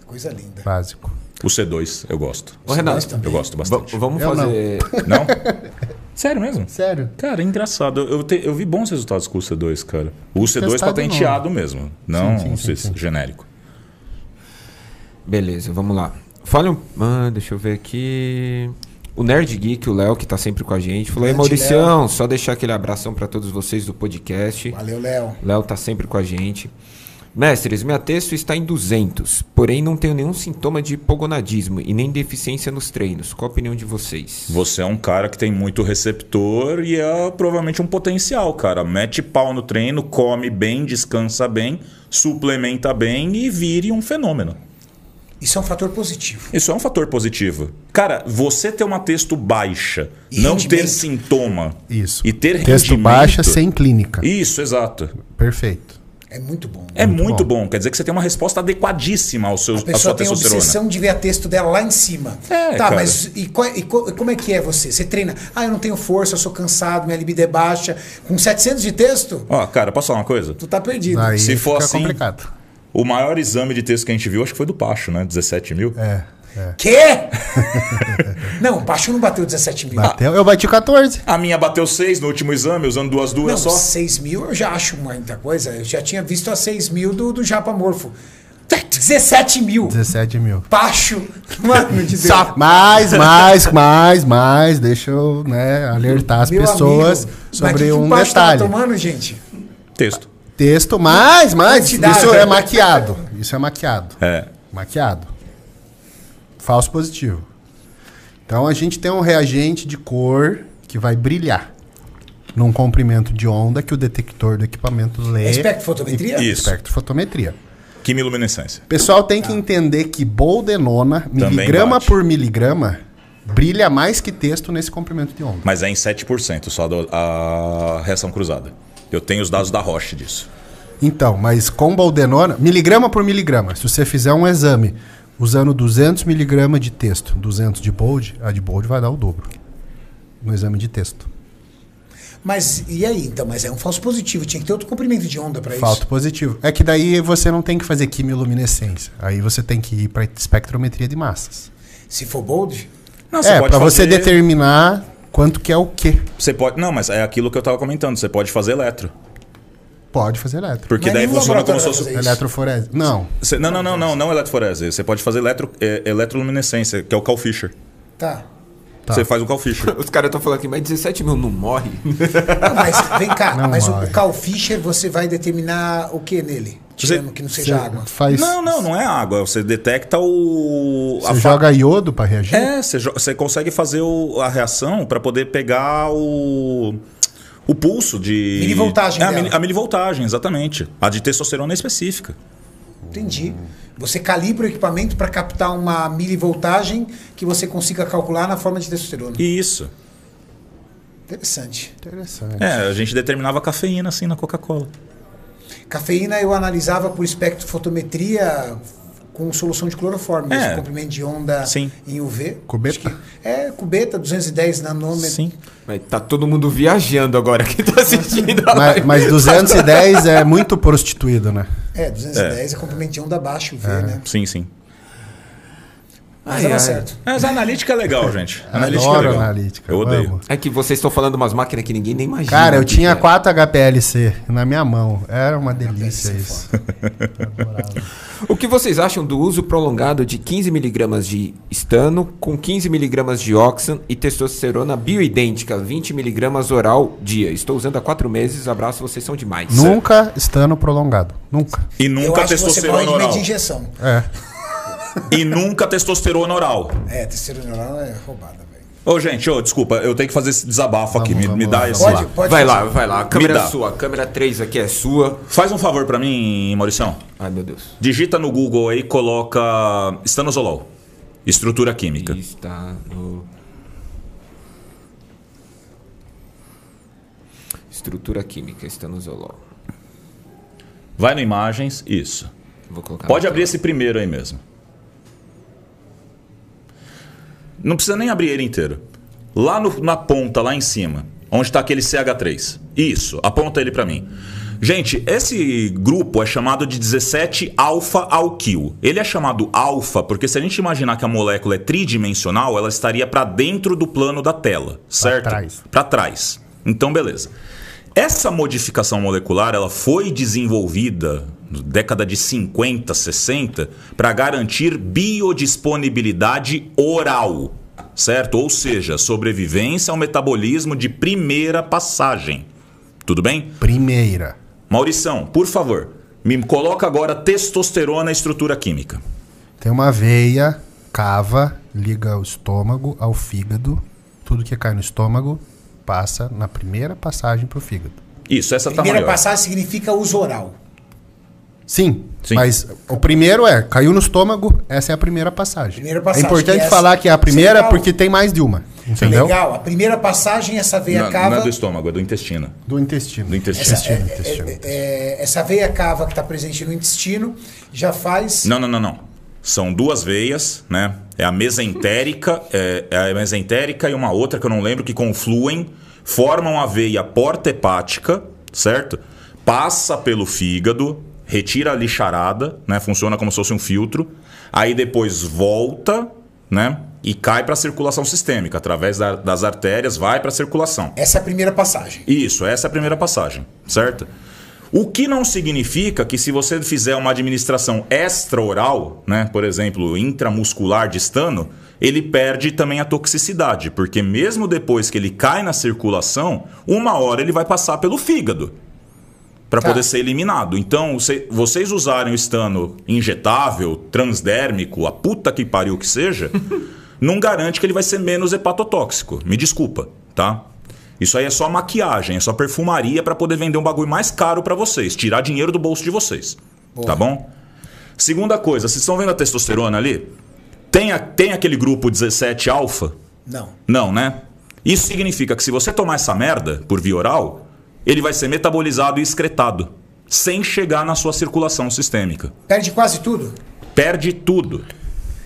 A: Coisa linda.
B: Básico.
C: O C2, eu gosto.
D: Ô, Renato,
A: gosta?
C: Eu gosto bastante.
D: va- vamos
B: Eu não.
D: fazer.
C: Não? Sério mesmo?
B: Sério?
C: Cara, é engraçado. Eu, te- eu vi bons resultados com o C2, cara. O C2
B: Testado
C: patenteado mesmo, não
B: Sim, sim,
C: o
B: sim,
C: cis- genérico.
D: Beleza, vamos lá. Fale um. Ah, deixa eu ver aqui. O Nerd Geek, o Léo, que tá sempre com a gente, falou: Ei,
A: Grande
D: Mauricião, só deixar aquele abração para todos vocês do podcast.
A: Valeu, Léo.
D: Léo tá sempre com a gente. Mestres, minha texto está em 200, porém não tenho nenhum sintoma de hipogonadismo e nem deficiência nos treinos. Qual a opinião de vocês?
C: Você é um cara que tem muito receptor e é provavelmente um potencial, cara. Mete pau no treino, come bem, descansa bem, suplementa bem e vire um fenômeno.
A: Isso é um fator positivo.
C: Isso é um fator positivo. Cara, você ter uma texto baixa,
A: E
C: não
A: rendimento.
C: ter sintoma
B: Isso.
C: e ter
B: Texto
C: rendimento-
B: baixa sem clínica.
C: Isso, exato.
B: Perfeito.
A: É muito bom.
C: É muito, bom.
B: bom.
C: Quer dizer que você tem uma resposta adequadíssima ao seu,
A: A
C: à sua
A: pessoa tem a
C: testosterona.
A: obsessão de ver a texto dela lá em cima.
C: É,
A: tá,
C: cara.
A: mas e, co- e co- e como é que é você? Você treina? Ah, eu não tenho força, eu sou cansado, minha libido é baixa. Com 700 de texto,
C: Ó, cara, posso falar uma coisa?
A: tu tá perdido.
B: Aí
C: Se for
B: fica
C: assim-
B: complicado.
C: O maior exame de texto que a gente viu, acho que foi do Pacho, né? 17 mil.
B: É. é.
A: Quê? não, o Pachu não bateu 17
C: Ah.
A: mil. Ah,
B: Bateu. Eu bati 14.
C: A minha bateu 6 no último exame, usando duas
A: Não,
C: duas só.
A: 6 mil eu já acho muita coisa. Eu já tinha visto a 6 mil do, do Japa Morfo. 17 mil.
B: 17 mil.
A: Pacho. Mano de Deus.
B: Tá. Mais, mais, mais, mais. Deixa eu né, alertar as
A: Meu
B: pessoas
A: amigo. Mas que
B: sobre
A: que o
B: um
A: Pacho tava
B: detalhe.
A: tomando, gente?
C: Texto.
B: Texto, mais, mais.
A: Quantidade.
B: Isso é maquiado. Isso é maquiado.
C: É.
B: Maquiado. Falso positivo. Então a gente tem um reagente de cor que vai brilhar num comprimento de onda que o detector do equipamento lê.
A: É espectrofotometria?
C: Isso.
B: Espectrofotometria.
C: Quimiluminescência.
B: Pessoal tem que entender que boldenona, miligrama
C: Tá. bate.
B: por miligrama, brilha mais que texto nesse comprimento de onda.
C: Mas é em 7% só do- a reação cruzada. Eu tenho os dados da Roche disso.
B: Então, mas com boldenona, miligrama por miligrama, se você fizer um exame usando 200 miligramas de texto, 200 de bold, a de bold vai dar o dobro no exame de texto.
A: Mas e aí, então? Mas é um falso positivo. Tinha que ter outro comprimento de onda pra isso.
B: Falta positivo. É que daí você não tem que fazer quimioluminescência. Aí você tem que ir para espectrometria de massas.
A: Se for bold,
C: Não,
B: é, para você
C: fazer-
B: determinar quanto que é o quê.
C: Você pode... Não, mas é aquilo que eu tava comentando. Você pode fazer eletro.
B: Pode fazer eletro.
C: Porque é
A: Mas
C: daí
A: nenhum
C: funciona como
A: laboratório
C: se
A: vai
C: fosse...
A: fazer isso.
B: Eletroforese. Não.
C: Você- não, não, não, não, não eletroforese. Você pode fazer eletro, é, eletroluminescência, que é o Carl Fischer.
A: tá.
B: Tá.
C: Você faz o Carl Fischer.
D: Os caras estão falando aqui, mas 17 mil não morre?
A: Não, mas vem cá,
B: Não
A: mas o,
B: vai.
A: o Carl Fischer você vai determinar o que nele?
C: Você-
A: Tirando que não seja
B: Você
A: água.
B: Faz,
C: não, não, não é água. Você detecta o... a
B: Você
C: fa-
B: joga iodo para reagir?
C: É, você, jo- você consegue fazer o- a reação pra poder pegar o, o pulso de.
A: Milivoltagem
C: É, a,
A: dela.
C: mili, a milivoltagem, exatamente. A de testosterona é específica.
A: Entendi. Você calibra o equipamento para captar uma milivoltagem que você consiga calcular na forma de testosterona.
C: E isso.
A: Interessante.
B: Interessante.
C: É, a gente determinava a cafeína assim na Coca-Cola.
A: Cafeína eu analisava por espectrofotometria com com solução de cloroforme,
C: É.
A: mesmo comprimento de onda
C: Sim.
A: em UV.
B: Cubeta.
A: Acho que- É, cubeta, 210 nanômetros.
C: Sim.
D: Mas tá todo mundo viajando agora que tá assistindo
B: Mas,
D: a live.
B: mas 210 é muito prostituído, né?
A: É, 210 é, comprimento de onda baixa UV, né?
C: Sim, sim.
A: Mas
D: Ai,
A: dava
D: ai.
A: certo.
C: Mas a analítica é legal, gente. A analítica é
B: Adoro
C: legal.
B: analítica.
C: Eu odeio.
B: amo.
D: É que vocês estão falando umas máquinas que ninguém nem imagina.
B: Cara, eu
D: que
B: tinha
D: é.
B: 4 HPLC na minha mão. Era uma
C: é
B: delícia isso.
D: O que vocês acham do uso prolongado de 15mg de estano com 15mg de oxan e testosterona bioidêntica, 20mg oral dia? Estou usando há 4 meses, abraço, vocês são demais.
B: Nunca estando prolongado. Nunca.
C: E
A: Eu
C: nunca
A: acho que você
C: testosterona
A: corre
C: oral.
A: de injeção.
B: É.
C: E nunca testosterona oral.
A: É, terceiro neural é roubada, velho.
C: Ô, gente, ô, desculpa, eu tenho que fazer esse desabafo aqui. Me,
B: vamos
C: me
B: lá,
C: dá esse.
A: Pode, pode.
D: Vai lá,
A: fazer.
D: vai lá. A
C: Me
D: câmera
C: dá.
D: é sua, a câmera 3 aqui é sua.
C: Faz um favor pra mim, Mauricião.
D: Ai, meu Deus.
C: Digita no Google aí, coloca estanozolol. Estrutura química.
D: Está no... Estrutura química, estanozolol.
C: Vai no imagens, isso.
D: Vou colocar
C: Pode
D: na
C: abrir
D: tela.
C: esse primeiro aí mesmo. Não precisa nem abrir ele inteiro. Lá no- na ponta, lá em cima, onde está aquele CH3. Isso, aponta ele para mim. Gente, esse grupo é chamado de 17 alfa alquil. Ele é chamado alfa porque se a gente imaginar que a molécula é tridimensional, ela estaria para dentro do plano da tela, certo?
B: trás.
C: Para trás. Então, beleza. Essa modificação molecular ela foi desenvolvida na década de 50, 60 para garantir biodisponibilidade oral, certo? Ou seja, sobrevivência ao metabolismo de primeira passagem. Tudo bem?
B: Primeira.
C: Maurição, por favor, me coloca agora testosterona e estrutura química.
B: Tem uma veia, cava, liga o estômago ao fígado. Tudo que cai no estômago passa na primeira passagem pro fígado.
C: Isso, essa tá
A: Primeira
C: maior.
A: passagem significa uso oral.
B: Sim,
C: Sim.
B: mas o primeiro é, caiu no estômago, essa é a primeira passagem.
A: Primeira passagem,
B: é importante
A: que é essa.
B: falar que é a primeira
A: Legal.
B: porque tem mais de uma, entendeu?
A: Legal. A primeira passagem, essa veia
C: Não, não
A: cava.
C: é do estômago, é do intestino.
B: Do intestino.
C: Do intestino.
B: Intestino,
A: é,
B: intestino, intestino.
A: é, essa veia cava que está presente no intestino já faz.
C: Não, não, não, não. São duas veias, né? É a mesentérica, é, é a mesentérica e uma outra que eu não lembro que confluem, formam a veia porta hepática, certo? Passa pelo fígado, retira a lixarada, né? Funciona como se fosse um filtro. Aí depois volta, né? E cai para a circulação sistêmica, através da- das artérias, vai para a circulação.
A: Essa é a primeira passagem.
C: Isso, essa é a primeira passagem, certo? O que não significa que se você fizer uma administração extraoral, né, por exemplo, intramuscular de estano, ele perde também a toxicidade, porque mesmo depois que ele cai na circulação, uma hora ele vai passar pelo fígado para
A: Tá.
C: poder ser eliminado. Então, se- vocês usarem o estano injetável, transdérmico, a puta que pariu que seja, não garante que ele vai ser menos hepatotóxico. Me desculpa, tá? Isso aí é só maquiagem, é só perfumaria para poder vender um bagulho mais caro para vocês, tirar dinheiro do bolso de vocês. Tá bom? Segunda coisa, vocês estão vendo a testosterona ali? Tem, a- tem aquele grupo 17 alfa?
A: Não.
C: Não, né? Isso significa que se você tomar essa merda por via oral, ele vai ser metabolizado e excretado, sem chegar na sua circulação sistêmica.
A: Perde quase tudo.
C: Perde tudo.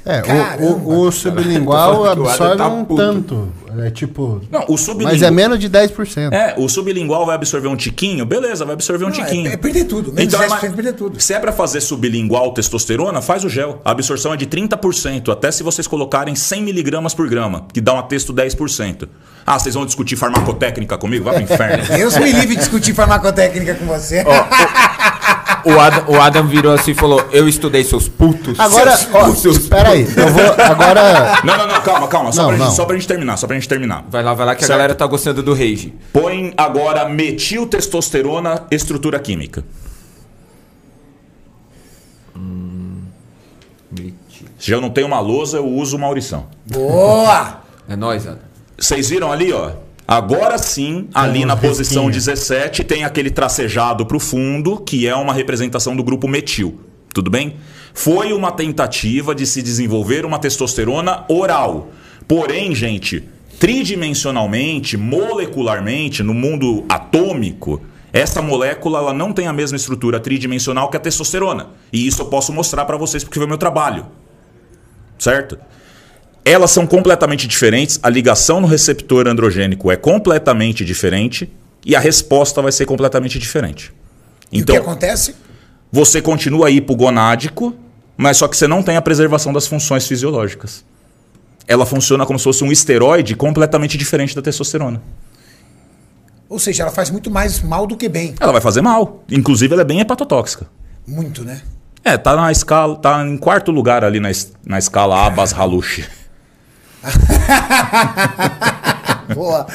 B: É, o-
A: Caramba.
B: o, o sublingual
D: Tô falando que o Adam
B: absorve
D: tá
B: um
D: puto.
B: tanto. É tipo.
C: Não, o sublingual.
B: Mas é menos de 10%.
C: É, o sublingual vai absorver um tiquinho? Beleza, vai absorver um
A: Não, é-
C: tiquinho.
A: é perder tudo, menos
C: é
A: 10%
C: ma-
A: perder tudo.
C: Se é pra fazer sublingual testosterona, faz o gel. A absorção é de 30%, até se vocês colocarem 100 miligramas por grama, que dá um texto 10%. Ah, vocês vão discutir farmacotécnica comigo? Vai pro inferno.
A: Deus me livre de discutir farmacotécnica com você.
D: O Adam, o Adam virou assim e falou: Eu estudei seus putos.
B: Agora,
D: seus,
B: ó,
D: seus
B: peraí. Eu vou. Agora.
C: Não, não, não, calma, calma. Só,
B: Não,
C: pra,
B: não.
C: Gente, só pra gente terminar, só pra gente terminar.
D: Vai lá, vai lá que a
C: Certo.
D: galera tá gostando do rage.
C: Põe agora metiltestosterona, estrutura química. Se eu não tenho uma lousa, eu uso uma aurição.
A: Boa!
D: É nóis, Adam.
C: Vocês viram ali, ó? Agora sim, ali na posição 17, tem aquele tracejado pro fundo, que é uma representação do grupo metil. Tudo bem? Foi uma tentativa de se desenvolver uma testosterona oral. Porém, gente, tridimensionalmente, molecularmente, no mundo atômico, Essa molécula ela não tem a mesma estrutura tridimensional que a testosterona. E isso eu posso mostrar para vocês porque foi o meu trabalho. Certo? Elas são completamente diferentes, a ligação no receptor androgênico é completamente diferente e a resposta vai ser completamente diferente. Então,
A: E o que acontece?
C: Você continua hipogonádico, mas só que você não tem a preservação das funções fisiológicas. Ela funciona como se fosse um esteroide completamente diferente da testosterona.
A: Ou seja, ela faz muito mais mal do que bem.
C: Ela vai fazer mal. Inclusive, ela é bem hepatotóxica.
A: Muito, né?
C: É, tá na escala, tá em quarto lugar ali na, es- na escala Abbas Halushi.
A: Boa.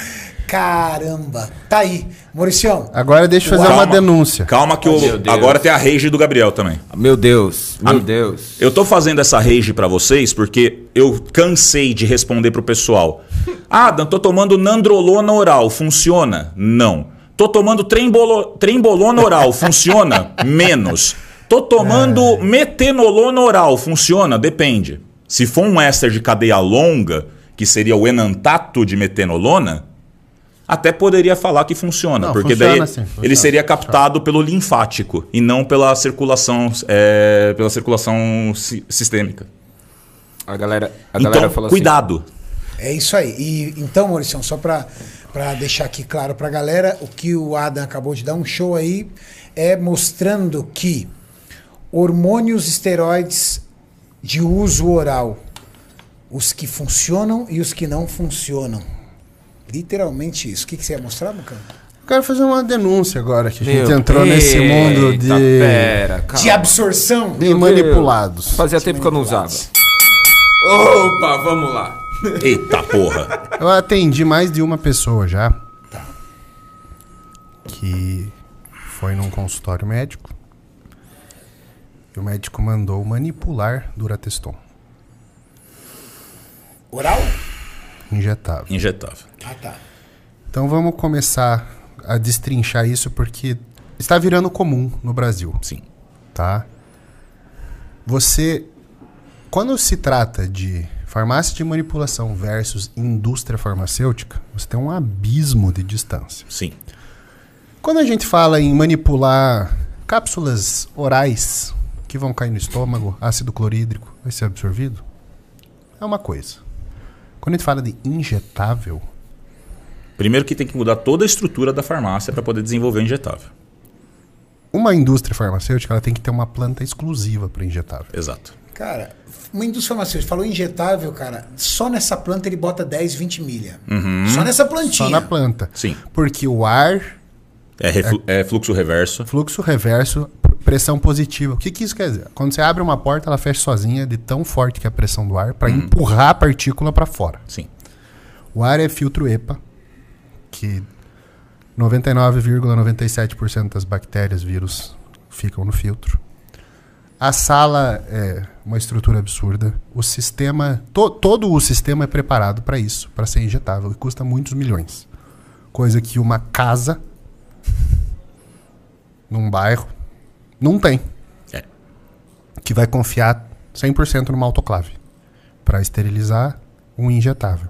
A: Caramba. Tá aí. Mauricião,
B: Agora deixa eu fazer
A: Tá
C: Calma.
B: uma denúncia.
C: Calma que eu,
D: Meu Deus.
C: agora tem a rage do Gabriel também.
D: Meu Deus, meu
C: Ah,
D: Deus.
C: Eu tô fazendo essa rage pra vocês porque eu cansei de responder pro pessoal. Adam, tô tomando nandrolona oral, funciona? Não. Tô tomando trembolo, trembolona oral, funciona? Menos. Tô tomando metenolona oral, funciona? Depende. Se for um éster de cadeia longa, que seria o enantato de metenolona, até poderia falar que funciona,
B: Não,
C: porque
B: funciona
C: daí
B: sim, funciona.
C: ele seria captado pelo linfático e não pela circulação, é, pela circulação si- sistêmica.
D: A galera, a galera
C: Então,
D: fala assim.
C: cuidado.
A: é isso aí. E então, Mauricião, só pra, pra deixar aqui claro pra galera, o que o Adam acabou de dar um show aí é mostrando que hormônios esteroides de uso oral, os que funcionam e os que não funcionam. Literalmente isso. O que, que você ia mostrar, Bucão?
B: Eu quero fazer uma denúncia agora, que a gente
D: Meu-
B: entrou nesse
D: Eita,
B: mundo de,
D: Pera, calma.
A: De absorção.
B: de manipulados.
D: Fazia tempo que eu não usava. Opa, vamos lá.
C: Eita porra.
B: Eu atendi mais de uma pessoa já. Que foi num consultório médico. E o médico mandou manipular Durateston.
A: Oral?
B: Injetável.
C: Injetável.
A: Ah, tá.
B: Então vamos começar a destrinchar isso porque está virando comum no Brasil.
C: Sim.
B: tá? Você, quando se trata de farmácia de manipulação versus indústria farmacêutica, você tem um abismo de distância.
C: Sim.
B: Quando a gente fala em manipular cápsulas orais que vão cair no estômago, ácido clorídrico vai ser absorvido, é uma coisa. Quando a gente fala de injetável,
C: Primeiro que tem que mudar toda a estrutura da farmácia para poder desenvolver o injetável.
B: uma indústria farmacêutica ela tem que ter uma planta exclusiva para injetável.
C: Exato.
A: Cara, uma indústria farmacêutica falou injetável, cara, só nessa planta ele bota 10, 20 milha. Só nessa plantinha.
B: Uhum. Só na planta.
C: Sim.
B: Porque o ar
C: É, reflu- é fluxo reverso.
B: Fluxo reverso, pressão positiva. O que, que isso quer dizer? Quando você abre uma porta, ela fecha sozinha de tão forte que é a pressão do ar para empurrar a partícula para fora.
C: Sim.
B: O ar é filtro EPA, que 99,97% das bactérias, vírus ficam no filtro. A sala é uma estrutura absurda. O sistema, to- todo o sistema é preparado para isso, para ser injetável e custa muitos milhões. Coisa que uma casa num bairro não tem,
C: É.
B: que vai confiar 100% numa autoclave para esterilizar um injetável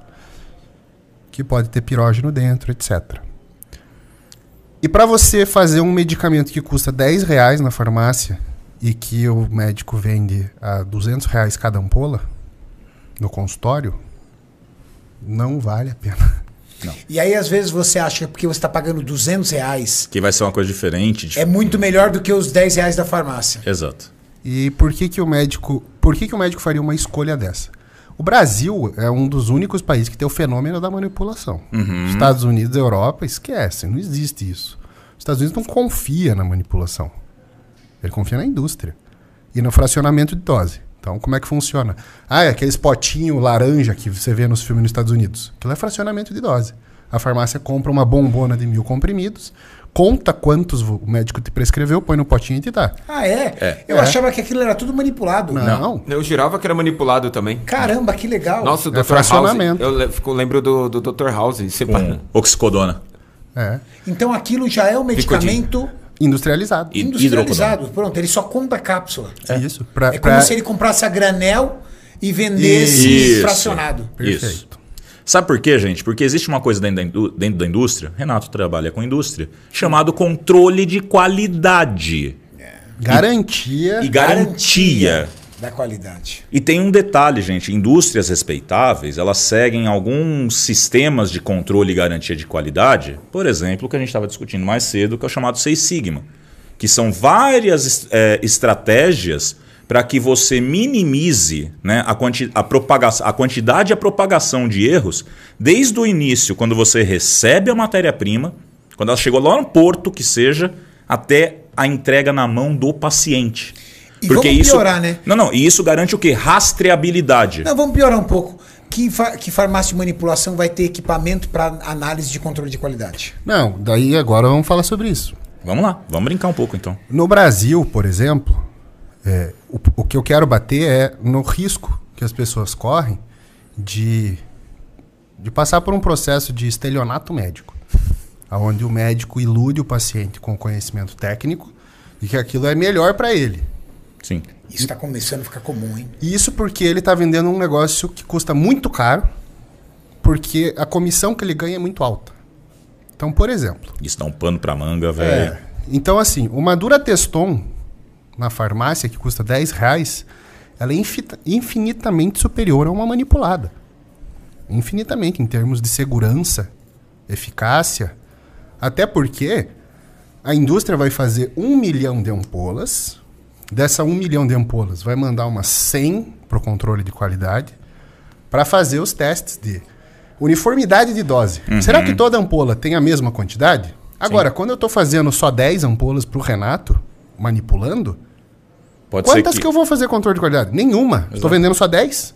B: que pode ter pirógeno dentro, etc. E para você fazer um medicamento que custa 10 reais na farmácia e que o médico vende a 200 reais cada ampola no consultório, não vale a pena.
A: E aí, às vezes, você acha que é porque você está pagando 200 reais,
C: Que vai ser uma coisa diferente. de-
A: é muito melhor do que os 10 reais da farmácia.
C: Exato.
B: E por que, que o médico, por que, que o médico faria uma escolha dessa? O Brasil é um dos únicos países que tem o fenômeno da manipulação. Estados Unidos, Europa, esquece, não existe isso. Os Estados Unidos não confia na manipulação. Ele confia na indústria e no fracionamento de dose. Então, como é que funciona? Ah, é aqueles potinhos laranja que você vê nos filmes nos Estados Unidos. Aquilo é fracionamento de dose. A farmácia compra uma bombona de mil comprimidos, conta quantos vo- o médico te prescreveu, põe no potinho e te dá.
A: Ah, é? Eu achava que aquilo era tudo manipulado.
B: Não.
D: Eu jurava que era manipulado também.
A: Caramba, que legal.
D: Nossa, o
B: É
D: Dr. House.
B: fracionamento.
D: Eu le- fico- lembro do, do Dr. House. separa-
C: Com oxicodona.
B: É.
A: Então aquilo já é um medicamento
B: Industrializado.
C: E-
A: industrializado. Pronto, ele só compra cápsula.
B: É isso. Pra,
A: É como
B: pra-
A: se ele comprasse a granel e vendesse
C: Isso.
A: fracionado.
B: Perfeito.
C: Isso. Sabe por quê, gente? Porque existe uma coisa dentro da, indú- dentro da indústria, Renato trabalha com indústria, chamado controle de qualidade
B: Garantia.
C: e garantia.
A: Da qualidade.
C: E tem um detalhe, gente. Indústrias respeitáveis, elas seguem alguns sistemas de controle e garantia de qualidade. Por exemplo, o que a gente estava discutindo mais cedo, que é o chamado Seis Sigma. Que são várias es- eh, estratégias para que você minimize né, a, quanti a, propaga- a quantidade e a propagação de erros desde o início, quando você recebe a matéria-prima, quando ela chegou lá no porto, que seja, até a entrega na mão do paciente.
A: E vamos piorar, né?
C: Não, não. E isso garante o quê? Rastreabilidade.
A: Não, vamos piorar um pouco. Que, fa- que farmácia de manipulação vai ter equipamento para análise de controle de qualidade?
B: Não, daí agora vamos falar sobre isso.
C: Vamos lá, vamos brincar um pouco então.
B: No Brasil, por exemplo, é, o, o que eu quero bater é no risco que as pessoas correm de, de passar por um processo de estelionato médico, onde o médico ilude o paciente com conhecimento técnico e que aquilo é melhor para ele.
C: Sim.
A: Isso está começando a ficar comum, hein?
B: E Isso porque ele está vendendo um negócio que custa muito caro, porque a comissão que ele ganha é muito alta. Então, por exemplo,
C: Isso dá um pano pra manga, velho.
B: Então, assim, uma dura Teston na farmácia, que custa 10 reais, ela é infita- infinitamente superior a uma manipulada. Infinitamente, em termos de segurança, eficácia. Até porque a indústria vai fazer um milhão de ampolas. Dessa um milhão de ampolas, vai mandar umas 100 para o controle de qualidade para fazer os testes de uniformidade de dose. Será que toda ampola tem a mesma quantidade? Agora, quando eu estou fazendo só 10 ampolas para o Renato, manipulando,
C: Pode
B: quantas
C: ser
B: que...
C: que,
B: eu vou fazer controle de qualidade? Nenhuma. Estou vendendo só 10.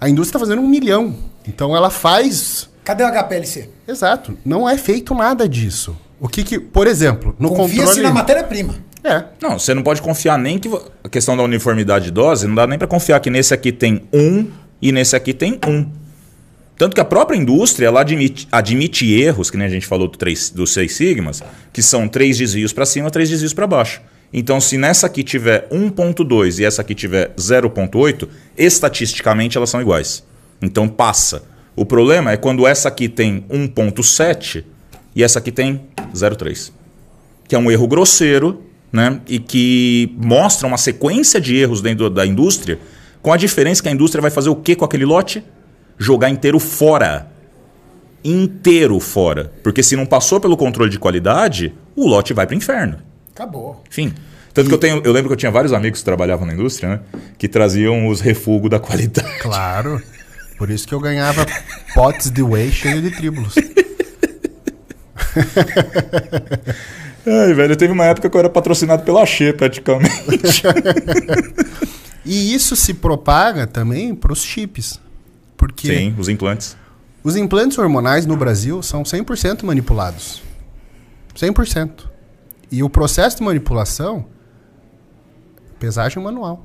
B: A indústria está fazendo um milhão. Então ela faz.
A: Cadê o HPLC?
B: Exato. Não é feito nada disso. O que que. Por exemplo, no
A: Confia-se
B: controle.
A: na matéria-prima.
B: É.
C: Não, você não pode confiar nem que. vo- A questão da uniformidade de dose, não dá nem pra confiar que nesse aqui tem um e nesse aqui tem um. Tanto que a própria indústria ela admite, admite erros, que nem a gente falou do três, dos seis sigmas, que são três desvios para cima, três desvios para baixo. Então, se nessa aqui tiver 1.2 e essa aqui tiver 0.8, estatisticamente elas são iguais. Então passa. O problema é quando essa aqui tem 1.7 e essa aqui tem 0.3 que é um erro grosseiro, né? E que mostra uma sequência de erros dentro da indústria, com a diferença que a indústria vai fazer o que com aquele lote? Jogar inteiro fora. Inteiro fora. Porque se não passou pelo controle de qualidade, o lote vai para o inferno.
A: Acabou.
C: Enfim. Tanto que eu, tenho, eu lembro que eu tinha vários amigos que trabalhavam na indústria, né? Que traziam os refugos da qualidade.
B: Claro. Por isso que eu ganhava potes de whey cheio de tríbulos.
C: Ai, velho, teve uma época que eu era patrocinado pela Xê, praticamente.
B: E isso se propaga também para os chips. Porque
C: Sim, os implantes.
B: Os implantes hormonais no Brasil são 100% manipulados. 100%. E o processo de manipulação pesagem manual.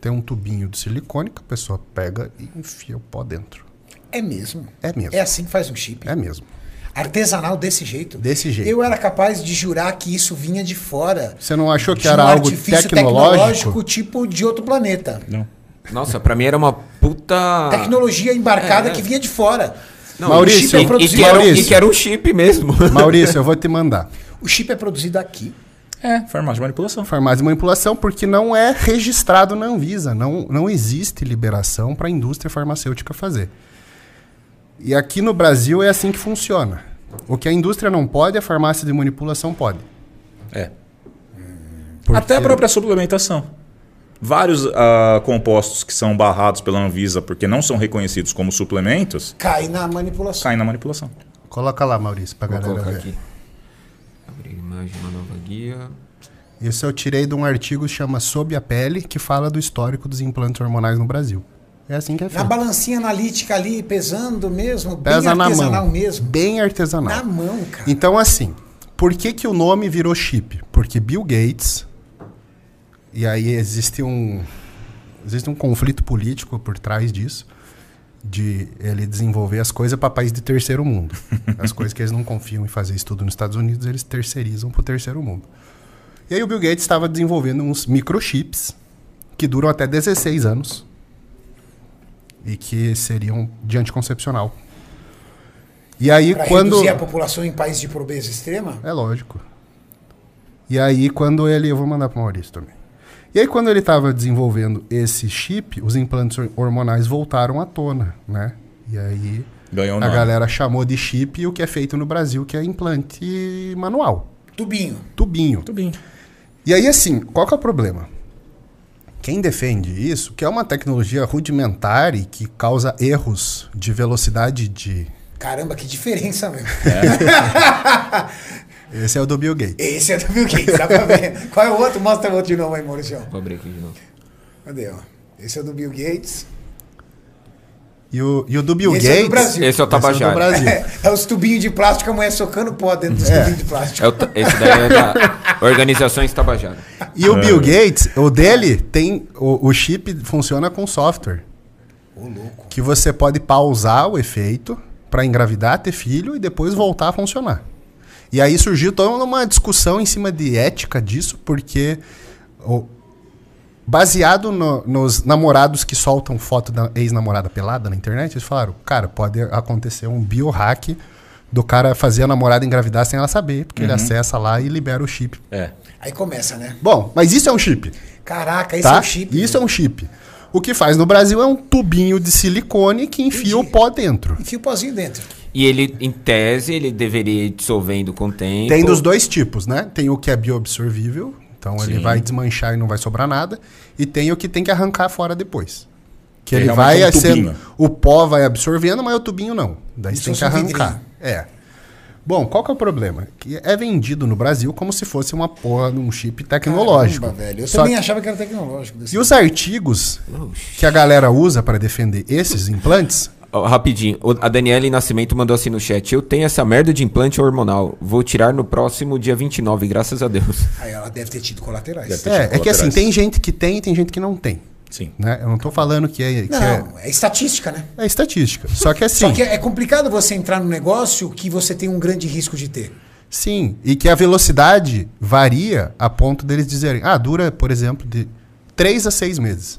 B: Tem um tubinho de silicone que a pessoa pega e enfia o pó dentro.
A: É mesmo.
B: É mesmo.
A: É assim que faz um chip.
B: É mesmo.
A: Artesanal desse jeito.
B: Desse jeito.
A: Eu era capaz de jurar que isso vinha de fora.
B: Você não achou que
A: De um
B: era algo
A: artifício
B: tecnológico?
A: tipo de outro planeta.
C: Não.
D: Nossa, pra mim era uma puta.
A: Tecnologia embarcada que vinha de fora.
D: Não,
B: Maurício,
D: o chip é
B: e- e
D: produzido.
B: que era um-
D: e que era um chip mesmo.
B: Maurício, eu vou te mandar.
A: O chip é produzido aqui.
C: É, farmácia de manipulação.
B: Farmácia de manipulação, porque não é registrado na Anvisa. Não, não existe liberação para a indústria farmacêutica fazer. E aqui no Brasil é assim que funciona. O que a indústria não pode, a farmácia de manipulação pode.
C: É.
B: Porque-
C: Até a própria suplementação. Vários ah, compostos que são barrados pela Anvisa porque não são reconhecidos como suplementos
A: Cai na manipulação.
C: saem na manipulação.
B: Coloca lá, Maurício, pra
D: Vou
B: galera
D: colocar
B: ver.
D: aqui. Abrir imagem, uma nova guia.
B: Isso eu tirei de um artigo que chama Sob a Pele, que fala do histórico dos implantes hormonais no Brasil. É assim que é
A: Na
B: feito.
A: balancinha analítica ali, pesando mesmo, Tá bem
B: Pesa na
A: artesanal
B: mão.
A: mesmo. Tá
B: Bem artesanal.
A: Na mão, cara.
B: Então, assim, por que, que o nome virou chip? Porque Bill Gates. E aí existe um. Existe um conflito político por trás disso. De ele desenvolver as coisas para país de terceiro mundo. As coisas que eles não confiam em fazer estudo nos Estados Unidos, eles terceirizam para o terceiro mundo. E aí o Bill Gates estava desenvolvendo uns microchips que duram até 16 anos e que seriam de anticoncepcional. E aí
A: Pra
B: quando.
A: reduzir a população em países de pobreza extrema?
B: É lógico. E aí quando ele. Eu vou mandar para Maurício também. E aí quando ele estava desenvolvendo esse chip, os implantes hor- hormonais voltaram à tona, né? E aí
C: Ganhou
B: a
C: nome.
B: galera chamou de chip o que é feito no Brasil, que é implante manual.
A: Tubinho.
B: Tubinho. E aí, assim, qual que é o problema? Quem defende isso, que é uma tecnologia rudimentar e que causa erros de velocidade de.
A: Caramba, que diferença mesmo.
B: Esse é o do Bill Gates.
A: Esse é do Bill Gates, dá pra ver. Qual é o outro? Mostra o outro de novo aí, Maurício.
D: Vou abrir aqui de novo.
A: Cadê, ó? Esse é do Bill Gates.
B: E o, e o do Bill
A: E esse é do
B: Gates.
A: Brasil.
D: Esse é o
B: Esse é do
D: Tabajara.
B: Brasil.
A: É, é os tubinhos de plástico, a mulher socando pó dentro dos tubinhos de plástico.
D: É o ta- esse daí é da Organizações Tabajara.
B: E o Bill Gates, o dele tem. O, o chip funciona com software. Que você pode pausar o efeito para engravidar, ter filho e depois voltar a funcionar. E aí surgiu toda uma discussão em cima de ética disso, porque o- baseado no- nos namorados que soltam foto da ex-namorada pelada na internet, eles falaram, cara, pode acontecer um biohack do cara fazer a namorada engravidar sem ela saber, porque ele acessa lá e libera o chip.
C: É.
A: Aí começa, né?
B: Bom, mas isso é um chip
A: Caraca, esse
B: tá?
A: é o chip.
B: Isso é um chip. O que faz no Brasil é um tubinho de silicone que enfia o pó dentro.
A: Enfia o pozinho dentro.
D: E ele, em tese, ele deveria ir dissolvendo com o tempo.
C: Então
B: Tem dos dois tipos, né? Tem o que é bioabsorvível, então ele vai desmanchar e não vai sobrar nada, e tem o que tem que arrancar fora depois. Que
C: É
B: ele
C: realmente
B: vai
C: um
B: sendo,
C: tubinho.
B: o pó vai absorvendo, mas o tubinho não. Daí você tem que
A: fosse um
B: arrancar. É. Bom, qual que é o problema? Que é vendido no Brasil como se fosse uma porra de um chip tecnológico.
A: Caramba, velho. Eu
B: Só
A: também
B: que-
A: achava que era tecnológico. desse
B: E os artigos que a galera usa para defender esses implantes
D: Ó, rapidinho, o- a Daniele Nascimento mandou assim no chat: Eu tenho essa merda de implante hormonal. Vou tirar no próximo dia 29, graças a Deus.
A: Aí ela deve ter tido colaterais.
C: Deve ter.
B: É, é que assim,
C: colaterais.
B: tem gente que tem e tem gente que não tem.
C: Sim.
B: Né? Eu não tô falando que é. Que é,
A: Não, é estatística, né?
B: é estatística. Só que assim.
A: Só que é complicado você entrar num negócio que você tem um grande risco de ter.
B: Sim. E que a velocidade varia a ponto deles dizerem. Ah, dura, por exemplo, de 3 a 6 meses.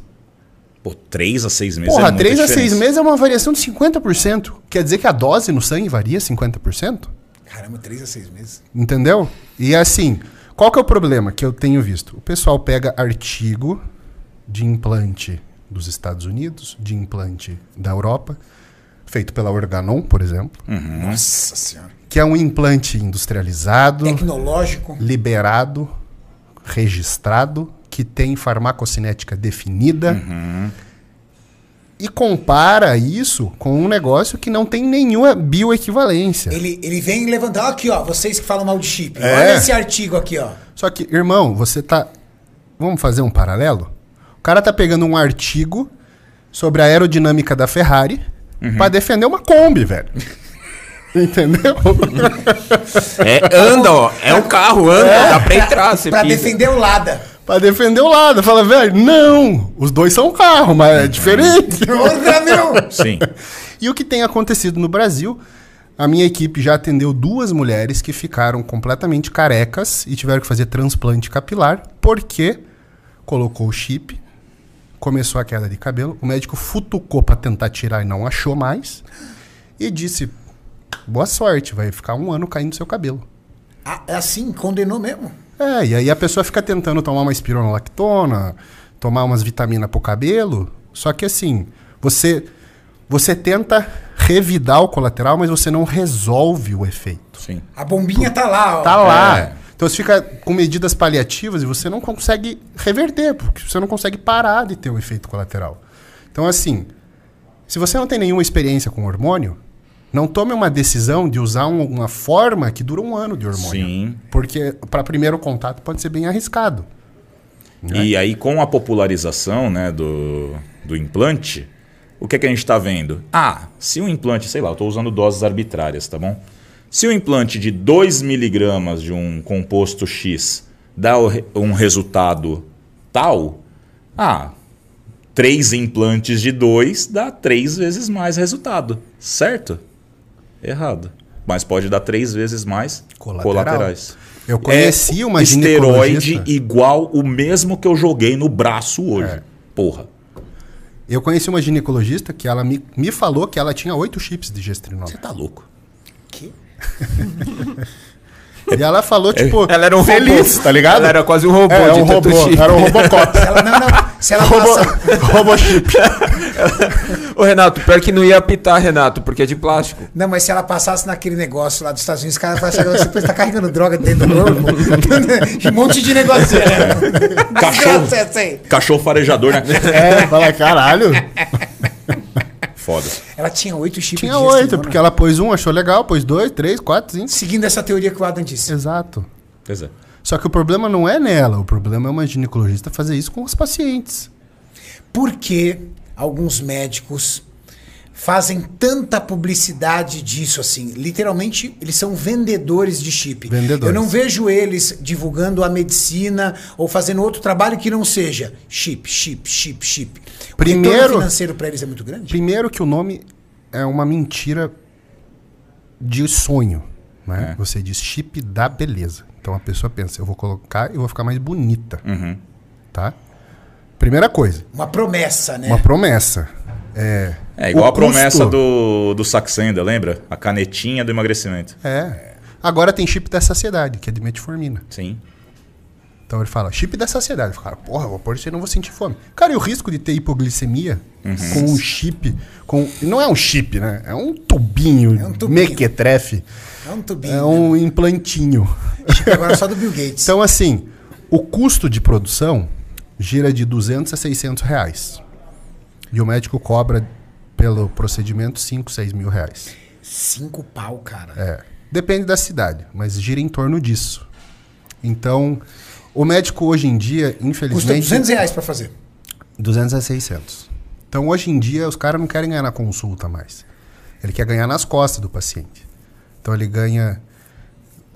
C: Pô, 3 a 6 meses
B: Porra,
C: é muita
B: 3 a 6
C: diferença.
B: meses é uma variação de 50%. Quer dizer que a dose no sangue varia 50%?
A: Caramba, três a seis meses.
B: Entendeu? E assim, qual que é o problema que eu tenho visto? O pessoal pega artigo de implante dos Estados Unidos, de implante da Europa, feito pela Organon, por exemplo,
A: Nossa senhora.
B: que é um implante industrializado,
A: É Tecnológico.
B: liberado, registrado, que tem farmacocinética definida. E compara isso com um negócio que não tem nenhuma bioequivalência.
A: Ele, ele vem levantar. Aqui, ó. Vocês que falam mal de chip.
B: É.
A: Olha esse artigo aqui, ó.
B: Só que, irmão, você tá. Vamos fazer um paralelo? O cara tá pegando um artigo sobre a aerodinâmica da Ferrari pra defender uma Kombi, velho. Entendeu?
D: É, anda, ó. É um carro, anda, dá pra entrar. Você
A: Pra
D: pisa.
A: defender o Lada.
B: pra defender o lado. Fala, velho, não! Os dois são carro, mas é diferente.
A: Outra, meu.
C: Sim.
B: E o que tem acontecido no Brasil? A minha equipe já atendeu duas mulheres que ficaram completamente carecas e tiveram que fazer transplante capilar porque colocou o chip, começou a queda de cabelo, o médico futucou para tentar tirar e não achou mais e disse: "Boa sorte, vai ficar um ano caindo seu cabelo".
A: Ah, é assim, condenou mesmo.
B: É, e aí a pessoa fica tentando tomar uma espironolactona, tomar umas vitaminas pro cabelo, só que assim, você você tenta revidar o colateral, mas você não resolve o efeito.
C: Sim.
A: A bombinha tá lá, ó.
B: Tá lá.
C: É.
B: Então você fica com medidas paliativas e você não consegue reverter, porque você não consegue parar de ter o efeito colateral. Então assim, se você não tem nenhuma experiência com hormônio, não tome uma decisão de usar um- uma forma que dura um ano de hormônio.
C: Sim.
B: Porque para primeiro contato pode ser bem arriscado.
C: E aí, com a popularização né, do, do implante, o que, é que a gente está vendo? Ah, se o implante, sei lá, eu estou usando doses arbitrárias, tá bom? Se o implante de 2 miligramas de um composto X dá o re- um resultado tal, ah, três implantes de 2 dá três vezes mais resultado, certo? Errado. Mas pode dar três vezes mais
B: Colateral.
C: colaterais.
B: Eu conheci
C: é
B: uma
C: esteroide
B: ginecologista.
C: igual o mesmo que eu joguei no braço hoje. Porra.
B: Eu conheci uma ginecologista que ela me, me falou que ela tinha oito chips de gestrinol.
C: Tá louco.
B: E ela falou, tipo,
D: Ela era um
B: feliz,
D: robô.
B: tá ligado?
D: Ela era quase um robô
B: É,
D: de
B: um
D: tanto
B: robô.
D: chip.
B: Era um Robocop.
A: Ela, não, não. Se ela passa,
B: Robo, Robochip.
D: Ô, Renato, pior que não ia apitar, Renato, porque é de plástico.
A: não, mas se ela passasse naquele negócio lá dos Estados Unidos, os caras falaram assim, você tá carregando droga dentro do corpo? um monte de negocinho. né?
C: Cachorro.
A: Desgraça assim. essa aí.
C: Cachorro farejador, né?
B: É, fala, caralho.
C: Foda.
A: Ela tinha oito chips
B: Tinha
A: digestivo,
B: oito,
A: né?
B: porque ela pôs um, achou legal, pôs dois, três, quatro, cinco.
A: Seguindo essa teoria que o Adam disse.
B: Exato.
C: Pois é.
B: Só que o problema não é nela, o problema é uma ginecologista fazer isso com os pacientes.
A: Por que alguns médicos fazem tanta publicidade disso assim? Literalmente, eles são vendedores de chip.
B: Vendedores.
A: Eu não vejo eles divulgando a medicina ou fazendo outro trabalho que não seja chip, chip, chip, chip. O retorno
B: Primeiro-
A: financeiro para eles é muito grande?
B: Primeiro que o nome é uma mentira de sonho,
C: É.
B: né? Você diz chip da beleza. Então a pessoa pensa, eu vou colocar e vou ficar mais bonita.
C: Uhum.
B: Tá? Primeira coisa,
A: Uma promessa, né?
B: uma promessa. É,
C: É igual
B: o
C: a promessa
B: custo-
C: do, do Saxenda, lembra? A canetinha do emagrecimento.
B: É. Agora tem chip da saciedade, que é de metformina.
C: Sim.
B: Então ele fala, chip da saciedade. Cara, porra, eu vou pôr isso aí, não vou sentir fome. Cara, e o risco de ter hipoglicemia
A: Uhum.
B: com um chip, com... Não é um chip, né? É um tubinho,
A: É um tubinho.
B: mequetrefe.
A: É um tubinho.
B: É um implantinho.
A: Chip agora só do Bill Gates.
B: Então, assim, o custo de produção gira de 200 a 600 reais. E o médico cobra, pelo procedimento, 5, 6 mil reais.
A: Cinco pau, cara.
B: É. Depende da cidade, mas gira em torno disso. Então, o médico hoje em dia,
A: Custa
B: infelizmente.
A: 200 reais para fazer.
B: 200 a 600. Então, hoje em dia, os caras não querem ganhar na consulta mais. Ele quer ganhar nas costas do paciente. Então, ele ganha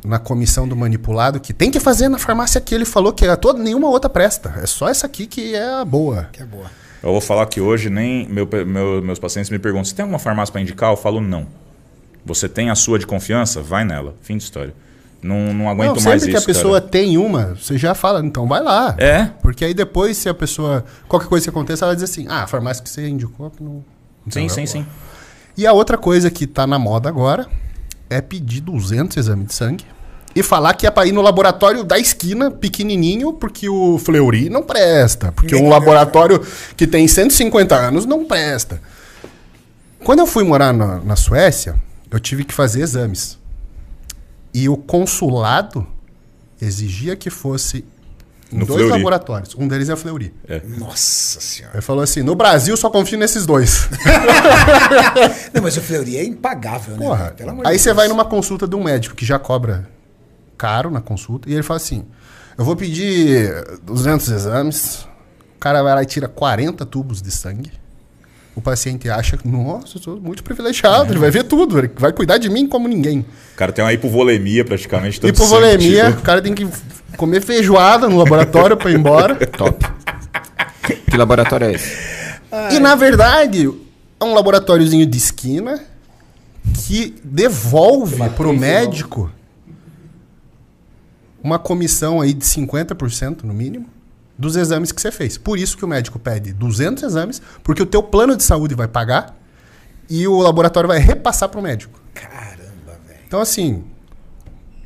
B: na comissão do manipulado, que tem que fazer na farmácia que ele falou que a toda, nenhuma outra presta. É só essa aqui que é a boa.
A: Que é boa.
C: Eu vou falar que hoje nem meu, meu- meus pacientes me perguntam: se tem alguma farmácia para indicar? Eu falo não. Você tem a sua de confiança? Vai nela. Fim de história. Não, não
B: Não,
C: aguento
B: sempre
C: mais
B: que
C: isso.
B: a pessoa
C: cara.
B: tem uma, você já fala, então vai lá.
C: É.
B: Porque aí depois, se a pessoa. Qualquer coisa que aconteça, ela diz assim: ah, a farmácia que você indicou que não. é
C: Sim, sim, sim.
B: E a outra coisa que tá na moda agora é pedir 200 exames de sangue e falar que é pra ir no laboratório da esquina, pequenininho, porque o Fleury não presta. Porque um laboratório que tem 150 anos não presta. Quando eu fui morar na, na Suécia, eu tive que fazer exames. E o consulado exigia que fosse em
C: No
B: dois
C: Fleury.
B: laboratórios. Um deles é o Fleury.
A: Nossa senhora.
B: Ele falou assim: no Brasil só confio nesses dois.
A: Não, mas o Fleury é impagável, né?
B: Porra,
A: velho? Pelo amor de
B: aí você
A: Deus.
B: vai numa consulta de um médico que já cobra caro na consulta e ele fala assim: eu vou pedir 200 exames. O cara vai lá e tira 40 tubos de sangue. O paciente acha, nossa, eu sou muito privilegiado, ele vai ver tudo, ele vai cuidar de mim como ninguém.
C: O cara tem uma hipovolemia praticamente. tanto
B: Hipovolemia,
C: sangue, tipo,
B: o cara tem que comer feijoada no laboratório pra ir embora.
D: Top. que laboratório é esse?
A: Ah,
B: E na verdade, é um laboratóriozinho de esquina que devolve pro médico uma comissão aí de 50% no mínimo dos exames que você fez. Por isso que o médico pede 200 exames, porque o teu plano de saúde vai pagar e o laboratório vai repassar pro médico.
A: Caramba, velho.
B: Então assim,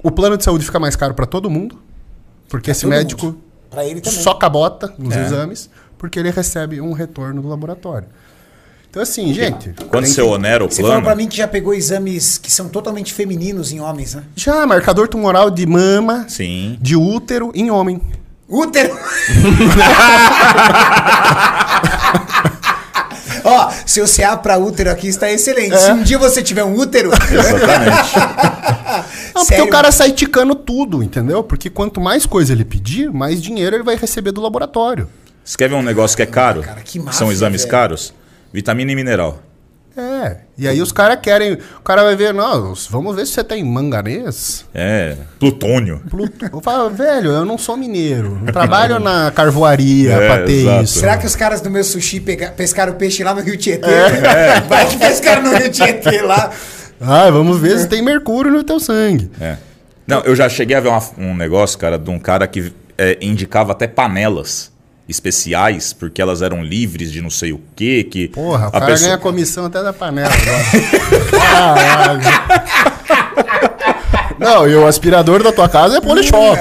B: o plano de saúde fica mais caro para todo mundo, porque esse
A: todo
B: médico
A: mundo. Pra ele também.
B: tipo, só cabota nos
C: É.
B: exames, porque ele recebe um retorno do laboratório. Então, assim, gente.
C: tipo. Quando você onera o
A: Você falou
C: plano.
A: pra mim que já pegou exames que são totalmente femininos em homens, né?
B: Já marcador tumoral de mama,
C: Sim.
B: de útero em homem.
A: Útero! Ó, seu CA pra útero aqui está excelente.
B: É.
A: Se um dia você tiver um útero.
C: Exatamente.
B: Não, porque
A: Sério?
B: o cara sai ticando tudo, entendeu? Porque quanto mais coisa ele pedir, mais dinheiro ele vai receber do laboratório.
C: Você quer ver um negócio que é caro?
A: Cara, que máfia,
C: São exames
A: velho.
C: caros? Vitamina e mineral.
B: É. E aí os caras querem. O cara vai ver, nós vamos ver se você tem manganês.
C: É. Plutônio.
B: Pluto. Eu falo, velho, eu não sou mineiro. Não trabalho na carvoaria
C: É,
B: pra ter
C: exato.
B: isso.
A: Será que os caras do meu sushi pega- pescaram peixe lá no Rio Tietê?
B: É.
A: Vai que pescaram no Rio Tietê lá.
B: Ah, vamos ver se tem mercúrio no teu sangue.
C: É. Não, eu já cheguei a ver uma- um negócio, cara, de um cara que é, indicava até panelas especiais, porque elas eram livres de não sei o quê, que.
B: Porra, o
C: a
B: cara
C: pessoa-
B: ganha comissão até da panela agora. Caralho. Não, e o aspirador da tua casa é Polishop.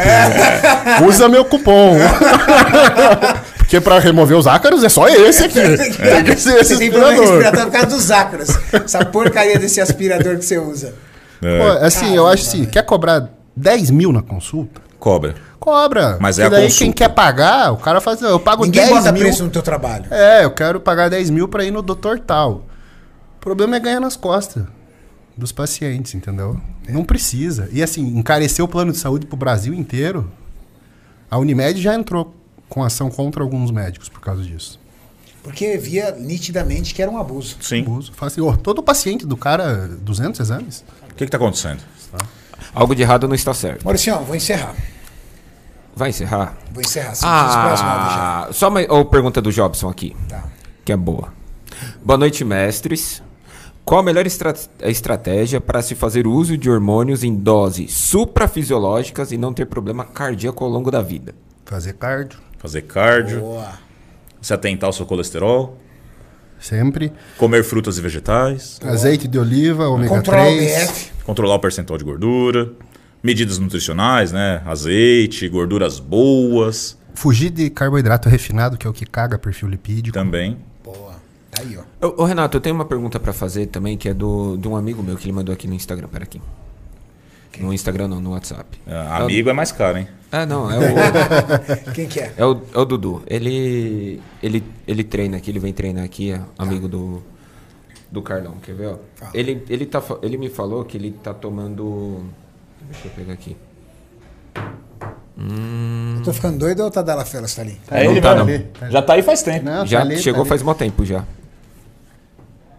B: Usa meu cupom. Porque pra remover os ácaros é só esse aqui. Tem que ser esse
A: Você tem problema
B: aspirador.
A: respiratório por causa dos ácaros. Essa porcaria desse aspirador que você usa.
B: Pô, assim, eu acho assim, quer cobrar 10 mil na consulta?
H: Cobra.
B: Cobra.
H: Mas
B: Porque
H: é a
B: daí
H: consulta.
B: quem quer pagar, o cara faz, eu pago
A: Ninguém
B: 10
A: bota
B: mil.
A: preço no teu trabalho.
B: É, eu quero pagar 10 mil pra ir no doutor tal. O problema é ganhar nas costas dos pacientes, entendeu? Não precisa. E assim, encarecer o plano de saúde pro Brasil inteiro, a Unimed já entrou com ação contra alguns médicos por causa disso.
A: Porque via nitidamente que era um abuso.
H: Sim.
B: Abuso. Fala assim, "Ô, todo paciente do cara, 200 exames?
H: O que, que tá acontecendo?
D: Algo de errado não está certo.
A: Mauricião, vou encerrar.
D: Vai encerrar?
A: Vou encerrar. São ah. já.
D: Ah, só uma ó, pergunta do Jobson aqui,
A: Tá.
D: que é boa. Boa noite, mestres. Qual a melhor estra- estratégia para se fazer uso de hormônios em doses suprafisiológicas e não ter problema cardíaco ao longo da vida?
B: Fazer cardio,
H: Fazer cardio,
A: Boa.
H: se atentar ao seu colesterol,
B: sempre.
H: comer frutas e vegetais,
B: Azeite de oliva, ômega
A: Controlar o
B: 3.
A: BF.
H: controlar o percentual de gordura, medidas nutricionais, né? Azeite, gorduras boas
B: Fugir de carboidrato refinado, que é o que caga perfil
D: Então,
B: lipídico.
H: também.
A: Boa. Tá aí, ó.
D: Ô, ô, Renato, eu tenho uma pergunta para fazer também, que é do, de um amigo meu que ele mandou aqui no Instagram. Pera aqui. No Instagram não, no WhatsApp.
H: Ah, amigo é mais caro, hein?
D: Ah, não, é o,
A: Quem que é?
D: é o, é o Dudu. Ele, ele, ele treina aqui, ele vem treinar aqui, é amigo do, do Carlão, quer ver? ó? Ele, ele, tá, fa- ele me falou que ele tá tomando... Deixa eu pegar aqui.
A: Eu tô ficando doido ou tá Dalla Felas tá ali?
H: Aí
D: Não
H: ele
D: tá,
H: vai
D: não.
H: ali. Já tá aí faz tempo.
B: Não, tá
D: já
B: ali, tá
D: chegou
B: ali.
D: faz mó tempo já.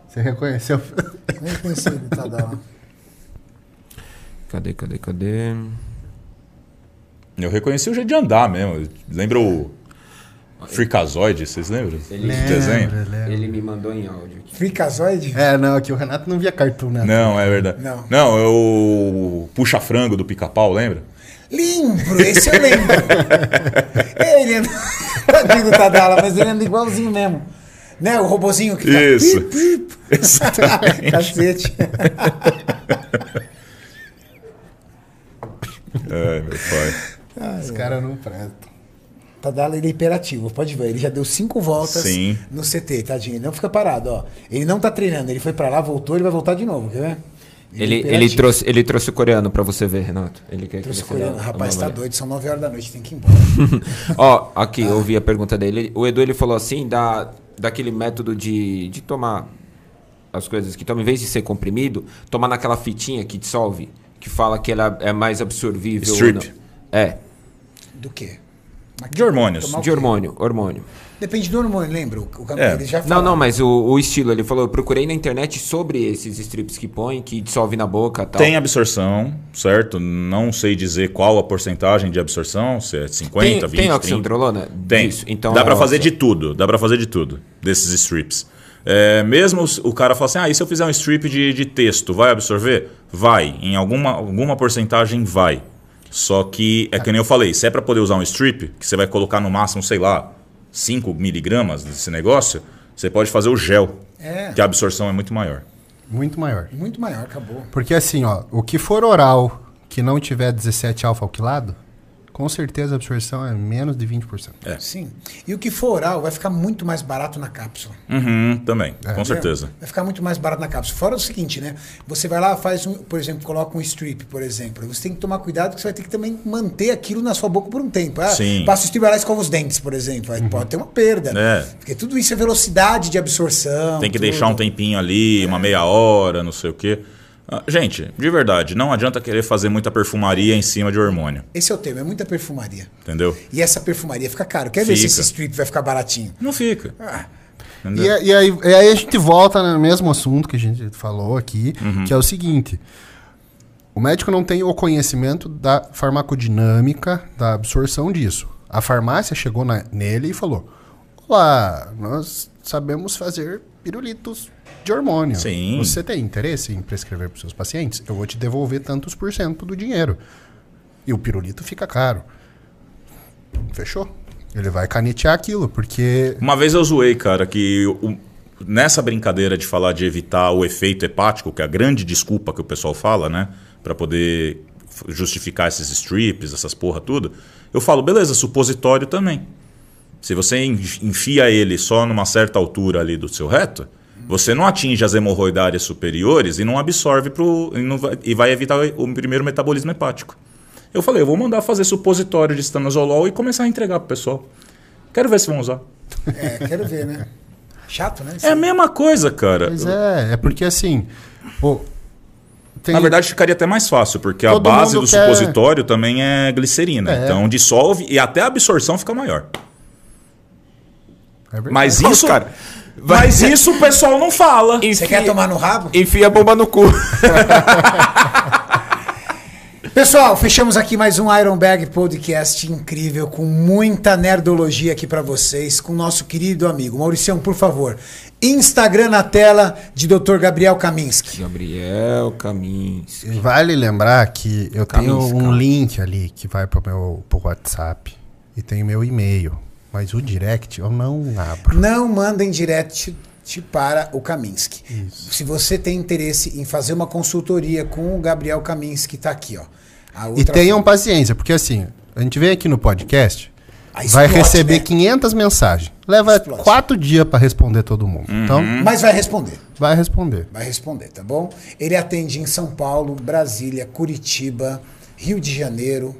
B: Você reconheceu?
A: Nem conheci o Tadala.
D: Cadê, cadê, cadê?
H: Eu reconheci o jeito de andar mesmo. Lembra o Freakazoid, vocês lembram? Do desenho?
B: Lembra, lembra.
D: Ele me mandou em áudio aqui.
A: Fricazoide?
B: É, não, aqui o Renato não via cartoon, né?
H: Não, é verdade.
A: Não.
H: Não, é o puxa-frango do pica-pau, lembra?
A: Lembro, esse eu lembro. ele é tadinho do Tadala, mas ele anda igualzinho mesmo. Né? O robozinho que tá-
H: Isso.
A: Pip, pip. Cacete.
H: Ai, meu pai.
B: Os caras não prestam.
A: Tadala, ele é hiperativo, pode ver. Ele já deu cinco voltas
H: Sim.
A: no CT, tadinho. Ele não fica parado, ó. Ele não tá treinando, ele foi pra lá, voltou, ele vai voltar de novo, quer ver? é
D: Ele, ele,
A: hiperativo.
D: trouxe, ele trouxe o coreano pra você ver, Renato. Ele quer
A: Trouxe
D: que você
A: coreano.
D: dá-
H: é
A: Rapaz,
D: dá
A: tá
D: uma olhada.
A: doido, são nove horas da noite, tem que ir embora.
D: Ó, aqui, eu vi a pergunta dele. O Edu, ele falou assim, da, daquele método de, de tomar as coisas que toma, em vez de ser comprimido, tomar naquela fitinha que dissolve, que fala que ela é mais absorvível. ou não.
H: Strip.
D: É,
A: Do quê?
H: De hormônios.
A: Tomar-
D: de hormônio, hormônio.
A: Depende do hormônio, lembra? O, o Gabriel,
H: É.
A: ele já
D: Não,
A: fala.
D: não, mas o, o estilo, ele falou, eu procurei na internet sobre esses strips que põe, que dissolve na boca e tal.
H: Tem absorção, certo? Não sei dizer qual a porcentagem de absorção, se é 50, 20,
D: tem
H: 30.
D: oxandrolona?
H: Tem.
D: Disso, Então
H: dá
D: é
H: pra fazer
D: oxa.
H: de tudo, dá pra fazer de tudo desses strips. É, mesmo os- o cara fala assim, ah, e se eu fizer um strip de, de texto, vai absorver? Vai, em alguma, alguma porcentagem vai. Só que, é que nem eu falei, se é pra poder usar um strip, que você vai colocar no máximo, sei lá, 5 miligramas desse negócio, você pode fazer o gel,
A: É.
H: que a absorção é muito maior.
B: Muito maior.
A: Muito maior, acabou.
B: Porque assim, ó, o que for oral que não tiver 17 alfa alquilado, com certeza a absorção é menos de 20%.
H: É.
A: Sim. E o que for oral vai ficar muito mais barato na cápsula.
H: Uhum, também,
D: É,
H: com certeza.
A: Vai ficar muito mais barato na cápsula. Fora o seguinte, né? Você vai lá, faz um, por exemplo, coloca um strip, por exemplo. Você tem que tomar cuidado que você vai ter que também manter aquilo na sua boca por um tempo. Ah,
H: Sim. Uhum.
A: Passa o strip vai lá e escova os dentes, por exemplo. Aí pode ter uma perda. né?
H: É.
A: Porque tudo isso é velocidade de absorção.
H: Tem que
A: tudo.
H: deixar um tempinho ali, uma meia hora, não sei o quê. Ah, Gente, de verdade, não adianta querer fazer muita perfumaria em cima de hormônio,
A: Esse é o tema, é muita perfumaria.
H: entendeu?
A: E essa perfumaria fica caro. Quer ver se
H: Fica.
A: esse strip vai ficar baratinho?
H: Não fica.
B: E,
H: Entendeu?
B: a- e aí, e aí a gente volta né, no mesmo assunto que a gente falou aqui,
H: Uhum.
B: que é o seguinte. O médico não tem o conhecimento da farmacodinâmica, da absorção disso. A farmácia chegou na- nele e falou: Olá, nós sabemos fazer pirulitos de hormônio.
H: Sim.
B: Você tem interesse em prescrever para os seus pacientes? Eu vou te devolver tantos por cento do dinheiro. E o pirulito fica caro. Fechou. Ele vai canetear aquilo, porque
H: Uma vez eu zoei, cara, que o- nessa brincadeira de falar de evitar o efeito hepático, que é a grande desculpa que o pessoal fala, né? Pra poder
C: f- justificar esses strips, essas porra tudo, eu falo, beleza, supositório também. Se você en- enfia ele só numa certa altura ali do seu reto, você não atinge as hemorroidárias superiores e não absorve pro, e, não vai, e vai evitar o primeiro metabolismo hepático. Eu falei, eu vou mandar fazer supositório de estanozolol e começar a entregar pro pessoal. Quero ver se vão usar.
A: É, quero ver, né? Chato, né?
C: É a mesma coisa, cara.
B: Mas é, é porque assim. pô, tem-
C: Na verdade, ficaria até mais fácil, porque a
B: Todo
C: base
B: mundo
C: do
B: quer-
C: supositório também é glicerina.
B: É.
C: Então dissolve e até a absorção fica maior.
B: é verdade.
C: Mas
D: Não,
C: isso,
D: cara.
C: mas isso o pessoal não fala.
H: é
A: Você quer tomar no rabo?
D: Enfia a bomba no cu.
A: Pessoal, fechamos aqui mais um Iron Bag Podcast incrível, com muita nerdologia aqui pra vocês, com o nosso querido amigo. Mauricião, por favor, Instagram na tela de Dr. Gabriel Kaminski.
D: Gabriel Camins.
B: Vale lembrar que eu tenho
D: Camis,
B: um
D: calma.
B: link ali que vai pro meu pro WhatsApp e tem meu e-mail. Mas o direct eu não abro.
A: Não mandem direct para o Kaminski. Se você tem interesse em fazer uma consultoria com o Gabriel Kaminski, tá aqui, ó. A
B: E
A: outra-
B: tenham paciência, porque assim, a gente vem aqui no podcast,
A: Aí
B: vai
A: explode,
B: receber
A: né?
B: 500 mensagens. Leva
A: Explode.
B: quatro dias pra responder todo mundo. Então,
A: Mas vai responder.
B: vai responder.
A: Vai responder, tá bom? Ele atende em São Paulo, Brasília, Curitiba, Rio de Janeiro,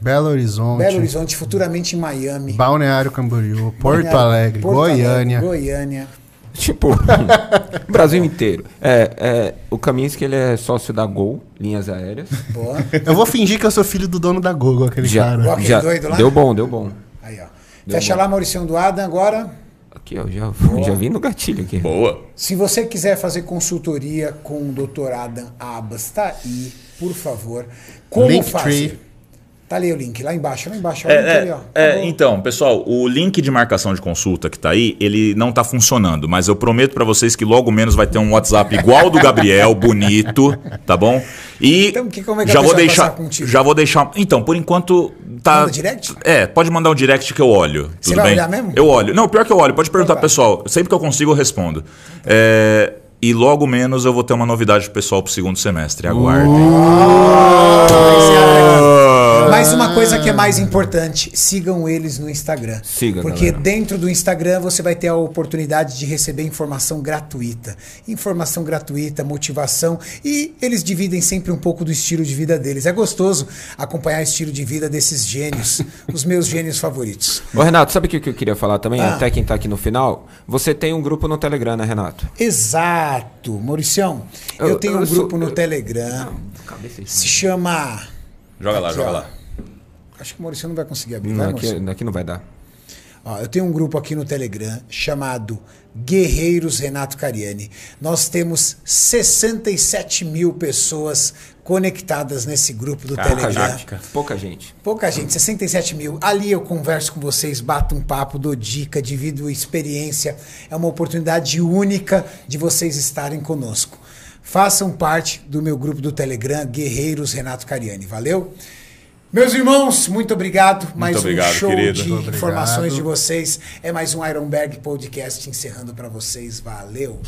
B: Belo Horizonte,
A: Belo Horizonte, futuramente em Miami.
B: Balneário Camboriú, Porto
A: Balneário-
B: Alegre,
A: Porto
B: Goiânia.
A: Goiânia.
D: Tipo, Brasil inteiro. É, é, o Kaminski, ele é sócio da Gol, linhas aéreas.
A: Boa.
B: Eu vou fingir que eu sou filho do dono da Google, aquele
D: Já,
B: cara.
A: aquele
D: já
A: doido lá?
D: deu bom, deu bom.
A: Aí, ó. Fecha lá, Mauricião do Adam, agora.
D: Aqui, ó, já, já vi no gatilho aqui.
C: Boa.
A: Se você quiser fazer consultoria com o Dr. Adam Abbas, tá aí, por favor. Como
B: Linktree.
A: fazer? Tá ali o link, lá embaixo, lá embaixo. olha o link
C: É,
A: ali,
C: é,
A: ó. Tá
C: é,
A: Acabou.
C: então, pessoal, o link de marcação de consulta que tá aí, ele não tá funcionando, mas eu prometo pra vocês que logo menos vai ter um WhatsApp igual ao do Gabriel, bonito, tá bom? E
A: Então, que- como é que a
C: já vou
A: pessoa vai
C: deixar,
A: passar contigo?
C: já vou deixar. Então, por enquanto tá
A: Manda direct?
C: É, pode mandar um direct que eu olho.
A: Você
C: tudo
A: vai
C: bem?
A: olhar mesmo?
C: Eu olho. Não, pior que eu olho, pode perguntar,
A: tá.
C: pessoal. Sempre que eu consigo eu respondo. É, e logo menos eu vou ter uma novidade pro pessoal pro segundo semestre. Aguardem.
A: Mas uma coisa que é mais importante, sigam eles no Instagram.
D: Siga,
A: Porque
D: galera.
A: dentro do Instagram você vai ter a oportunidade de receber informação gratuita. Informação gratuita, motivação e eles dividem sempre um pouco do estilo de vida deles. É gostoso acompanhar o estilo de vida desses gênios, os meus gênios favoritos.
D: Ô, Renato, sabe o que que eu queria falar também?
A: Ah.
D: Até quem tá aqui no final. Você tem um grupo no Telegram, né, Renato?
A: Exato. Mauricião, eu,
D: Eu-
A: tenho
D: eu
A: um
D: sou-
A: grupo no
D: eu-
A: Telegram. Se chama.
C: Joga lá,
A: Aqui,
C: joga
A: ó.
C: lá.
A: Acho que o Mauricião não vai conseguir abrir, vai,
D: Não, aqui, é-
A: Mauricião?
D: aqui não vai dar.
A: Ó, eu tenho um grupo aqui no Telegram chamado Guerreiros Renato Cariani. Nós temos 67 mil pessoas conectadas nesse grupo do
C: Caraca,
A: Telegram.
C: Caraca.
D: Pouca gente.
A: Pouca gente, 67 mil. Ali eu converso com vocês, bato um papo, dou dica, divido experiência. É uma oportunidade única de vocês estarem conosco. Façam parte do meu grupo do Telegram, Guerreiros Renato Cariani. Valeu? Meus irmãos, muito obrigado. mais um
C: obrigado,
A: show
C: querido.
A: de
C: Muito
B: obrigado.
A: informações de vocês. É mais um Ironberg Podcast encerrando para vocês. Valeu!